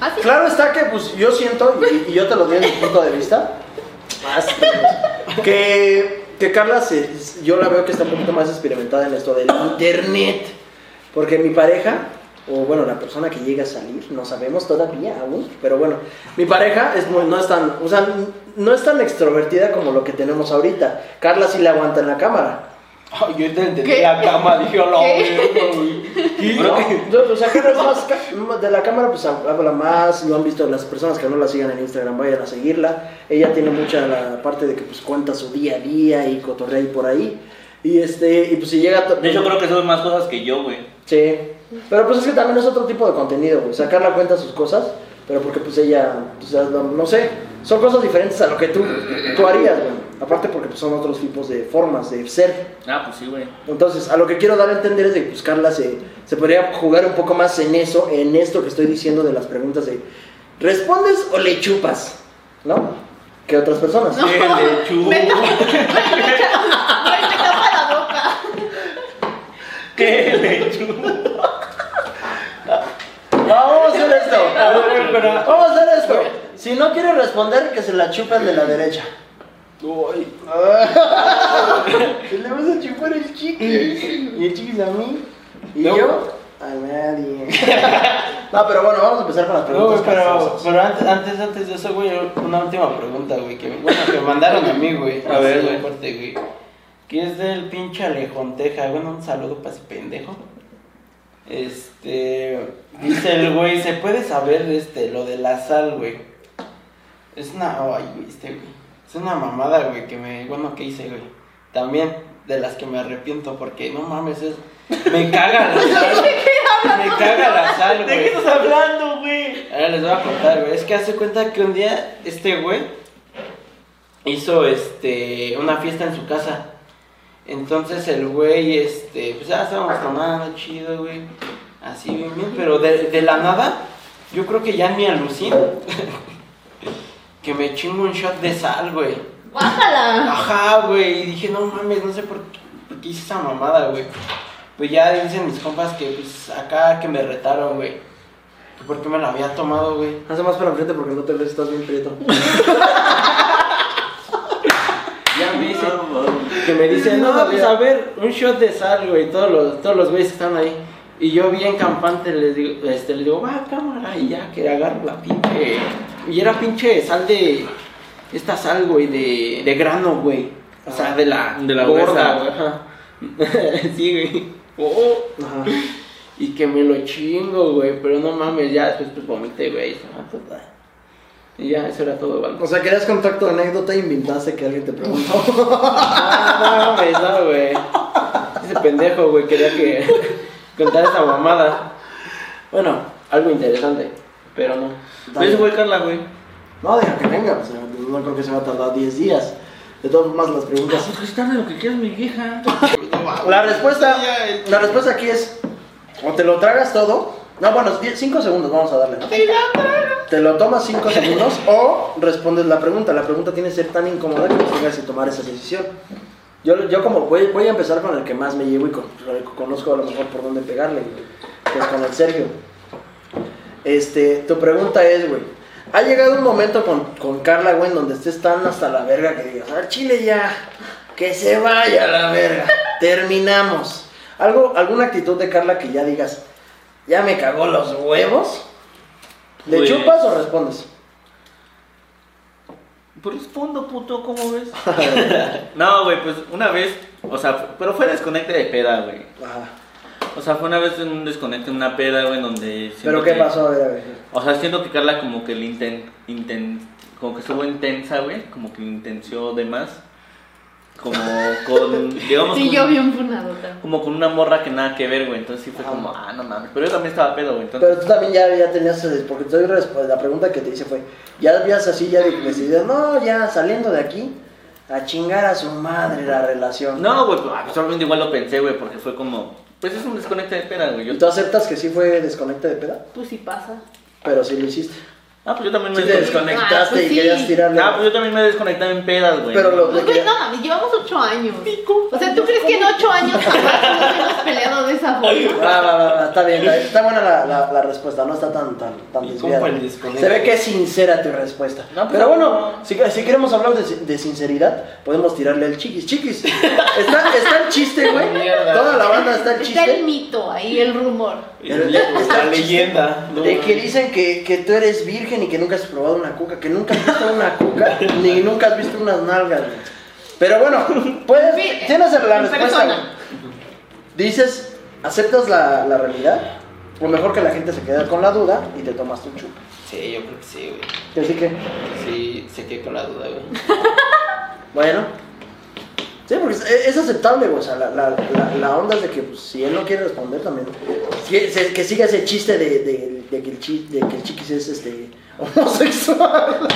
S4: Ah, sí.
S2: Claro está que pues yo siento, y, y yo te lo digo desde mi punto de vista, más que, que Carla, se- yo la veo que está un poquito más experimentada en esto del internet. Porque mi pareja, o bueno, la persona que llega a salir, no sabemos todavía aún, pero bueno, mi pareja es muy- no, es tan, o sea, n- no es tan extrovertida como lo que tenemos ahorita. Carla sí le aguanta en la cámara.
S3: Ay, yo te entendí
S4: ¿Qué?
S3: la cama, dije, hola,
S4: ¿Qué?
S2: ¿no? Entonces, o sea, Carla es más ca- de la cámara, pues habla más, lo han visto las personas que no la sigan en Instagram, vayan a seguirla. Ella tiene mucha la parte de que pues cuenta su día a día y cotorrea y por ahí. Y este, y pues si llega... to-
S1: De hecho, creo que son más cosas que yo, güey.
S2: Sí. Pero pues es que también es otro tipo de contenido, güey. Sacarla cuenta sus cosas, pero porque pues ella, pues, ya no, no sé, son cosas diferentes a lo que tú, tú harías, güey. Aparte porque pues, son otros tipos de formas de ser.
S1: Ah, pues sí, güey.
S2: Entonces, a lo que quiero dar a entender es de que pues, Carla se, se podría jugar un poco más en eso, en esto que estoy diciendo de las preguntas de ¿respondes o le chupas? ¿No? Que otras personas.
S4: No,
S1: Qué lechugo.
S4: me to- Güey, me echa- güey, me tapa la boca.
S1: ¿Qué lechuga?
S2: Vamos a hacer esto. Vamos a hacer esto. Si no quiere responder, que se la chupen de la derecha. Que le vas a chupar el chiquis. Y el chiquis a
S3: um
S2: mí. Y
S3: No.
S2: yo a nadie. no, pero bueno, vamos a empezar con
S3: No,
S2: las preguntas.
S3: güey, pero,
S2: capciosas.
S3: pero antes, antes, antes de eso, güey, una última pregunta, güey, que bueno, que mandaron a mí, güey.
S1: A ver,
S3: Así,
S1: güey.
S3: fuerte, güey. Que es del pinche Alejón Teja, bueno, un saludo para ese pendejo. Este, dice el güey, ¿se puede saber, este, lo de la sal, güey? Es una, ay, güey, este, güey, es una mamada, güey, que me, bueno, que hice, güey? También, de las que me arrepiento, porque, no mames, es, me caga la sal, me caga la sal, güey.
S1: ¿De qué estás hablando, güey?
S3: Ahora les voy a contar, güey. Es que hace cuenta que un día este güey hizo este una fiesta en su casa. Entonces el güey, este, pues ya estábamos tomando chido, güey. Así bien, bien, pero de, de la nada, yo creo que ya ni alucino que me chingo un shot de sal, güey.
S4: Guácala.
S3: Ajá, güey. Y dije, no mames, no sé por qué, por qué hice esa mamada, güey. Pues ya dicen mis compas que, pues, acá que me retaron, güey. Que por qué me la había tomado, güey.
S2: Hace más para enfrente porque no te ves, estás bien prieto.
S3: Ya me dicen,
S1: Ah,
S3: que me dicen, no, pues a ver, un shot de sal, güey. Todos los, todos los güeyes que están ahí. Y yo bien campante les digo, este, les digo, va, cámara, y ya, que agarro la pinche. Y era pinche sal de. Esta sal, güey, de, de grano, güey. O sea, de la,
S1: De la gruesa.
S3: gorda, güey. ajá. sí, güey. Oh.
S2: Ajá.
S3: Y que me lo chingo, güey, pero no mames, ya después pues vomité, güey. ah, pues, ah. Y ya, eso era todo, güey.
S2: O sea, querías contacto de anécdota e inventaste que alguien te preguntó.
S3: Ah, no mames, no, güey. Ese pendejo, güey, quería que contar esa mamada. Bueno, algo interesante, pero no.
S1: ¿Ves, Pues, güey, Carla, güey?
S2: No, deja que venga, o sea, no creo que se va a tardar 10 días. De todas formas, las preguntas.
S1: Pues tarde lo que quieras, mi vieja.
S2: La respuesta, la respuesta aquí es: o te lo tragas todo. No, bueno, 5 segundos vamos a darle. ¿no? Te lo tomas 5 segundos o respondes la pregunta. La pregunta tiene que ser tan incómoda que pues tengas que tomar esa decisión. Yo, yo como voy, voy a empezar con el que más me llevo y con, lo que conozco a lo mejor por dónde pegarle, güey, que es con el Sergio. Este, tu pregunta es, güey, ¿ha llegado un momento con, con Carla, güey, en donde estés tan hasta la verga que digas, al chile ya, que se vaya a la verga, terminamos? ¿Algo, ¿Alguna actitud de Carla que ya digas, ya me cagó los huevos? ¿Le
S1: Pues-
S2: chupas o respondes?
S1: Por fondo, puto, ¿cómo ves? no, güey, pues una vez, o sea, pero fue desconecte de peda, güey.
S2: Ajá.
S1: O sea, fue una vez en un desconecte, en una peda, güey, en donde... siento
S2: ¿Pero qué
S1: que-
S2: pasó? A ver, a ver.
S1: O sea, siento que Carla como que le inten, inten- como que estuvo intensa, güey, como que intenció de más. Como con, digamos,
S4: Sí,
S1: como,
S4: yo vi un punadota.
S1: como con una morra que nada que ver, güey. Entonces sí fue como, ah, no mames. Pero yo también estaba pedo, güey. Entonces,
S2: Pero tú también ya, ya tenías, eh, porque estoy resp- pues, la pregunta que te hice fue, ya habías así ya decidido, no, ya saliendo de aquí, a chingar a su madre la relación.
S1: no, güey, pues, ah, pues, obviamente igual lo pensé, güey, porque fue como, pues es un desconecte de peda, güey. Yo,
S2: ¿Y tú aceptas que sí fue desconecte de peda?
S4: Pues sí pasa.
S2: Pero sí lo hiciste.
S1: ah, pues yo también me
S2: Sí te
S1: desconecté.
S2: desconectaste
S4: Ah, pues
S2: y
S4: sí.
S2: querías tirarle.
S1: Ah, pues yo también me he desconectado en pedas, güey.
S2: Pero lo-
S4: Pues güey, no mames, llevamos ocho ocho años. O sea, ¿tú crees que en ocho años jamás nos hemos peleado de esa forma?
S2: Va, Ah, va, va, va, está bien, está, bien. Está buena la, la- la respuesta, no está tan, tan, tan
S3: Y
S2: desviada.
S3: compa, el desconecta.
S2: Se ve que es sincera tu respuesta.
S1: No, pues,
S2: Pero bueno,
S1: no.
S2: si, si queremos hablar de, de sinceridad, podemos tirarle al chiquis. Chiquis, está, está el chiste, güey.
S3: Mierda.
S2: Toda la banda está el
S4: Está el
S2: chiste.
S4: mito ahí, el rumor.
S2: Pero- está
S3: La
S2: el chiste
S3: leyenda. ¿no?
S2: De que dicen que, que tú eres virgen y que nunca has probado una cuca, que nunca has visto una cuca, ni nunca has visto unas nalgas. güey. Pero bueno, puedes,
S4: Sí,
S2: tienes la
S4: en
S2: respuesta.
S4: persona.
S2: güey. Dices, aceptas la, la realidad, o mejor que la gente se quede con la duda y te tomas tu chupa.
S3: Sí, yo creo que sí, güey.
S2: Y Así que,
S3: Sí, se quedó con la duda, güey.
S2: bueno. Sí, porque es, es aceptable, güey. O sea, la, la, la, la onda es de que pues, si él no quiere responder también. Que, se- que siga ese chiste de, de, de que el chi- de que el chiquis es este, homosexual.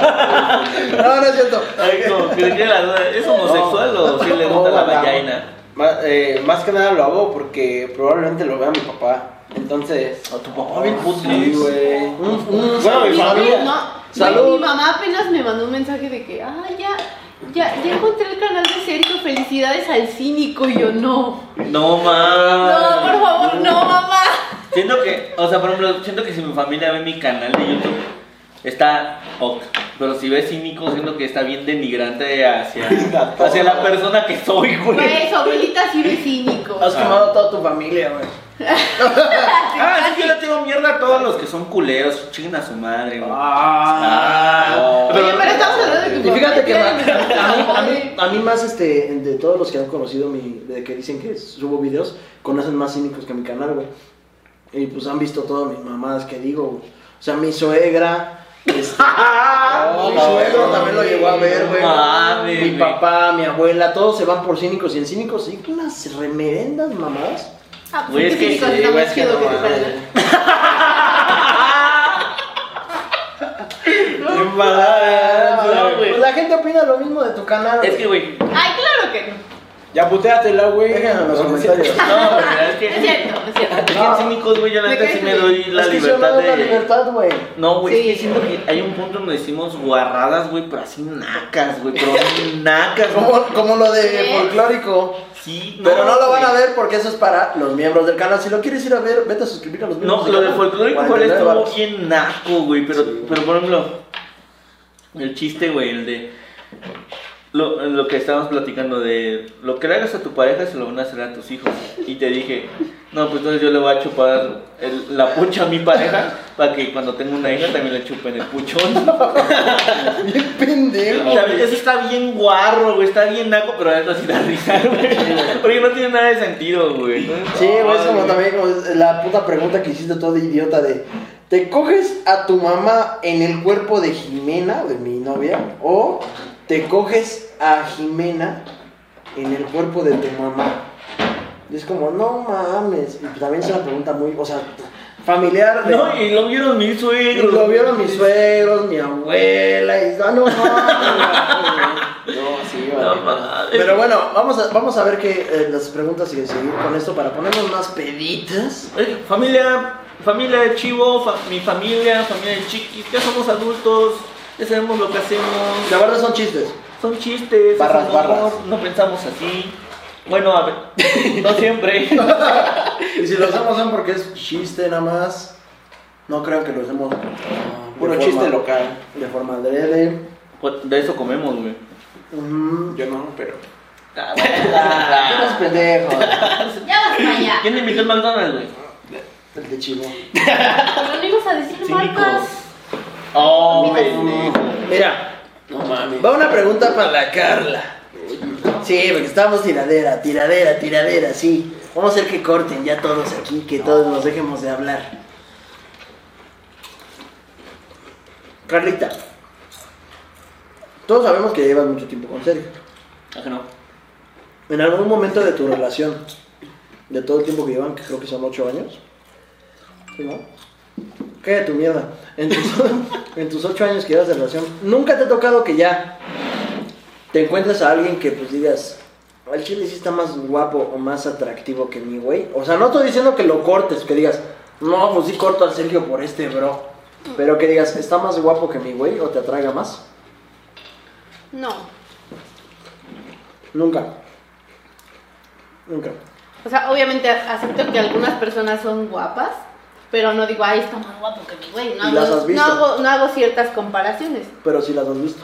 S2: no, no es cierto.
S1: Ay, como que tiene la duda, ¿es homosexual o si le
S3: No,
S1: gusta la
S3: no.
S1: vagina?
S3: Más, eh, más que nada lo hago porque probablemente lo vea mi papá. Entonces.
S1: A tu papá Ah, bien putis.
S3: güey.
S2: Un- un-
S3: Bueno, mi
S4: Mi-
S3: familia.
S4: No,
S2: Salud.
S4: Mi mamá apenas me mandó un mensaje de que, ah, ya, ya, ya encontré el canal de Sergio, felicidades al cínico, y yo no.
S1: No mames.
S4: No, por favor, no, mamá.
S1: Siento que, o sea, por ejemplo, siento que si mi familia ve mi canal de YouTube, está ok. Pero si ve cínico, siento que está bien denigrante hacia, hacia la persona que soy, güey.
S4: Güey, su abuelita sí es cínico.
S2: Has quemado a toda tu familia, güey.
S1: Ah, es que yo le tengo mierda a todos los que son culeros. Chinguen a su madre, güey.
S2: Ah.
S1: Ah.
S4: Oye, pero estamos hablando de tu
S2: Y fíjate que
S4: mamá.
S2: ma- a mí, a mí- a mí más este, de todos los que han conocido mi, de que dicen que subo videos, conocen más cínicos que mi canal, güey. Y pues han visto todas mis mamadas que digo, güey. O sea, mi suegra, este,
S1: Ah,
S2: mi
S3: no,
S2: suegro
S3: no,
S2: también lo llegó a ver, güey.
S1: mames,
S2: mi
S1: güey.
S2: papá, mi abuela, todos se van por cínicos y en cínicos sí, unas remerendas mamadas.
S4: Ah, pues
S1: Güey, es
S4: sí,
S1: que
S4: sí,
S1: sí,
S4: está
S3: güey,
S4: más
S3: es que
S4: chido
S3: no
S4: que tu
S3: mames.
S4: canal.
S3: ¿eh?
S2: Ah,
S1: güey.
S2: pues la gente opina lo mismo de tu canal.
S1: Es que, güey,
S4: Ay, claro que no.
S3: Ya puteatela, güey.
S2: Déjenlo en los comentarios.
S1: no, güey, es
S4: No Es
S1: que.
S4: cierto, no es cierto.
S1: Es que en cínicos, güey, yo la
S4: Me
S1: neta
S4: caes
S1: sí me
S4: bien.
S1: doy la
S2: Es que sí
S1: libertad
S2: hablamos de la
S1: de.
S2: libertad, güey.
S1: No, güey, es que
S4: Sí.
S1: siento que hay un punto donde decimos guarradas, güey, pero así nacas, güey, pero nacas, güey.
S2: Como, como lo de
S4: ¿Qué?
S2: folclórico.
S1: Sí,
S2: Pero no lo van a
S1: güey.
S2: ver porque eso es para los miembros del canal. Si lo quieres ir a ver, vete a suscribir a los miembros
S1: No,
S2: del
S1: lo de
S2: canal.
S1: folclórico igual
S2: 49
S1: estuvo
S2: varos.
S1: bien naco, güey, pero,
S2: Sí.
S1: pero por ejemplo, el chiste, güey, el de lo, lo que estábamos platicando de lo que le hagas a tu pareja se lo van a hacer a tus hijos. Y te dije, no, pues entonces yo le voy a chupar el- la pucha a mi pareja para que cuando tenga una hija también le chupen el puchón.
S2: Bien pendejo.
S1: O sea, eso está bien guarro, güey, está bien naco, pero eso sí da risa, güey. Porque no tiene nada de sentido, güey.
S2: Sí, güey, es como también como la puta pregunta que hiciste todo idiota de. ¿Te coges a tu mamá en el cuerpo de Jimena, de mi novia? ¿O te coges a Jimena en el cuerpo de tu mamá? Y es como, no mames. Y también es una pregunta muy, o sea, familiar. de-
S1: No, y lo vieron mis
S2: Y
S1: suegros.
S2: lo vieron mis suegros, mi abuela, y ah, no, no.
S3: No, sí,
S1: No,
S3: vale.
S1: mames.
S2: Pero bueno, vamos a, vamos a ver que eh, las preguntas y seguir con esto para ponernos más peditas.
S1: Eh, Familia, familia de Chivo, fa- mi familia, familia de Chiquis, ya somos adultos, ya sabemos lo que hacemos,
S2: La verdad son chistes.
S1: son chistes, es
S2: Barras,
S1: humor,
S2: barras.
S1: no pensamos así. Bueno, a ver, no siempre.
S2: Y si lo hacemos son porque es chiste nada más. No creo que lo hacemos. ah,
S3: Puro
S2: de
S3: chiste
S2: forma-
S3: local.
S2: De forma adrede.
S1: Pues,
S2: Mm,
S1: De eso comemos, güey. Ah,
S2: Ujú.
S3: Yo no, pero.
S2: Unos pendejos.
S4: Ya vas para allá.
S1: ¿Quién invitó el McDonald's, güey?
S2: El de chivo.
S4: Pero no ibas a decir marcas.
S1: Oh, güey.
S2: Mira,
S3: No mames.
S2: va una pregunta para la Carla. Sí, porque estamos tiradera, tiradera, tiradera, sí. Vamos a hacer que corten ya todos aquí, que todos nos dejemos de hablar. Carlita, todos sabemos que llevas mucho tiempo con Sergio.
S1: Ah, que no.
S2: En algún momento de tu relación, de todo el tiempo que llevan, que creo que son ocho años, ¿sí, ¿no? Cállate tu mierda. En tus, en tus ocho años que llevas de relación, nunca te ha tocado que ya te encuentres a alguien que pues digas, el chile sí está más guapo o más atractivo que mi güey. O sea, no estoy diciendo que lo cortes, que digas, no, pues sí corto al Sergio por este, bro. Pero que digas, está más guapo que mi güey o te atraiga más.
S4: No.
S2: Nunca. Nunca.
S4: O sea, obviamente acepto que algunas personas son guapas, pero no digo, ay, está más guapo que mi güey. No,
S2: ¿Y
S4: hago-
S2: las has visto?
S4: no hago, no hago ciertas comparaciones.
S2: Pero sí las has visto.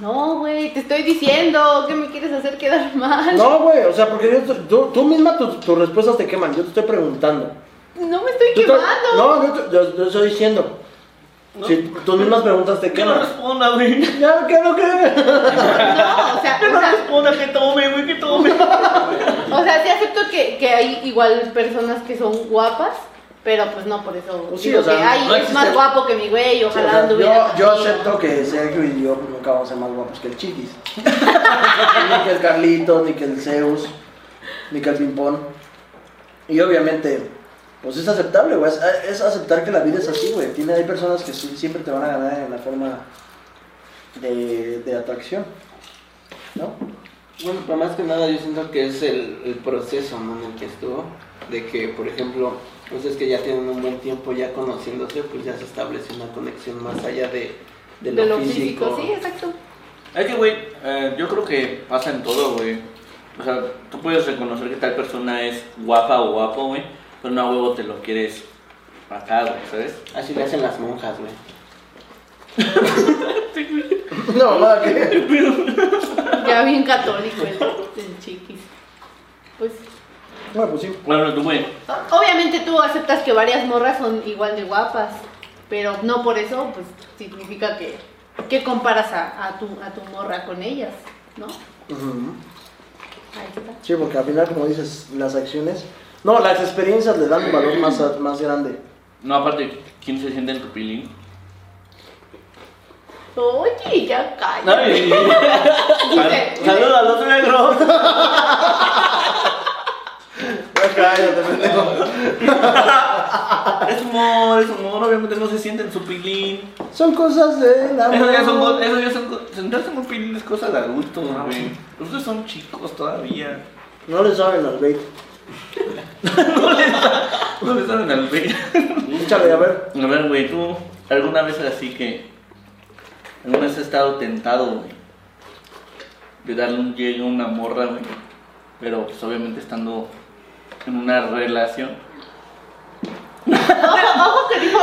S4: No, güey, te estoy diciendo que me quieres hacer quedar mal.
S2: No, güey, o sea, porque yo- tú, tú misma tus, tus respuestas te queman. Yo te estoy preguntando.
S4: No me estoy
S2: Tú te-
S4: quemando.
S2: no, yo, te- yo- yo estoy diciendo. Si tus mismas preguntas te
S6: Que no
S2: queman.
S6: responda, güey.
S2: Ya, que no, que
S4: No, o sea,
S6: Que
S4: o
S6: no
S4: sea,
S6: responda, que tome, güey, que tome.
S4: o sea, sí acepto que, que hay igual personas que son guapas, pero pues no por eso.
S2: Pues sí,
S4: digo
S2: o sea,
S4: que, ay,
S2: no
S4: es
S2: existe-
S4: más guapo que mi güey,
S2: Sí, o
S4: ojalá
S2: sea,
S4: anduviera
S2: yo, yo
S4: conmigo.
S2: acepto que Sergio y yo nunca vamos a ser más guapos que el Chiquis. ni que el Carlito, ni que el Zeus, ni que el Pimpón. Y obviamente, pues es aceptable, güey. Es, es aceptar que la vida es así, güey. Tiene, hay personas que sí- siempre te van a ganar en la forma de, de atracción. ¿No?
S3: Bueno, pero más que nada yo siento que es el, el proceso ¿no? en el que estuvo, de que, por ejemplo, ustedes que ya tienen un buen tiempo ya conociéndose, pues ya se establece una conexión más allá de, de lo,
S4: de lo
S3: físico.
S4: físico, sí, exacto.
S1: Es que, güey, eh, yo creo que pasa en todo, güey. O sea, tú puedes reconocer que tal persona es guapa o guapo, güey, pero no a huevo te lo quieres matar, güey, ¿sabes?
S3: Así le hacen las monjas, güey.
S2: No, nada que.
S4: Ya bien católico el, el chiquis. Pues,
S2: Bueno, pues sí.
S1: Bueno, tú, güey,
S4: o- obviamente tú aceptas que varias morras son igual de guapas, pero no por eso, pues significa que, que comparas a, a tu, a tu morra con ellas, ¿no?
S2: Ujú.
S4: Ahí está.
S2: Sí, porque al final, como dices, las acciones. No, las experiencias le dan un valor más, a- más grande.
S1: no, aparte, ¿quién se siente en tu pilín?
S4: Oye, ya cállate.
S1: Ay,
S4: Dice- dice-
S1: Saludos a los negros.
S2: Ya cállate, pendejo.
S1: Es humor, es humor, obviamente no se siente en su pilín.
S2: Son cosas de la
S1: Eso ya son, co- eso ya son, co- sentarse en un pilín es cosa de adultos, güey. Ustedes son chicos todavía.
S2: No le saben al bait.
S1: No le saben al güey.
S2: Échale, a ver.
S1: A ver, güey, tú, alguna vez así que. Alguna vez has estado tentado, güey. De darle un llegue a una morra, güey. Pero, pues, obviamente, estando en una relación.
S4: Ojo, ojo que dijo,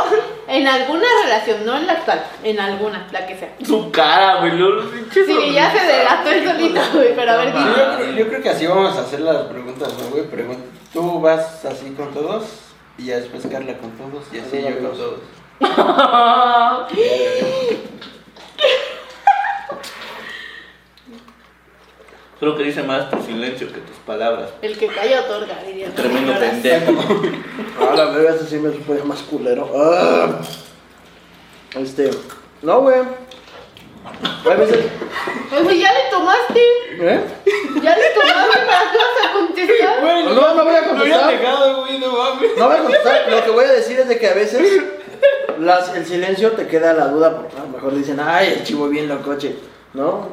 S4: en alguna relación, no en la actual, en alguna, la que sea.
S1: Su cara, güey, lo
S4: Sí, ya se delató el solito, güey, pero a ver,
S3: Sí,
S4: dime.
S3: yo,
S1: Ah,
S3: creo, yo creo que así vamos a hacer las preguntas, ¿no, güey? Pregun- Tú vas así con todos y ya después Carla con todos y así yo con todos.
S1: Creo que dice más tu silencio que tus palabras.
S4: El que calla otorga, diría.
S1: Tremendo
S4: Señoras.
S1: pendejo.
S2: A la verga, ese sí me supo más culero. Ah. Este. No, güey. Hay veces.
S4: O sea, Pues, ya le tomaste,
S2: ¿Eh?
S4: ya le tomaste para que vas a contestar.
S2: No, no voy a contestar.
S3: dejado, güey, no mames.
S2: No voy a contestar. Lo que voy a decir es de que a veces. Las, el silencio te queda la duda porque a lo mejor dicen, ay, el chivo bien locoche. No,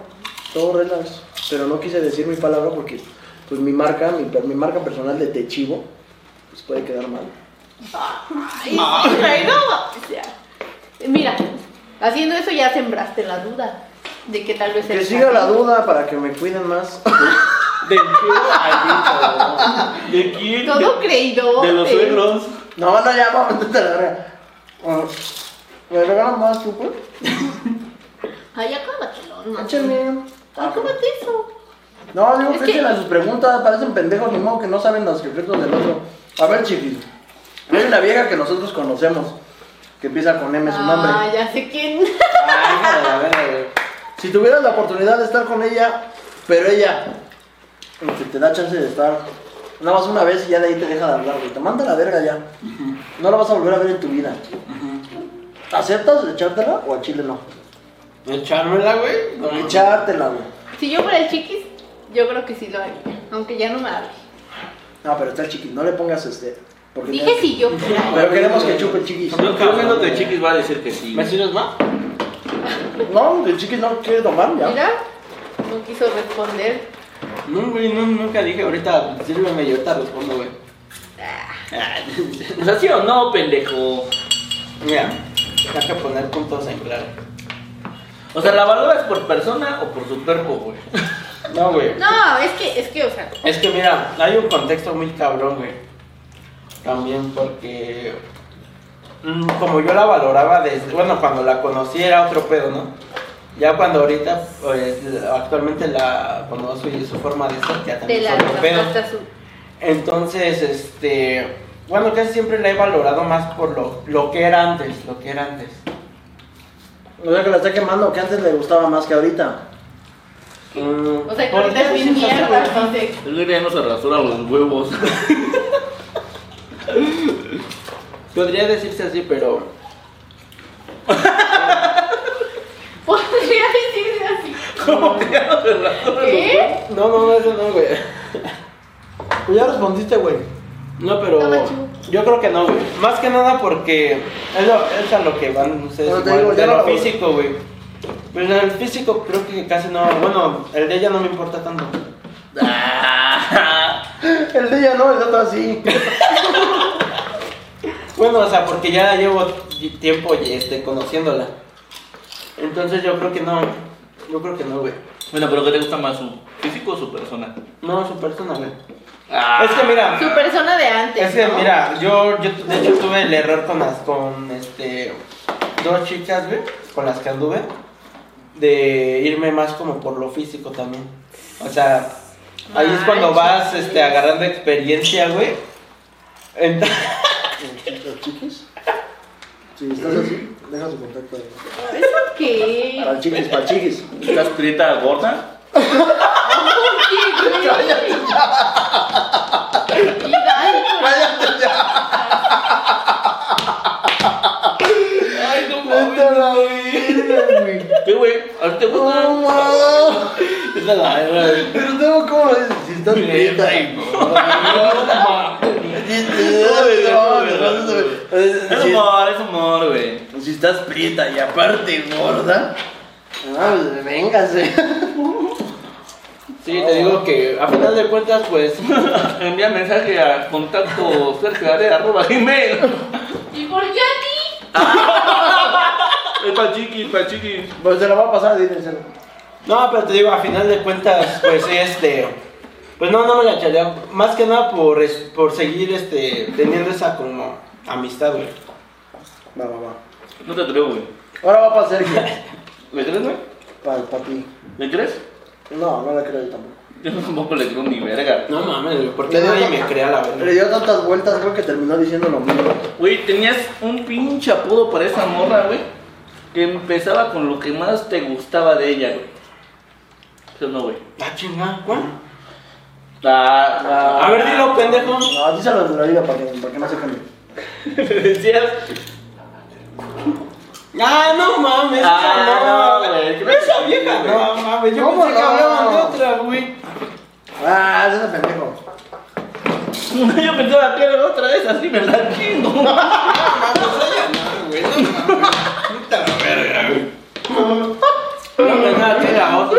S2: todo relax. Pero no quise decir mi palabra porque pues mi marca, mi, mi marca personal de te chivo, pues puede quedar mal.
S4: Ay, sí, güey, no, o sea, Mira, haciendo eso ya sembraste la duda de que tal vez
S2: Que
S4: eres
S2: siga
S4: así.
S2: la duda para que me cuiden más.
S1: ¿De quién? ¿De quién?
S4: Todo creído.
S1: De los suegros.
S2: No, no, ya vamos a la verga. Ah, ¿Me regalan más pues? chupa?
S4: Ay, acábatelo. No.
S2: Échenme. Ah,
S4: Acábate eso.
S2: No, digo
S4: Es
S2: que
S4: que-
S2: echen a sus preguntas, parecen pendejos, ni modo que no saben los secretos del otro. A ver, chiquis. Hay una vieja que nosotros conocemos, que empieza con M su
S4: Ah,
S2: nombre.
S4: ya sé quién.
S3: Ay, hija Ah, de la verga, güey.
S2: Si tuvieras la oportunidad de estar con ella, pero ella que te da chance de estar nada más una vez y ya de ahí te deja de hablar, güey. Te manda a la verga ya. No la vas a volver a ver en tu vida. ¿Aceptas echártela o a Chile no?
S3: Echármela, güey. No,
S2: Echártela, güey.
S4: Si yo fuera el chiquis, yo creo que sí lo haría. Aunque ya no me hable.
S2: No, pero está el chiquis, no le pongas este. Porque
S4: Dije
S2: tiene-
S4: si yo fuera.
S2: Pero queremos que chupe el chiquis.
S1: Yo creo que lo que Chiquis va a decir que sí.
S3: ¿Me sirves más?
S2: No, el chiquis no quiere tomar ya.
S4: Mira, no quiso responder.
S3: No, güey, no, nunca dije ahorita, sírveme y ahorita respondo, güey.
S1: O sea, sí o no, pendejo.
S3: Mira, hay que poner puntos en claro.
S1: O sea, ¿la valoras por persona o por su cuerpo, güey?
S3: No, güey.
S4: No, es que, es que, o sea,
S3: Es que mira, hay un contexto muy cabrón, güey. También porque. mm, Como yo la valoraba desde. Bueno, cuando la conocí era otro pedo, ¿no? Ya cuando ahorita, pues, actualmente la conozco y su forma de ser ya
S4: te
S3: también
S4: la
S3: es otro pedo.
S4: hasta su.
S3: Entonces, este. Bueno, casi siempre la he valorado más por lo, lo que era antes, lo que era antes.
S2: O sea que la está quemando, que antes le gustaba más que ahorita.
S3: Mm,
S4: O sea, que
S3: ¿por
S4: ahorita
S3: qué
S4: es bien
S3: haces eso, güey?
S4: mierda, dice.
S1: El güey ya no se rasura los huevos.
S3: Podría decirse así, pero.
S4: Podría decirse así. ¿Qué?
S3: No, no, no, eso no, güey.
S2: Pues ya respondiste, güey.
S3: No, pero
S4: No, macho.
S3: yo creo que no, güey. Más que nada porque es, lo- es a lo que van ustedes
S2: Pero te
S3: igual,
S2: digo,
S3: de
S2: yo
S3: lo
S2: no la voy.
S3: físico, güey. Pero el físico creo que casi no, bueno, el de ella no me importa tanto.
S2: El de ella no, el otro así.
S3: Bueno, o sea, porque ya llevo ti- tiempo este, conociéndola. Entonces yo creo que no, yo creo que no, güey.
S1: Bueno, pero ¿qué te gusta más, su físico o su persona?
S3: No, su persona, güey.
S1: Ah,
S3: Es que mira,
S4: Su persona de antes.
S3: Es que
S4: ¿no?
S3: mira, yo, yo de hecho tuve el error con las con este dos chicas, güey, con las que anduve, de irme más como por lo físico también. O sea, ahí es cuando vas
S4: Manches.
S3: este agarrando experiencia, güey. Ent-
S2: ¿Los chiquis? Si estás así, deja su contacto ahí.
S4: ¿Qué?
S2: Para el chiquis, para el chiquis.
S1: ¿Estás prieta gorda?
S4: Cállate
S2: Cállate ya.
S1: Ay, no
S2: Vete a la verga, güey.
S1: ¿Qué, güey? ¿A ti te
S2: No,
S1: gusta?
S2: mames.
S3: Esa es la verdad, güey.
S2: Pero no, ¿cómo es? Si estás prieta.
S1: Ay, gorda. Es
S2: Si- pues,
S1: humor, es humor, güey.
S2: Si estás prieta y aparte gorda. Ah, pues, véngase.
S3: Sí, te digo que a final de cuentas, pues,
S1: Envía mensaje a contacto Sergio Arena, arroba gmail.
S4: ¿Y por qué a ti?
S1: Es pa' chiquis, pa' chiquis.
S2: Pues se la va a pasar, díselo.
S3: no, pero te digo a final de cuentas, pues este, pues no, no me la echaría, más que nada por es- por seguir este teniendo esa como amistad, güey.
S2: Va, va, va.
S1: No te creo, güey.
S2: Ahora va para Sergio.
S1: ¿Le crees, güey?
S2: Para el papi.
S1: ¿Le crees?
S2: No, no la creo yo tampoco.
S1: Yo tampoco le creo ni verga.
S3: No mames, güey, porque nadie me crea la
S2: Le
S3: verdad.
S2: dio tantas vueltas, creo que terminó diciendo lo mismo.
S1: Güey, tenías un pinche apodo para esa morra, güey. Que empezaba con lo que más te gustaba de ella, güey. Eso no, güey.
S3: Ah, chinga, ¿cuál?
S1: La,
S3: A ver, dilo, pendejo.
S2: No, díselo de la vida para que, para que no se cambie.
S1: ver, decías.
S3: Ah, no mames,
S1: Ah,
S3: esa no,
S1: no, güey.
S3: güey. Esa vieja, no mames, yo
S2: ¿Cómo
S3: pensé que
S2: no?
S3: hablaban de otra, güey.
S2: Ah, ese es el pendejo.
S1: Yo pensaba que era otra vez así, me la chingo.
S3: No pensaba que era otra.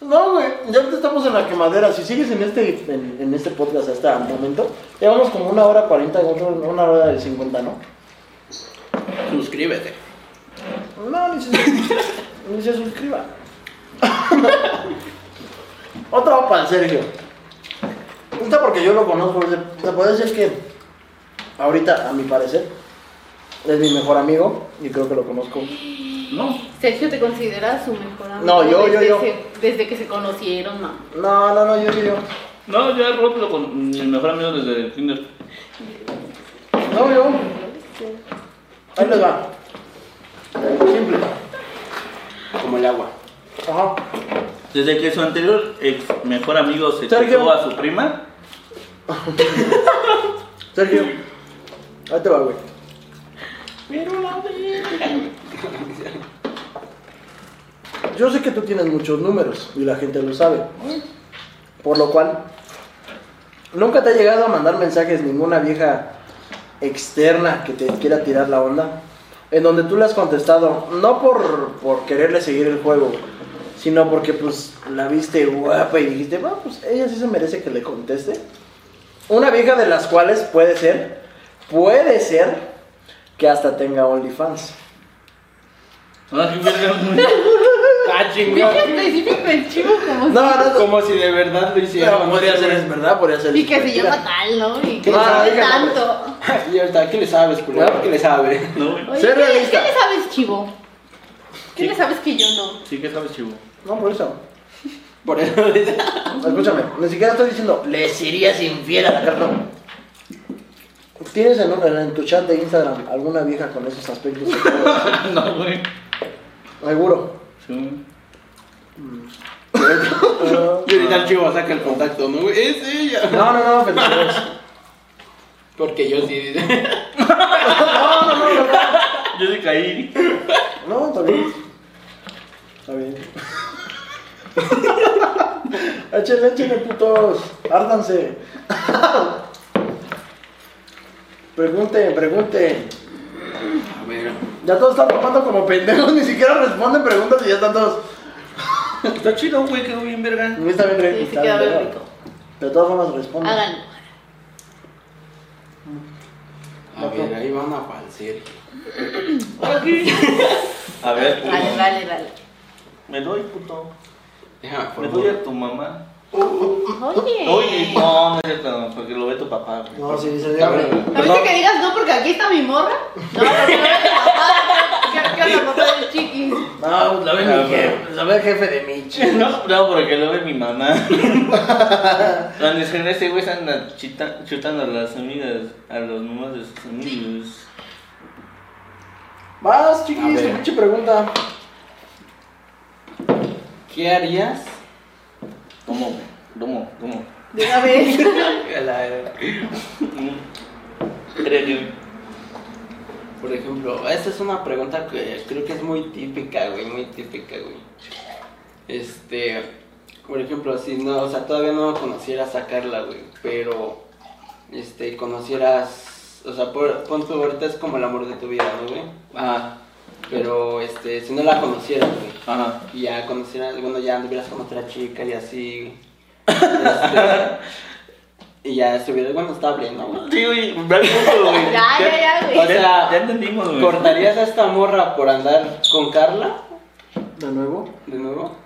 S2: No, güey, ya ahorita estamos en la quemadera. Si sigues en este, en, en este podcast hasta el momento, llevamos como una hora cuarenta, una hora de cincuenta, ¿no?
S3: Suscríbete.
S2: No, ni se, ni se suscriba. Otra va para el Sergio. Esta porque yo lo conozco. Se, se puede decir que ahorita, a mi parecer, es mi mejor amigo y creo que lo conozco.
S1: No.
S4: Sergio, ¿te consideras su mejor amigo?
S2: No, yo, yo,
S4: desde
S2: yo.
S4: se- desde que se conocieron, no.
S2: No, no, no, yo, yo, yo.
S1: No, yo he roto con mi mejor amigo desde el kinder.
S2: No, yo. Ahí les va. Simple.
S3: Como el agua.
S2: Ajá.
S1: Desde que su anterior ex mejor amigo se
S2: Sergio.
S1: chingó a su prima,
S2: Sergio. Ahí te va, güey. Yo sé que tú tienes muchos números y la gente lo sabe. Por lo cual, nunca te ha llegado a mandar mensajes ninguna vieja externa que te quiera tirar la onda. En donde tú le has contestado, no por, por quererle seguir el juego, sino porque pues la viste guapa y dijiste, va, pues ella sí se merece que le conteste. Una vieja de las cuales puede ser, puede ser que hasta tenga OnlyFans.
S1: no, qué verga. Ah, chingón.
S4: Pinche específico el chivo como si-
S2: No, no, no.
S3: Como si de verdad lo hicieran.
S2: Pero podría ser, es verdad, podría ser.
S4: Y que se
S2: mentira.
S4: llama tal, ¿no? Y que
S2: No,
S4: sabe
S2: déjalo. pues.
S4: tanto.
S3: Y ahorita, ¿qué le sabes, culero? ¿Qué le sabe?
S1: No, güey.
S4: Oye,
S2: Sé
S4: ¿qué, le-
S2: realista.
S4: ¿Qué le sabes, chivo? ¿Qué le sabes que yo no?
S1: Sí que sabes, chivo.
S2: No, por eso.
S3: Por eso dice.
S2: Escúchame, ni siquiera estoy diciendo, le serías infiel a la carta. ¿Tienes en, en tu chat de Instagram alguna vieja con esos aspectos?
S1: No, güey.
S2: Seguro.
S1: Sí.
S2: No,
S3: Y ahorita el chivo saca el contacto, ¿no? güey? Es ella.
S2: no, no, pendejos.
S3: Porque yo sí dice.
S2: No, no, no, no.
S1: Yo sí caí.
S2: No, está bien. Está bien. échenle, échenle, putos. Árdanse. pregunten, pregunten.
S3: A ver.
S2: Ya todos están tomando como pendejos, ni siquiera responden preguntas y ya están todos.
S1: Está chido, güey, quedó bien verga.
S2: "Mm, Está bien rico.
S4: Sí, se
S2: está
S4: queda
S2: bien
S4: bien
S2: verga".
S4: rico.
S2: De todas formas responden.
S4: Háganlo.
S3: A ver, ahí van a falser.
S1: A ver, puto.
S4: Dale, dale, dale.
S1: Me doy, puto.
S3: Déjame, por
S1: Me doy
S3: favor.
S1: a tu mamá.
S4: Oye.
S1: Oye, no, no es cierto, porque lo ve tu papá, güey.
S2: No, sí, se
S3: Ya,
S2: dio.
S3: güey.
S4: ¿No viste que digas no porque aquí está mi morra? No, porque no es papá. ¿Qué onda, papá del chiquis?
S2: No, la ve
S1: Ah,
S2: mi jefe. La ve el jefe de Michi.
S1: No, no, porque lo ve mi mamá. Cuando es que ese güey anda chita- chutando a las amigas, a los mamás de sus amigos.
S2: Más,
S3: A
S2: chiquis,
S3: ver.
S2: tu pinche pregunta.
S3: ¿Qué harías?
S1: Tomo, güey. Tomo, tomo.
S4: De una vez.
S3: A la-
S1: Creo que
S3: Por ejemplo, esta es una pregunta que creo que es muy típica, güey, muy típica, güey. Este, por ejemplo, si no, o sea, todavía no conocieras a Carla, güey, pero, este, conocieras, o sea, por, pon tu ahorita es como el amor de tu vida, ¿no, güey?
S1: Ajá,
S3: Pero, este, si no la conocieras, güey,
S1: ajá.
S3: y ya conocieras, bueno, ya anduvieras con otra chica y así, este, y ya estuvieras, bueno, estable, ¿no, güey?
S1: Sí, güey, ve al punto, güey.
S4: Ya, ya, ya, güey.
S3: O sea,
S1: ya entendimos, güey.
S3: ¿Cortarías a esta morra por andar con Carla?
S2: De nuevo.
S3: ¿De nuevo?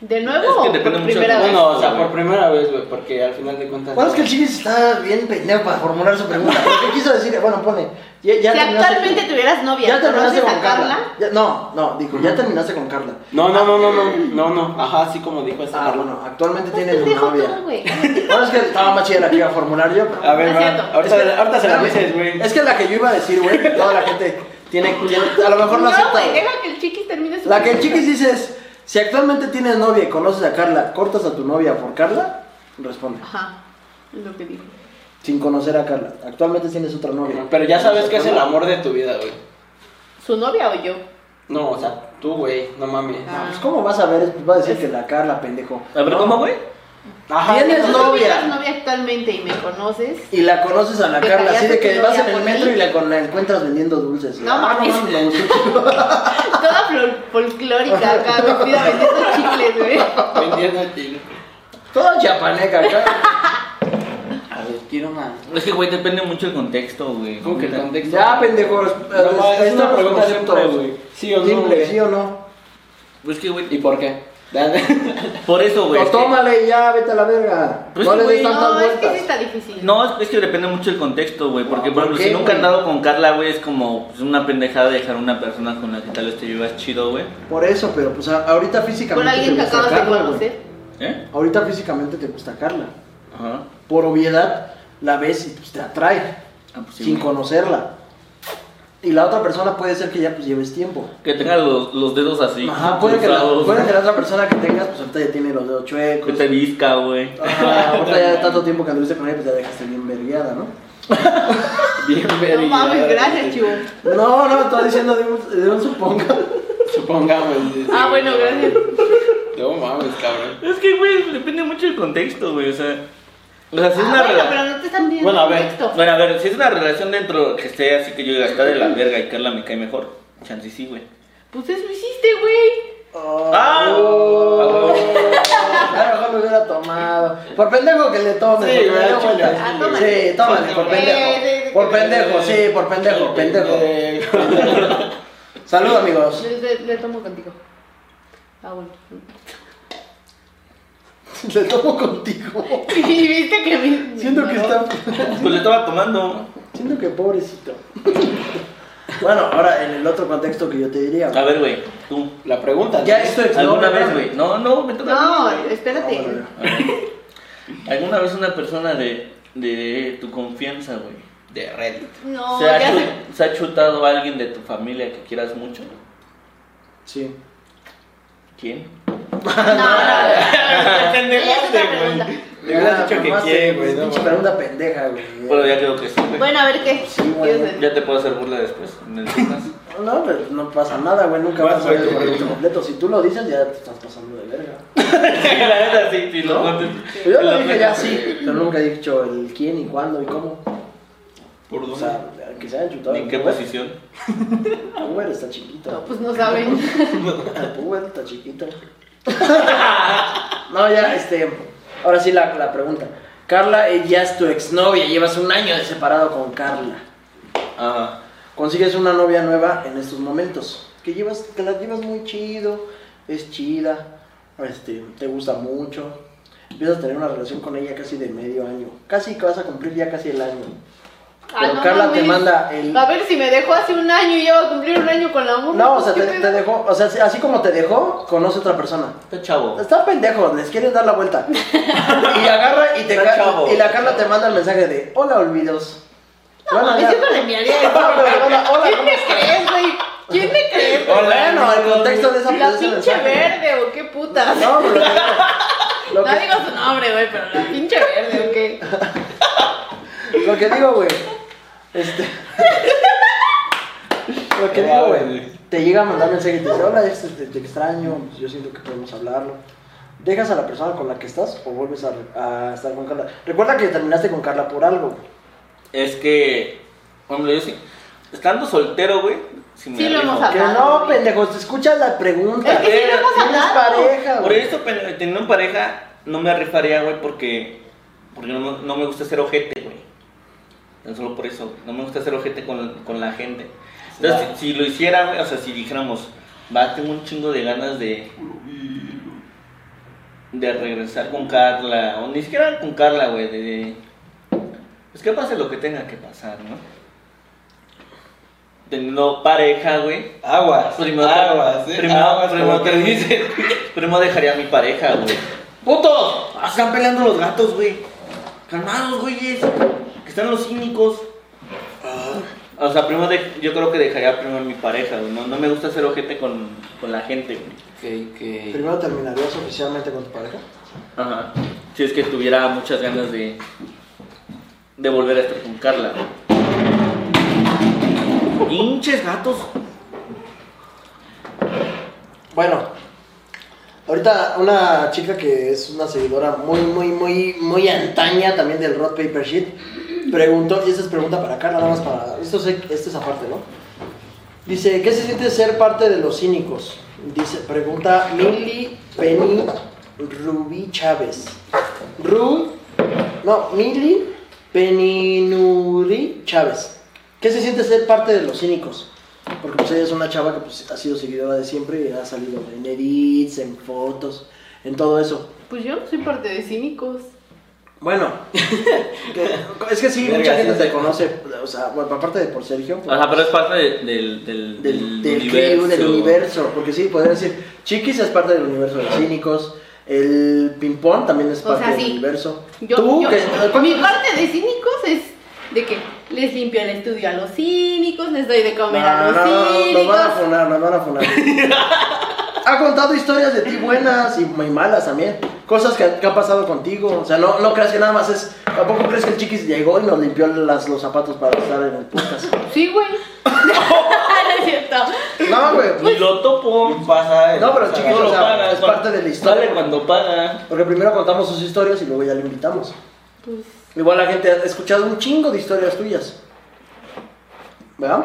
S4: ¿De
S1: Es
S4: nuevo
S1: que
S4: o
S1: depende
S4: por
S1: mucho
S4: primera
S1: de-
S4: vez?
S3: Bueno, o sea,
S1: güey.
S3: por primera vez, güey, porque al final de cuentas.
S2: Bueno, es que el chiquis está bien pendejo para formular su pregunta. ¿Pero ¿Qué quiso decir? Bueno, pone. Ya, ya
S4: Si
S2: terminaste-
S4: actualmente tuvieras novia,
S2: Ya terminaste
S4: ¿conoces
S2: con
S4: a
S2: Carla.
S4: Carla?
S2: Ya- no, no, dijo, ya terminaste con Carla.
S3: No, no, no, no, no, no, no. Ajá, así como dijo esta
S2: Ah,
S3: Carla.
S2: bueno, actualmente
S4: Pues
S2: tienes
S4: te dijo
S2: novia.
S4: todo, güey.
S2: Bueno, es que estaba más chida la que iba a formular yo. pero-
S3: A ver,
S4: Es
S3: va,
S4: cierto.
S3: Ah, ahorita,
S2: Es que-
S3: ahorita se la
S2: espérame,
S3: dices, güey.
S2: Es que la que yo iba a decir, güey, toda la gente tiene, tiene- a lo mejor no
S4: No,
S2: acepta.
S4: güey, deja que el chiquis termine su
S2: la que el
S4: pregunta.
S2: chiquis dice es, si actualmente tienes novia y conoces a Carla, ¿cortas a tu novia por Carla? Responde,
S4: Ajá, es lo que dijo.
S2: sin conocer a Carla. Actualmente tienes otra novia.
S3: Pero ya sabes que es el amor de tu vida, güey.
S4: ¿Su novia o yo?
S3: No, o sea, tú, güey, no mames.
S4: Ah.
S2: Pues, ¿cómo vas a ver? Pues va a decir que la Carla, pendejo.
S1: A ver, ¿cómo, güey?
S3: Ajá.
S2: ¿Tienes
S4: Si
S2: novia?
S4: tuvieras novia actualmente y me conoces,
S2: Y la conoces a la
S4: Te
S2: Carla, así de
S4: callaste
S2: que
S4: tu
S2: vas
S4: novia
S2: en el
S4: por
S2: metro
S4: mí.
S2: y la, con- la encuentras vendiendo dulces.
S4: No
S2: Ah,
S4: mames.
S2: me gustó chido.
S4: toda fol- folclórica acá, vestida vendiendo chicles, güey.
S3: Vendiendo chile.
S2: Toda chiapaneca acá.
S3: A ver, quiero una.
S1: Es que, güey, depende mucho el contexto, güey.
S3: ¿Cómo que el contexto?
S2: Ya, pendejos.
S3: No, es una pregunta simple,
S2: conceptos.
S3: güey. ¿Sí o no?
S2: Simple,
S3: güey?
S2: sí o no.
S1: Pues que, güey,
S3: ¿Y por qué?
S1: por eso, güey.
S2: O
S1: es que-
S2: Pues tómale y ya, vete a la verga.
S1: Pues
S2: no
S1: sí,
S2: le des
S1: güey,
S2: tantas
S4: No, es que
S2: vueltas.
S4: sí está difícil.
S1: No, es- es que depende mucho el contexto, güey. Porque, por
S2: ¿Por
S1: ejemplo,
S2: qué,
S1: si nunca he
S2: güey?
S1: andado con Carla, güey, es como pues, una pendejada dejar a una persona con la que tal vez te llevas chido, güey.
S2: Por eso, pero pues a- ahorita físicamente.
S4: Con alguien que
S2: te gusta
S4: acabas de
S2: Carla,
S4: conocer.
S2: güey.
S1: ¿Eh?
S2: Ahorita físicamente te gusta Carla.
S1: Ajá.
S2: Por obviedad, la ves y pues, te atrae.
S1: Ah, pues sí,
S2: sin
S1: güey.
S2: conocerla. Y la otra persona puede ser que ya pues lleves tiempo.
S1: Que tenga los, los dedos así.
S2: Ajá, puede que, la,
S1: cruzados,
S2: puede que la otra persona que tengas, pues ahorita ya tiene los dedos
S1: Que
S2: chuecos.
S1: te visca, güey.
S2: Ajá, ahorita ya de tanto tiempo que anduviste con ella, pues ya dejaste bien vergueada, ¿no?
S4: No mames, gracias, chivo.
S2: No, no, estoy diciendo de un, de un suponga.
S3: Supongamos.
S4: Ah, bueno, gracias.
S3: No mames, cabrón.
S1: Es que, güey, depende mucho el contexto, güey. O sea, o sea, si es
S4: Ah,
S1: una
S4: bueno,
S1: rela-
S4: pero no te están viendo
S1: Bueno, a ver,
S4: texto.
S1: bueno, a ver, si es una relación dentro que esté así que yo diga, está de la verga y Carla me cae mejor, chance y sí, güey.
S4: Pues eso hiciste, güey.
S1: ¡Ah!
S2: Oh. A lo mejor lo hubiera tomado. Por pendejo que le tome.
S3: Sí,
S2: porque
S3: güey,
S2: le dio
S3: chingada.
S2: vueltas.
S4: Ah, tómale.
S2: Sí, tómale, por
S4: Eh,
S2: pendejo.
S4: eh,
S2: Por
S4: eh,
S2: pendejo, sí, por pendejo, pendejo.
S3: Eh,
S2: Salud, amigos.
S4: Le, le- le tomo contigo. Ah, bueno.
S2: Le tomo contigo.
S4: Sí, viste que me...
S2: Siento que está.
S1: Pues le estaba tomando.
S2: Siento que pobrecito. Bueno, ahora en el otro contexto que yo te diría.
S1: A ver, güey, tú.
S3: La pregunta.
S2: Ya
S3: ¿no?
S2: esto es
S1: ¿Alguna vez, güey? No, no, me toca.
S4: No,
S2: Ah,
S4: espérate.
S2: bueno,
S1: A ver. ¿Alguna vez una persona de, de tu confianza, güey?
S3: De Reddit.
S4: No,
S1: ¿Se, ha
S4: ya
S1: chu-
S4: sé.
S1: se ha chutado a alguien de tu familia que quieras mucho?
S2: Sí.
S1: ¿Quién?
S2: Ah,
S4: No, no, no.
S2: Este
S3: Pendejaste,
S4: pregunta.
S3: güey. Me hubieras dicho que
S2: jamás
S3: quién,
S2: te-
S3: güey. no
S2: Pinche
S3: mames.
S2: pregunta pendeja, güey.
S1: Bueno, ya creo que sí, güey.
S4: Bueno, a ver qué.
S2: Sí,
S4: ¿Qué
S2: bueno.
S4: ibas a decir?
S1: Ya te puedo hacer burla después. en el podcast.
S2: No, pero no pasa nada, güey. Nunca
S3: Vas,
S2: vas a ver
S3: güey,
S2: tu
S3: güey.
S2: proyecto completo. Si tú lo dices, ya te estás pasando de verga.
S1: Sí, la neta, sí, sí, lo cuentes.
S2: Yo lo
S1: La
S2: dije
S1: neta,
S2: ya
S1: sí.
S2: sí, pero nunca he dicho el quién y cuándo y cómo.
S1: ¿Por
S2: O
S1: dónde?
S2: sea,
S3: Pues,
S2: que se hayan chutado.
S1: ¿En qué
S2: Uber.
S1: posición?
S2: Uber ah, está
S4: No,
S2: chiquito.
S4: pues no saben.
S2: Uber está chiquito. No, ya, este. Ahora sí la, la pregunta. Carla eh, ya es tu exnovia, llevas un año de separado con Carla.
S1: Ajá.
S2: consigues una novia nueva en estos momentos. Que llevas, te la llevas muy chido, es chida, este, te gusta mucho. Empiezas a tener una relación con ella casi de medio año. Casi que vas a cumplir ya casi el año.
S4: Ah,
S2: Pero
S4: no
S2: Carla
S4: mames.
S2: te manda el.
S4: A ver si me dejó hace un año y ya va a cumplir un año con la mujer.
S2: No, o sea,
S4: ¿Qué
S2: te,
S4: pedo?
S2: te dejó, o sea, así como te dejó, conoce otra persona.
S1: Está chavo.
S2: Está pendejo, les quieren dar la vuelta. Y agarra y te
S1: Está
S2: ca-
S1: chavo.
S2: y la Carla te manda el mensaje de hola olvidos.
S4: No, mames,
S2: ya-
S4: yo no le enviaría eso.
S2: No, pero hola, hola,
S4: ¿Quién
S2: ¿cómo
S4: me
S2: estás?
S4: crees, güey? ¿Quién me crees? güey?
S2: Bueno, el contexto de esa de
S4: La
S2: ese
S4: pinche
S2: mensaje.
S4: verde o qué putas.
S2: No,
S4: No,
S2: pero lo que- lo que,
S4: digo su nombre, güey, pero la pinche verde o qué.
S2: Lo que digo, güey. Este. Lo que digo, güey. Te llega a mandar mensaje y te dice, hola, este, te, te extraño, pues, yo siento que podemos hablarlo. ¿Dejas a la persona con la que estás o vuelves a, a estar con Carla? Recuerda que terminaste con Carla por algo.
S1: Es que, hombre, yo sí. Estando soltero, güey. Sí, me
S4: Sí, lo
S1: arriesgo.
S4: hemos
S2: Que
S4: Hablado,
S2: no,
S4: güey.
S2: pendejo, te escuchas la pregunta.
S4: Es que sí lo hemos
S2: Tienes
S4: hablado.
S2: pareja,
S1: Por
S2: güey.
S1: eso, pero teniendo pareja, no me rifaría, güey, porque, porque no, me- no me gusta ser ojete, güey. Tan solo por eso, güey. no me gusta ser ojete con, con la gente. Entonces,
S2: Ya.
S1: si, si lo hiciera, güey, o sea, si dijéramos, va, tengo un chingo de ganas de. de regresar con Carla, o ni siquiera con Carla, güey, de. de- pues que pase lo que tenga que pasar, ¿no? Teniendo pareja, güey.
S3: Aguas.
S1: Primo,
S3: aguas, eh.
S1: primo,
S3: aguas,
S1: primo,
S3: como que
S1: primo.
S3: dice.
S1: Primo dejaría a mi pareja, güey. ¡Putos! Ah, Están peleando los gatos, güey. Calmados, güeyes. Que están los cínicos. Ah, O sea, primo de- yo creo que dejaría primero a mi pareja, güey. No, no me gusta hacer ojete con, con la gente, güey.
S3: Que,
S2: Primero terminarías oficialmente con tu pareja.
S1: Ajá. Si es que tuviera muchas ganas de. de volver a estar con Carla, güey. ¡Hinches gatos!
S2: Bueno, ahorita una chica que es una seguidora muy, muy, muy, muy antaña también del Rod Paper Sheet preguntó, y esta es pregunta para Carla, nada más para. Esto es, esto es aparte, ¿no? Dice, ¿qué se siente ser parte de los cínicos? Dice, pregunta Mili Penny Rubí Chávez. Ru. No, Mili Peninuri Chávez. ¿Qué se siente ser parte de los cínicos? Porque pues ella es una chava que pues, ha sido seguidora de siempre y ha salido en edits, en fotos, en todo eso.
S4: Pues yo soy parte de cínicos.
S2: Bueno, que- es que sí,
S3: Verga,
S2: mucha
S3: sí,
S2: gente
S3: sí.
S2: te conoce, o sea, bueno, aparte de por Sergio, por-
S1: O sea, pero es parte de- del, del,
S2: del, del crew, del universo, porque sí, podría decir, Chiquis es parte del universo de los cínicos, el ping-pong también es
S4: O sea,
S2: parte del
S4: sí.
S2: universo.
S4: Yo,
S2: Tú,
S4: yo-
S2: que-
S4: mi parte de cínicos es de que les limpio el estudio a los cínicos, les doy de comer a
S2: No,
S4: los
S2: no, no, nos
S4: cínicos.
S2: van a funar, nos van a funar. ha contado historias de ti buenas y muy malas también. Cosas que, que han pasado contigo. O sea, no, no creas que nada más es. Tampoco crees que el chiquis llegó y nos limpió las, los zapatos para estar en el podcast.
S4: Sí, güey. no es cierto.
S2: No, güey.
S1: Y lo topo.
S3: Pasa. eh,
S2: No, pero
S3: pasa.
S2: chiquito,
S1: No lo
S2: o sea,
S1: paga,
S2: es
S1: cuando-
S2: parte de la historia.
S1: Sale cuando paga.
S2: Porque primero contamos sus historias y luego ya lo invitamos.
S4: Pues,
S2: Igual la gente ha escuchado un chingo de historias tuyas. ¿Verdad?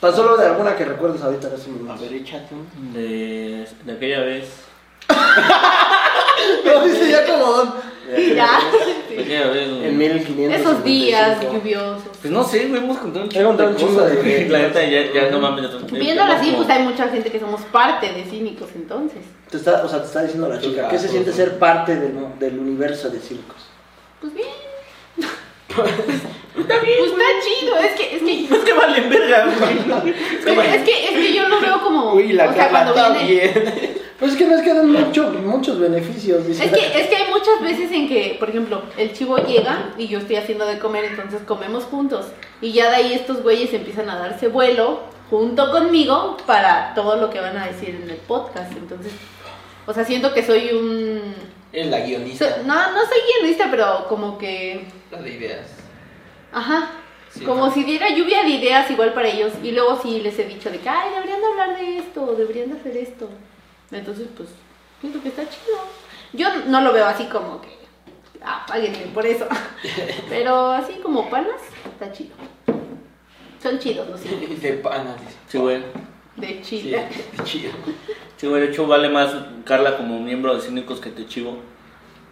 S2: Tan solo de alguna que recuerdes ahorita en este
S3: A
S2: momento.
S3: ver, échate un.
S1: De, de aquella vez.
S2: Lo dice ya como don.
S4: y ya.
S1: De aquella vez, güey.
S2: En 1500.
S4: Esos días lluviosos.
S1: Pues no sé, güey, hemos contado un
S2: He contado un chingo de-
S1: güey. La neta, ya, ya no mames. ya- ya-
S4: Viéndolo
S1: ya-
S4: así,
S1: como-
S4: pues hay mucha gente que somos parte de cínicos entonces.
S7: Te está, o sea, te está diciendo la chica, ¿qué se siente ser parte del, del universo de circos?
S4: Pues bien. Está bien. Pues está chido. Es que, es que,
S6: Es que valen verga, güey.
S4: es que, es que, es que yo lo veo como.
S3: Uy, la
S4: o sea,
S3: cara
S4: cuando
S3: está
S4: viene-
S3: bien.
S7: Pues es que nos quedan mucho- muchos beneficios. dice.
S4: Es que, es que hay muchas veces en que, por ejemplo, el chivo llega y yo estoy haciendo de comer, entonces comemos juntos. Y ya de ahí estos güeyes empiezan a darse vuelo junto conmigo para todo lo que van a decir en el podcast. Entonces, o sea, siento que soy un...
S3: Es la
S4: so-
S3: guionista.
S4: no, no soy guionista, pero como que...
S3: La de ideas.
S4: Ajá.
S3: Sí,
S4: como
S3: ¿no?
S4: si diera lluvia de ideas igual para ellos. Y luego sí les he dicho de que, ay, deberían de hablar de esto, o deberían de hacer esto. Entonces, pues, siento que está chido. Yo no lo veo así como que, ah, páguenme por eso. Pero así como panas, está chido. Son chidos los indios,
S3: De panas, dice.
S1: Sí, güey.
S4: de
S3: Sí,
S4: Chile.
S3: de chido.
S1: Sí, güey, de hecho vale más Carla como miembro de Cínicos que te chivo.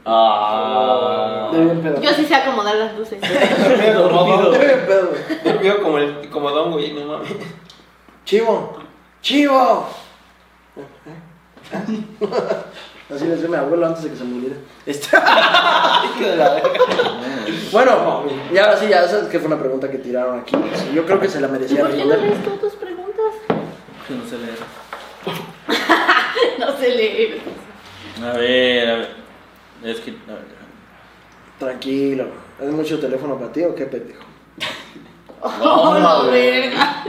S1: Ah.
S7: De bien pedo.
S4: Yo sí sé acomodar las luces.
S7: De bien pedo, güey.
S3: Dormido como, el, como Don, güey, no mames.
S2: Chivo, chivo.
S7: Así le decía mi abuelo antes de que se muriera.
S2: Este-
S3: Hijo de la verga.
S2: bueno, y ahora sí, ya sabes que fue una pregunta que tiraron aquí. Sí, yo creo que se la
S4: ¿Y
S2: merecía
S4: por qué no
S2: responder.
S4: lees todas tus preguntas?
S1: Que no se le
S4: No sé leer.
S1: A ver, a ver. Es que. A ver, déjame.
S2: Tranquilo, ¿es mucho teléfono para ti o qué pendejo?
S4: Oh, la verga.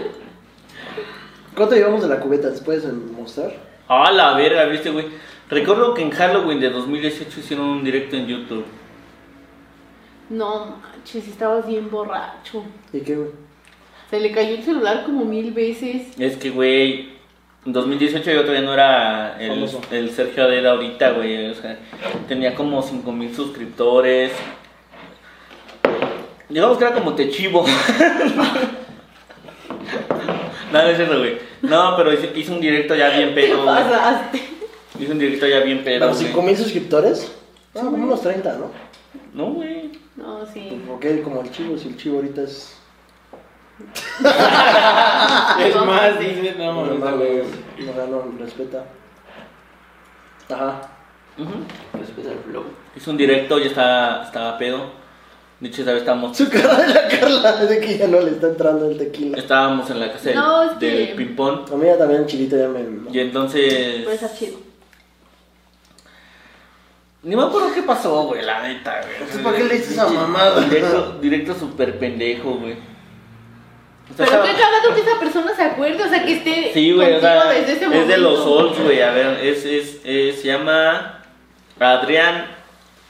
S2: ¿Cuánto llevamos de la cubeta después en mostrar?
S1: Ah, la verga, viste, güey. Recuerdo que en Halloween de 2018 hicieron un directo en YouTube.
S4: No manches, estabas bien borracho.
S2: ¿Y qué, güey?
S4: Se le cayó el celular como mil veces.
S1: Es que, güey, en 2018 yo todavía no era el,
S2: Famoso.
S1: el Sergio Adela ahorita, güey. O sea, tenía como 5000 suscriptores. Digamos que era como te chivo. no, no es cierto, güey. No, pero hice, hice un directo ya bien
S4: Te
S1: pedo. güey.
S4: pasaste.
S1: Hice un directo ya bien pedo.
S2: ¿Para
S1: güey.
S2: 5 mil suscriptores? Ah, como unos 30, ¿no?
S1: No, güey.
S4: No, sí.
S2: Ok, como el chivo, si el chivo ahorita es.
S3: Es más, dice, no
S2: No,
S3: mames.
S2: no,
S3: no, güey.
S2: no, eh, no, respeta. Ajá.
S1: Ujú.
S3: Respeta el flow.
S1: Hice un directo y estaba, estaba pedo. De hecho, esta vez estábamos,
S2: Su cara de la Carla es de que ya no le está entrando el tequila.
S1: estábamos en la casa del,
S4: No, es que-
S1: del ping-pong.
S2: A mí ya también el chilito ya me.
S1: Y entonces.
S4: Pero está chido.
S1: Ni me acuerdo qué pasó, güey, la neta, güey.
S2: Entonces, ¿para qué le dices a mamada?
S1: Directo, directo super pendejo, güey. O sea,
S4: Pero qué
S1: estaba-
S4: cagado que esa persona se acuerde, o sea, que esté
S1: Sí, güey, o
S4: contigo
S1: sea,
S4: desde ese
S1: es de los
S4: momento.
S1: Souls, güey. A ver, es, es, es- se llama Adrián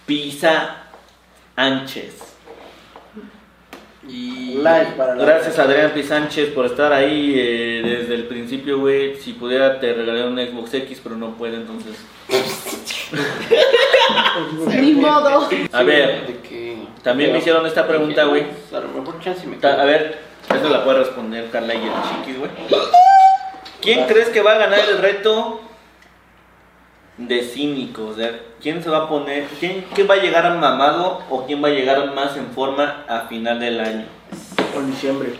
S1: Pisa Ánchez.
S3: Y.
S2: Like para la.
S1: Gracias, Adrián Pisa Sánchez, por estar ahí eh, desde el principio, güey. Si pudiera, te regalaré un Xbox X, pero no puedo, entonces.
S4: Ni modo.
S1: A ver,
S3: De que-
S1: también me hicieron esta pregunta, güey.
S3: A lo mejor chance me
S1: Ta- A ver, eso la puede responder Carla y el chiquis, güey. ¿Quién crees que va a ganar el reto de cínicos? O sea, ¿quién se va a poner, quién, quién va a llegar mamado o quién va a llegar más en forma a final del año?
S2: Por diciembre.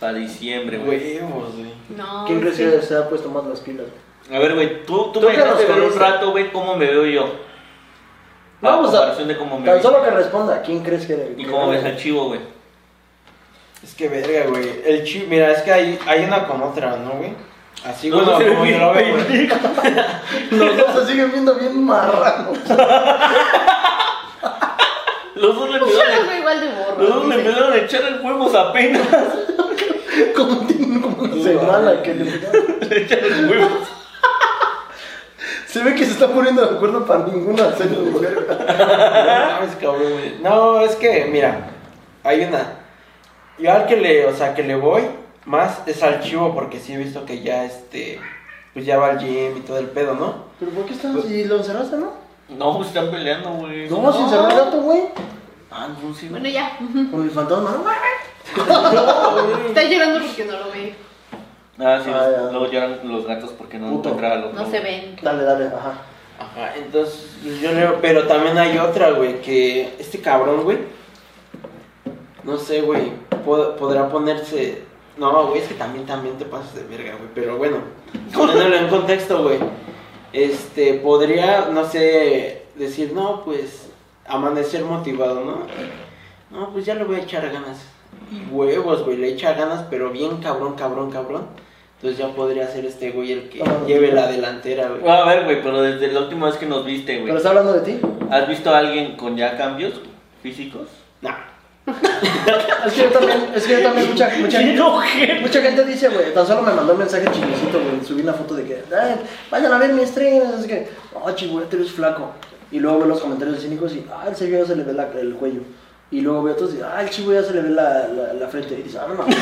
S1: Para diciembre, güey.
S3: Huevos, güey.
S4: No.
S2: ¿Quién crees
S4: Ah, sí.
S2: que se ha puesto más las pilas?
S1: A ver, güey, tú, tú,
S2: ¿Tú
S1: me
S2: qué
S1: dejaste ver un
S2: respondiste?
S1: rato, güey, cómo me veo yo. A
S2: Vamos a-
S1: comparación de cómo me
S2: Tan solo
S1: veo.
S2: que responda, ¿quién crees que.?
S1: Y cómo ves al chivo, güey.
S3: Es que verga, güey. El chip, mira, es que hay, hay una con otra, ¿no, güey? Así,
S1: No,
S3: bueno,
S1: no se ve
S3: como yo
S1: bien,
S3: lo veo, güey.
S2: Los dos se siguen viendo bien marranos.
S1: Los dos le
S4: Yo los
S1: empezaron,
S4: veo igual de
S1: a-
S4: borro.
S1: los dos le empezaron a echar el huevos apenas.
S2: Como tienen como una semana que le
S1: Le echaron el huevos.
S2: Se ve que se está poniendo de acuerdo para ninguna serie de verga.
S3: No mames, cabrón, güey. No, es que, mira, hay una. Yo al que le, o sea, que le voy más es al chivo, porque sí he visto que ya, este, pues ya va al gym y todo el pedo, ¿no?
S2: ¿Pero por qué estás? ¿Y lo encerraste, no?
S1: No, pues están peleando, güey.
S2: Pues No, sin cerrar el gato, güey.
S1: Ah, no, sí, güey.
S4: Bueno, ya. ujú.
S2: Con el fantasma, ¿no?
S4: Está llorando porque no lo ve.
S1: Ah, sí,
S2: Ah, ya.
S1: luego lloran los gatos porque no
S2: Puto.
S1: encuentran a los
S4: No se ven.
S2: Dale, dale, ajá.
S3: Ajá, entonces, pues, yo leo, pero también hay otra, güey, que este cabrón, güey, no sé, güey, po- podrá ponerse, no, güey, es que también, también te pasas de verga, güey, pero bueno, poniéndolo en contexto, güey, este, podría, no sé, decir, no, pues, amanecer motivado, ¿no? No, pues ya le voy a echar ganas. Y huevos, güey, le echa ganas, pero bien cabrón, cabrón, cabrón. Entonces ya podría ser este güey el que
S2: Ah,
S3: lleve la delantera, güey.
S1: A ver, güey, pero desde la última vez que nos viste,
S2: ¿Pero
S1: güey.
S2: está hablando de ti?
S1: ¿Has visto a alguien con ya cambios físicos?
S3: Nah.
S2: Es que yo también, es que yo también, mucha, mucha,
S1: ¡Qué
S2: mucha gente dice, güey, tan solo me mandó un mensaje chiquisito, güey, subí una foto de que, "Ay, vayan a ver mi stream, es que, oh, chingüey, tú eres flaco. Y luego veo los comentarios de cínicos y, ah, el Sergio ya se le ve la- el cuello. Y luego veo otros y, ah, el chivo ya se le ve la, la, la frente. Y dice, ah, no, no.
S4: Tiene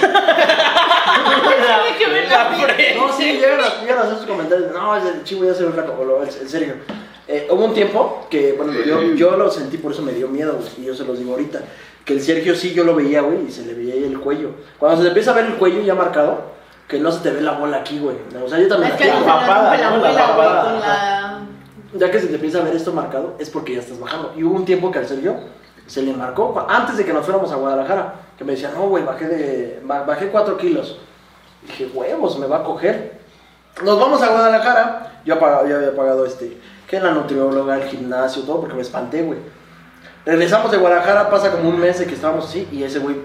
S4: que ver la
S2: No, sí, llegan a, llegan a hacer sus comentarios. No, el chivo ya se ve flaco. O lo- en serio. Eh, hubo un tiempo que, bueno, yo, yo lo sentí, por eso me dio miedo, güey, y yo se los digo ahorita. Que el Sergio sí yo lo veía, güey, y se le veía ahí el cuello. Cuando se te empieza a ver el cuello ya marcado, que no se te ve la bola aquí, güey. O sea, yo también.
S4: Es que a mí se me rompe la
S3: papada, ¿no? La
S4: muela, güey,
S3: papada,
S4: con la...
S2: Ya que se te empieza a ver esto marcado, es porque ya estás bajando. Y hubo un tiempo que al Sergio se le marcó, cua- antes de que nos fuéramos a Guadalajara, que me decía, no, güey, bajé, de, ba- bajé 4 kilos. Dije, huevos, me va a coger. Nos vamos a Guadalajara. Yo, apagado- yo había pagado este, que la nutrióloga, el gimnasio, todo, porque me espanté, güey. Regresamos de Guadalajara, pasa como un mes de que estábamos así, y ese güey,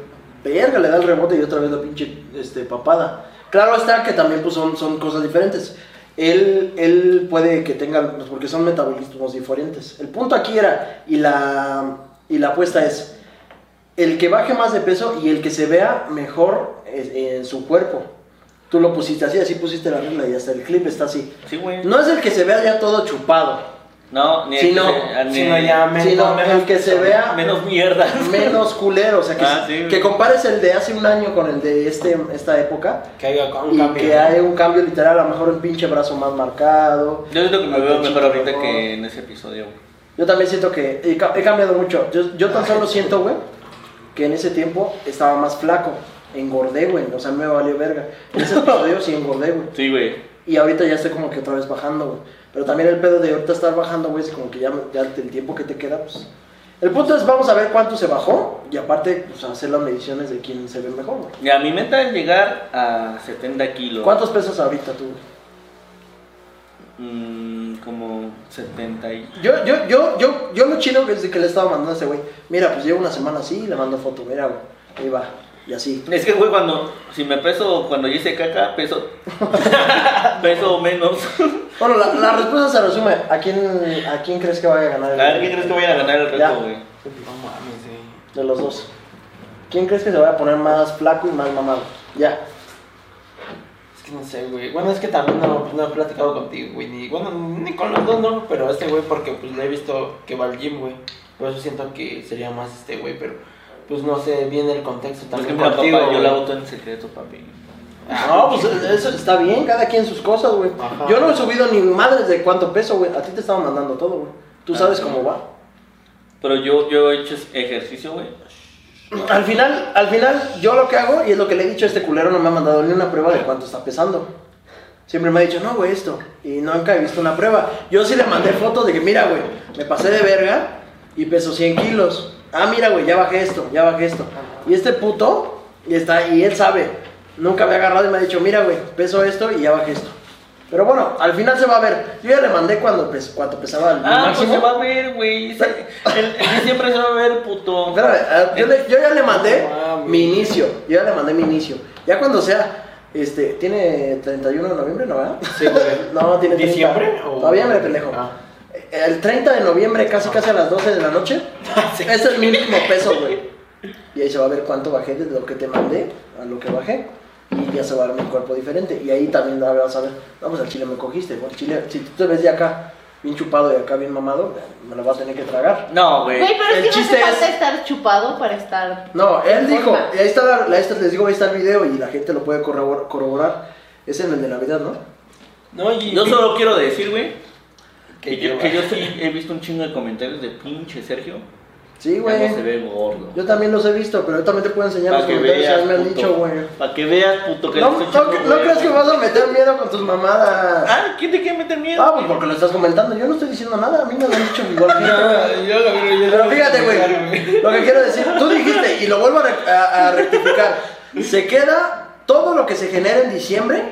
S2: verga, le da el rebote y otra vez la pinche este, papada. Claro está que también pues, son, son cosas diferentes. Él, él puede que tenga, pues, porque son metabolismos diferentes. El punto aquí era, y la, y la apuesta es, el que baje más de peso y el que se vea mejor es- en su cuerpo. Tú lo pusiste así, así pusiste la regla y hasta el clip está así.
S1: Sí, güey.
S2: No es el que se vea ya todo chupado,
S1: No, ni
S2: Sí, no.
S1: ni-
S3: Si no, ya me...
S2: sino el que se vea
S1: Menos mierda.
S2: menos culero, o sea, que,
S1: Ah, sí, güey.
S2: que compares el de hace un año con el de este, esta época
S3: Que haya con
S2: y
S3: un cambio.
S2: que hay un cambio literal, a lo mejor el pinche brazo más marcado.
S1: Yo siento que me veo mejor ahorita
S2: Chico,
S1: que en ese episodio, güey.
S2: Yo también siento que he, ca- he cambiado mucho. Yo, yo tan solo siento, güey, que en ese tiempo estaba más flaco. Engordé, güey, o sea, me valió verga. En ese episodio sí engordé, güey.
S1: Sí, güey.
S2: Y ahorita ya estoy como que otra vez bajando, güey. Pero también el pedo de ahorita estar bajando, güey, es como que ya, ya el tiempo que te queda, pues. El punto es, vamos a ver cuánto se bajó y aparte, pues, hacer las mediciones de quién se ve mejor, güey.
S1: Mira, mi meta es llegar a 70 kilos.
S2: ¿Cuántos pesos ahorita tú?
S1: Mm, como 70 y...
S2: Yo, yo, yo, yo, yo lo chido que es de que le estaba mandando a ese güey. Mira, pues llevo una semana así y le mando foto, mira, güey. Ahí va. Y así.
S1: Es que, güey, cuando... Si me peso, cuando yo hice caca, peso... peso menos.
S2: Bueno, la, la respuesta se resume. ¿A quién, ¿A quién crees que vaya a ganar?
S1: A
S2: el-
S1: ver, ¿quién crees que voy a ganar el
S2: Ya,
S1: reto, güey?
S3: No mames, eh.
S2: De los dos. ¿Quién crees que se vaya a poner más flaco y más mamado? Ya.
S3: Es que no sé, güey. Bueno, es que también no, pues, no he platicado contigo, güey. Ni, bueno, ni con los dos, no. Pero este güey, porque pues le he visto que va al gym, güey. Por eso siento que sería más este güey, pero pues no sé bien el contexto
S1: Es que
S3: también.
S1: mira,
S3: contigo,
S1: papá, yo
S3: güey.
S1: la voto en secreto, papi.
S2: No, pues eso está bien, cada quien sus cosas, güey.
S3: Ajá.
S2: Yo no he subido ni madres de cuánto peso, güey. A ti te estaban mandando todo, güey. Tú
S1: Ah,
S2: sabes cómo va.
S1: Pero yo, yo he hecho ejercicio, güey.
S2: Al final, al final, yo lo que hago, y es lo que le he dicho a este culero, no me ha mandado ni una prueba de cuánto está pesando. Siempre me ha dicho, no, güey, esto. Y nunca he visto una prueba. Yo sí le mandé fotos de que, mira, güey, me pasé de verga y peso 100 kilos. Ah, mira, güey, ya bajé esto, ya bajé esto. Y este puto, y está, y él sabe. Nunca me ha agarrado y me ha dicho, mira, güey, peso esto y ya bajé esto. Pero bueno, al final se va a ver. Yo ya le mandé cuando, pes- cuando pesaba el
S1: Ah, pues
S2: máximo.
S1: se va a ver, güey. Se- el- el- Siempre se va a ver, puto.
S2: Espérame, ah, yo, le- yo ya le mandé
S3: No mames.
S2: mi inicio. Yo ya le mandé mi inicio. Ya cuando sea, este, tiene 31 de noviembre, ¿no? verdad?
S3: Sí, güey.
S2: No, tiene 30.
S3: ¿Diciembre o-
S2: Noviembre, pendejo.
S3: Ah.
S2: El 30 de noviembre, casi casi a las 12 de la noche. Es el mínimo peso, güey. Y ahí se va a ver cuánto bajé desde lo que te mandé a lo que bajé. Y ya se va a ver mi cuerpo diferente. Y ahí también vas a ver, vamos al chile me cogiste, güey. Al chile, si tú te ves de acá bien chupado y acá bien mamado, me lo vas a tener que tragar.
S1: No, güey.
S4: Güey, pero
S2: El
S4: es que no hace
S2: chiste
S4: falta
S2: es-
S4: estar chupado para estar...
S2: No, él
S4: en
S2: dijo,
S4: forma.
S2: y ahí está, la, la- esta- les digo, ahí está el video y la gente lo puede corrobor- corroborar. Es en el de Navidad, ¿no?
S3: No, y.
S1: Yo solo quiero decir, güey, que, yo,
S3: yo-
S1: que yo sí he visto un chingo de comentarios de pinche Sergio.
S2: Sí,
S1: Ya
S2: güey.
S1: no se ve gordo.
S2: Yo también los he visto, pero yo también te puedo enseñar los
S1: Para que
S2: comentarios que
S1: veas,
S2: me han dicho, güey.
S1: Para que veas, puto, que
S2: No,
S1: le
S2: no,
S1: estoy
S2: cre-
S1: echando
S2: no
S1: hueva.
S2: crees que me vas a meter miedo con tus mamadas.
S1: Ah, ¿quién te quiere meter miedo?
S2: Ah, pues porque lo estás comentando. Yo no estoy diciendo nada, a mí me lo han dicho igual.
S3: yo, yo lo veo, yo lo
S2: Pero
S3: veo
S2: fíjate,
S3: llegar,
S2: güey, lo que quiero decir, tú dijiste, y lo vuelvo a, re- a- a rectificar, se queda todo lo que se genera en diciembre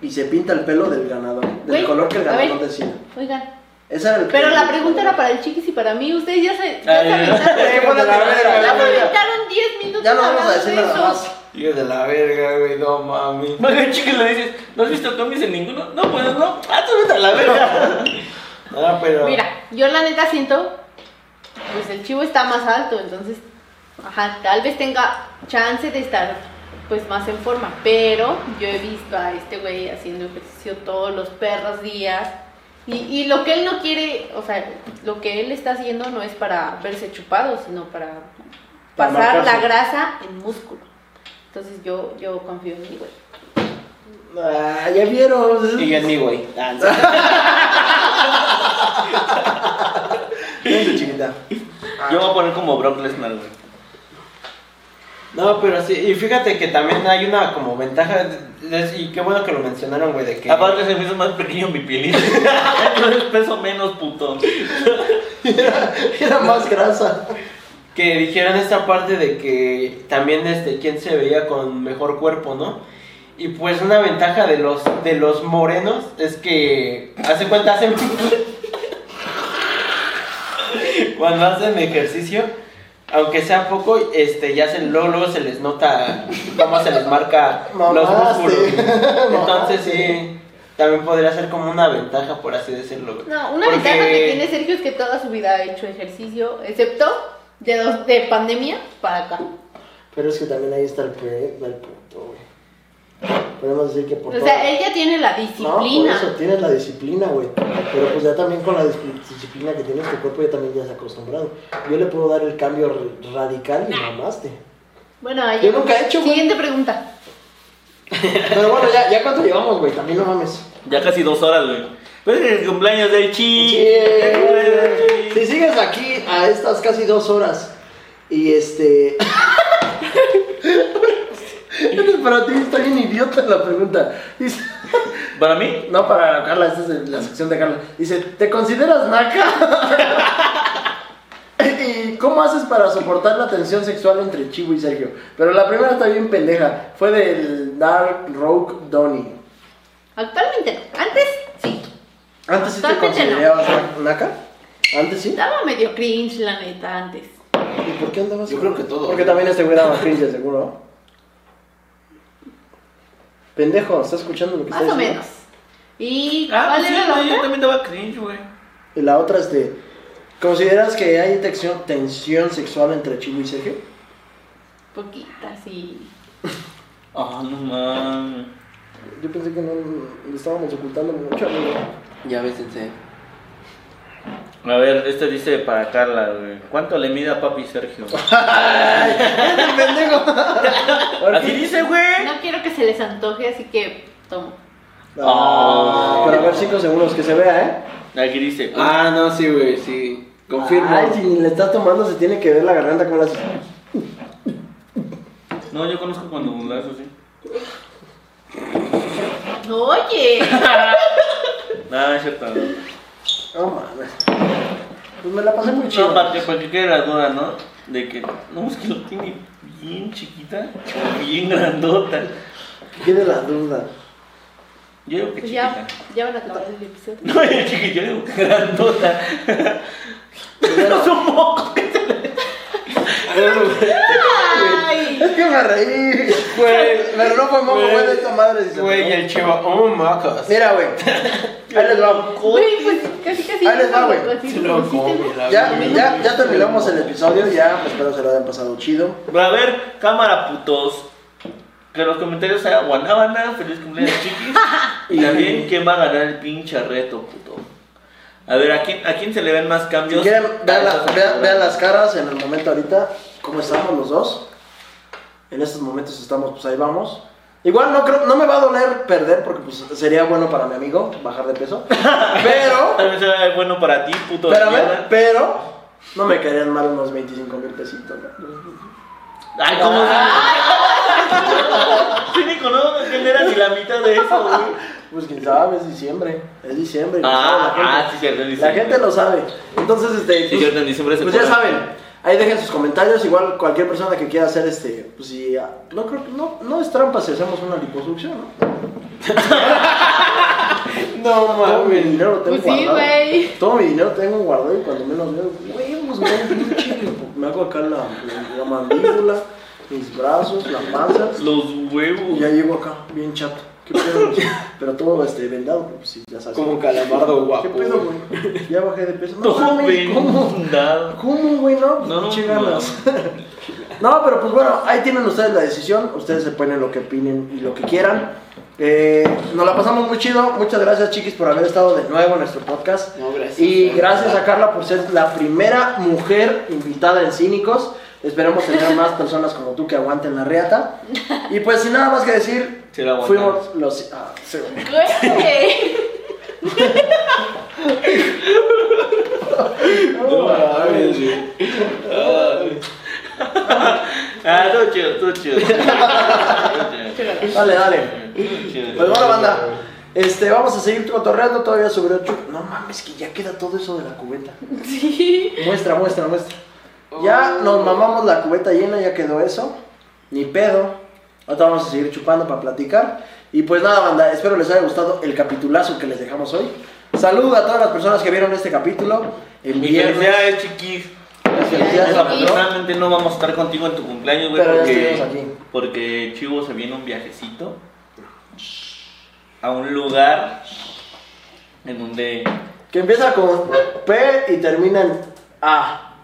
S7: y se pinta el pelo del ganador, del
S4: Güey,
S7: color que el
S4: a
S7: ganador
S4: ver.
S7: decida.
S4: Oigan,
S7: Esa era el
S4: pero la pregunta era para el chiquis y para mí. Ustedes ya se. Ya se
S1: Ay,
S4: aventaron-
S2: Es que fue la
S4: ya se
S2: primera, güey.
S4: aventaron 10 minutos.
S7: Ya no vamos
S4: hablando
S7: a decir
S4: de
S7: nada
S4: eso.
S7: más.
S3: Hijo de la verga, güey, no mami.
S1: Oye, chiquis, le dices, ¿no has visto cambios en ninguno? No, pues no. Ah, tú vete a la verga.
S3: Ah, pero.
S4: Mira, yo la neta siento, pues el chivo está más alto, entonces, ajá, tal vez tenga chance de estar pues más en forma, pero yo he visto a este güey haciendo ejercicio todos los perros días. Y, y lo que él no quiere, o sea, lo que él está haciendo no es para verse chupado, sino para
S7: Para
S4: pasar la
S7: marcarse.
S4: grasa en músculo. Entonces yo, yo confío en mi güey.
S7: Ah, ya vieron.
S1: Y ya ni güey.
S3: Ah,
S7: Vente, chiquita.
S1: Yo voy a poner como Brock Lesnar, güey.
S3: No, pero sí, y fíjate que también hay una como ventaja, de- de- y qué bueno que lo mencionaron, güey, de que...
S1: Aparte se me hizo más pequeño mi pielito. Entonces peso menos, puto.
S2: Era más grasa.
S3: que dijeron esta parte de que también este quién se veía con mejor cuerpo, ¿no? Y pues una ventaja de los de los morenos es que hace cuenta hacen cuando hacen ejercicio, aunque sea poco, este ya se luego, luego se les nota cómo se les marca los
S2: Mamaste.
S3: músculos. Entonces
S2: Mamaste.
S3: sí también podría ser como una ventaja por así decirlo. güey.
S4: No, una
S3: Porque-
S4: ventaja que tiene Sergio es que toda su vida ha hecho ejercicio, excepto de, dos, de pandemia para acá.
S7: Pero es que también ahí está el, pe- el punto, güey. Podemos decir que por
S4: O
S7: todo-
S4: sea, ella tiene la
S7: No, por
S4: disciplina.
S7: eso tienes la disciplina, güey. Pero pues ya también con la dis- disciplina que tienes, tu cuerpo ya también ya se ha acostumbrado. Yo le puedo dar el cambio r- radical y mamaste.
S4: bueno, ahí-
S2: Yo nunca he hecho, güey.
S4: Siguiente pregunta.
S2: Pero bueno, ya, ya cuánto llevamos, güey. También no mames.
S1: Ya casi dos horas, güey. Pero es el cumpleaños del chi.
S2: Yeah. Si sigues aquí a estas casi dos horas y este. Para ti está bien idiota la pregunta. Dice-
S1: ¿Para mí?
S2: No, para Carla, esta es la sección de Carla. Dice, ¿te consideras naca? ¿Y cómo haces para soportar la tensión sexual entre Chivo y Sergio? Pero la primera está bien pendeja. Fue del Dark Rogue Donnie.
S4: Actualmente no. Antes, sí.
S2: ¿Antes sí te
S4: Totalmente
S2: considerabas na- naca? ¿Antes sí?
S4: Daba medio cringe, la neta, antes.
S2: ¿Y por qué andabas?
S3: Yo creo que todo.
S2: Porque también este güey daba cringe, seguro. Pendejo, ¿estás escuchando lo que
S4: Más
S2: está
S4: o
S2: diciendo?
S4: menos. ¿Y
S1: Ah,
S4: cuál
S1: sí,
S4: era la
S1: güey, yo
S4: otra?
S1: también daba cringe, güey.
S2: Y la otra, este. ¿Consideras que hay tensión, tensión sexual entre Chivo y Sergio?
S4: Poquita, sí.
S1: Ah, no mames.
S2: Yo pensé que no lo estábamos ocultando mucho, amigo.
S3: Ya bésense.
S1: A ver, este dice para Carla, güey. ¿Cuánto le mide a papi Sergio?
S2: pendejo!
S1: Así dice, güey.
S4: No quiero que se les antoje, así que tomo.
S1: Ah.
S2: Pero a ver, 5 segundos que se vea, ¿eh?
S1: Aquí dice.
S3: Ah, no, sí, güey, sí. Confirmo.
S2: Ay, si ni le estás tomando, se tiene que ver la garganta como la haces.
S1: "Ah, No, yo conozco cuando un lazo, sí.
S4: Oye,
S1: Ah, es cierto. No,
S2: No mames. Pues me la pasé muy chido.
S1: no para, que, para que quede la duda, ¿no? De que, no, es que lo tiene bien chiquita, o bien grandota.
S2: Quede la duda.
S1: Yo digo que
S4: pues
S1: chiquita.
S4: ya, ya van a acabar el episodio.
S1: No, yo chiquita, yo digo que grandota.
S2: Primero-
S4: Ay.
S2: Es que me reí. Güey, me ropa moco,
S3: Güey.
S2: güey, de esta madre. dice,
S3: Güey, y el chivo, oh, macas.
S2: Mira, güey. Ahí les va.
S4: Güey, pues casi casi.
S2: Ahí les va, güey.
S4: Casi
S3: Se lo
S4: pusiste,
S3: come,
S4: ¿no?
S3: la
S2: Ya,
S3: verga.
S2: ya, ya terminamos el episodio. Ya, espero se lo hayan pasado chido.
S1: Pero a ver, cámara putos. Que los comentarios sea Guanábana, feliz cumpleaños chiquis. Y también quién va a ganar el pinche reto, puto. A ver, ¿a quién, a quién se le ven más
S2: Si
S1: cambios?
S2: quieren, vean, la- vean- vean las caras en el momento ahorita, cómo estamos los dos. En estos momentos estamos, pues ahí vamos. Igual no creo, no me va a doler perder porque pues sería bueno para mi amigo bajar de peso. Pero,
S1: También será bueno para ti, puto. de
S2: espérame,
S1: mierda.
S2: pero no me caerían mal unos 25 mil pesitos. ¿no?
S1: Ay, ¿cómo
S2: Ah.
S1: se- Cínico, no genera ni la mitad de eso, güey.
S2: Pues quién sabe, es diciembre. Es diciembre. lo
S1: Ah,
S2: sabe la
S1: ah,
S2: gente.
S1: sí, cierto. en
S2: La
S1: diciembre.
S2: gente lo sabe. Entonces, este,
S1: Sí,
S2: pues,
S1: cierto, en diciembre se
S2: Pues ya
S1: cobra.
S2: saben, ahí dejen sus comentarios, igual cualquier persona que quiera hacer este, pues si ah, no creo no no es trampa si hacemos una liposucción, ¿no?
S3: Oh, No
S2: Todo mi
S3: mames.
S2: dinero lo tengo
S4: Pues sí,
S2: guardado.
S4: güey.
S2: Todo mi dinero tengo guardado y cuando menos veo, huevos, me hago un chicle, me hago acá la, la mandíbula, mis brazos, la panza.
S1: Los
S2: Y
S1: huevos.
S2: ya llego acá, bien chato. ¿Qué pedo? güey? Pero todo este, vendado, güey, pues sí, ya sabes.
S3: Como calamardo guapo.
S2: ¿Qué pedo, güey? Ya bajé de peso. No,
S1: No,
S2: mames,
S1: güey,
S2: ¿cómo?
S1: nada.
S2: ¿Cómo, güey? No,
S1: No,
S2: no,
S1: no.
S2: No, pero pues bueno, ahí tienen ustedes la decisión. Ustedes se ponen lo que opinen y lo que quieran. Eh, nos la pasamos muy chido. Muchas gracias, chiquis, por haber estado de nuevo en nuestro podcast.
S3: No, gracias.
S2: Y gracias a Carla por ser la primera mujer invitada en Cínicos. Esperemos tener más personas como tú que aguanten la reata. Y pues sin nada más que decir,
S1: Sí la aguantaron.
S2: fuimos los... ah, sí, güey.
S4: Güey.
S1: No mames, güey. Ay. Ah, todo chido, todo chido. Todo chido.
S2: Dale, dale.
S1: Todo chido.
S2: Pues bueno, banda. Este, vamos a seguir cotorreando todavía sobre ocho. No mames, que ya queda todo eso de la cubeta.
S4: Sí.
S2: Muestra, muestra, muestra.
S1: Oh.
S2: Ya nos mamamos la cubeta llena, ya quedó eso. Ni pedo. Ahorita vamos a seguir chupando para platicar. Y pues nada, banda, espero les haya gustado el capitulazo que les dejamos hoy. Saludo a todas las personas que vieron este capítulo. El
S1: Mi
S2: viernes.
S1: felicidades, chiquis.
S2: Felicidades, patrón.
S1: Desafortunadamente no vamos a estar contigo en tu cumpleaños, güey,
S2: Pero ya
S1: porque,
S2: estuvimos aquí.
S1: porque Chivo se viene un viajecito a un lugar en donde
S2: Que empieza con P y termina en A.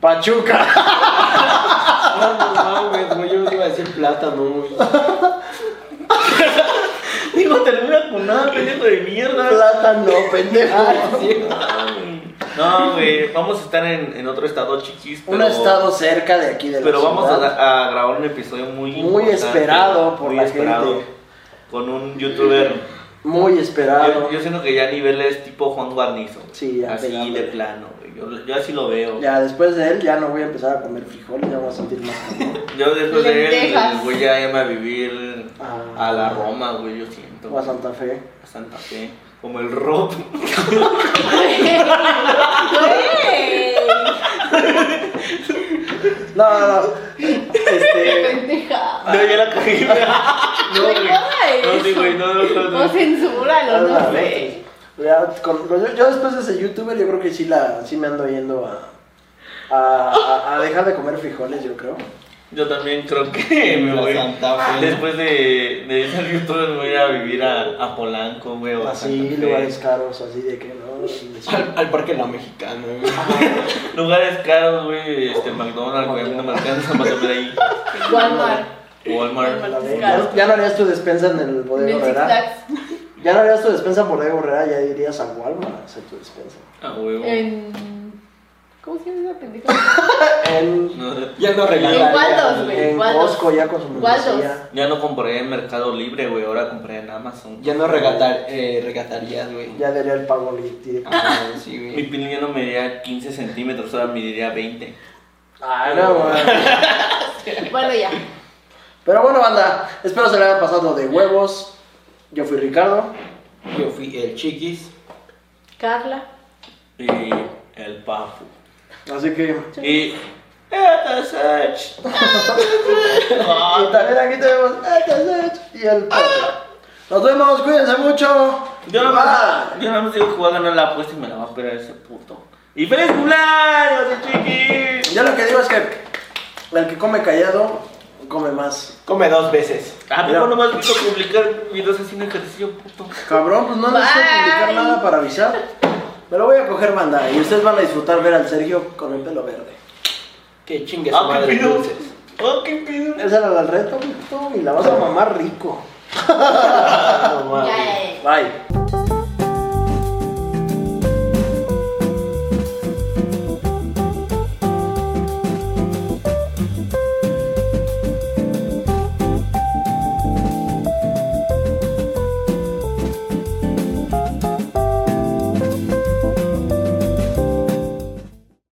S2: Pachuca.
S3: No, no, güey, no, yo iba a decir plátano, güey.
S1: Digo, termina con nada, pendejo de mierda.
S2: Plátano, pendejo.
S3: Ah, sí.
S1: No, güey, vamos a estar en, en otro estado chiquis.
S2: Un
S1: pero-
S2: estado cerca de aquí de la
S1: Pero vamos
S2: ciudad.
S1: a, a grabar un episodio muy
S2: Muy
S1: importante,
S2: esperado por la gente.
S1: Con un youtuber.
S2: Muy esperado.
S1: Yo, yo siento que ya niveles tipo Juan Guarnizo. güey.
S2: Sí, ya,
S1: Así
S2: pegado,
S1: de
S2: güey.
S1: plano, güey. Yo, yo así lo veo.
S2: Ya después de él ya no voy a empezar a comer frijoles, ya voy a sentir más hambre.
S1: Yo después de él
S4: Lentejas.
S1: voy a irme a vivir
S2: Ah.
S1: a la Roma, güey, yo siento.
S2: O a Santa Fe.
S1: A Santa Fe. Como el rock.
S4: Güey.
S2: No, no, no. Este,
S4: Pendeja.
S1: No, ya la cagué. No,
S4: Ay,
S1: güey. No, sí,
S4: eso.
S1: güey, no, no, no. Ah,
S4: O censúralo, no sé.
S2: ya con- yo, yo después de ese youtuber yo creo que sí, la, sí me ando yendo a, a, a- a dejar de comer frijoles, yo creo.
S1: Yo también creo que me
S3: La
S1: voy.
S3: Santa Fe.
S1: Después de, de salir youtuber me voy a vivir a, a Polanco, güey. o a
S2: Así,
S1: Santa Fe.
S2: lugares caros, así de que no. sí, sí.
S3: Al, al parque la mexicana, güey.
S1: Lugares caros, güey. Este, McDonald's, güey. a mí No me alcanza para comer ahí.
S4: Walmart.
S1: Walmart.
S2: La de- Ya, ya no harías tu despensa en el
S4: En
S2: bodega
S4: el Six
S2: Herrera.
S4: Flags.
S2: Ya no harías tu despensa en bodega Herrera, ya irías a Walmart a hacer tu despensa.
S1: A huevo.
S4: En. ¿Cómo se llama esa pendeja?
S2: En,
S1: No,
S3: Ya no
S4: En Waldos,
S3: regalan.
S4: güey.
S2: en
S4: Waldos.
S2: Costco ya con su
S4: Waldos.
S2: membresía.
S1: ya no compré en Mercado Libre, güey. Ahora compré en Amazon.
S3: Ya no regatar, eh, regatarías, güey.
S2: Ya daría el pago directo.
S3: Ah, sí,
S1: Mi
S3: güey.
S1: pin ya no medía 15 centímetros, ahora mediría 20.
S2: Ah, no, güey.
S4: Bueno, ya.
S2: Pero bueno, banda, espero se le hayan pasado de huevos. Yo fui Ricardo.
S3: Yo fui el chiquis.
S4: Carla.
S1: Y el papu.
S2: Así que.
S1: Y. eh, Eta Sech. Ah.
S2: Y también aquí tenemos. Y el Pepe. Nos vemos, cuídense mucho.
S1: Yo no
S2: Bye.
S3: Ah.
S1: más, yo nada más digo que voy a ganar la apuesta y me la va a esperar ese puto. ¡Y feliz cumpleaños, eh, chiquis!
S2: Yo lo que digo es que el que come callado, come más.
S3: Come dos veces.
S1: ¿A
S2: Mira.
S1: poco no me has visto publicar videos así en ejercicio, puto?
S2: Cabrón, pues no necesito
S4: Bye.
S2: publicar nada para avisar. Pero voy a coger banda y ustedes van a disfrutar ver al Sergio con el pelo verde.
S3: Que chingue su
S1: ¡Ah, qué
S3: madre
S1: pido!
S3: dulces.
S1: ¡Ah, qué pido!
S2: Ese era el reto, puto, y la vas a mamar rico.
S3: Ah, no mames.
S4: Ya, eh.
S2: Bye.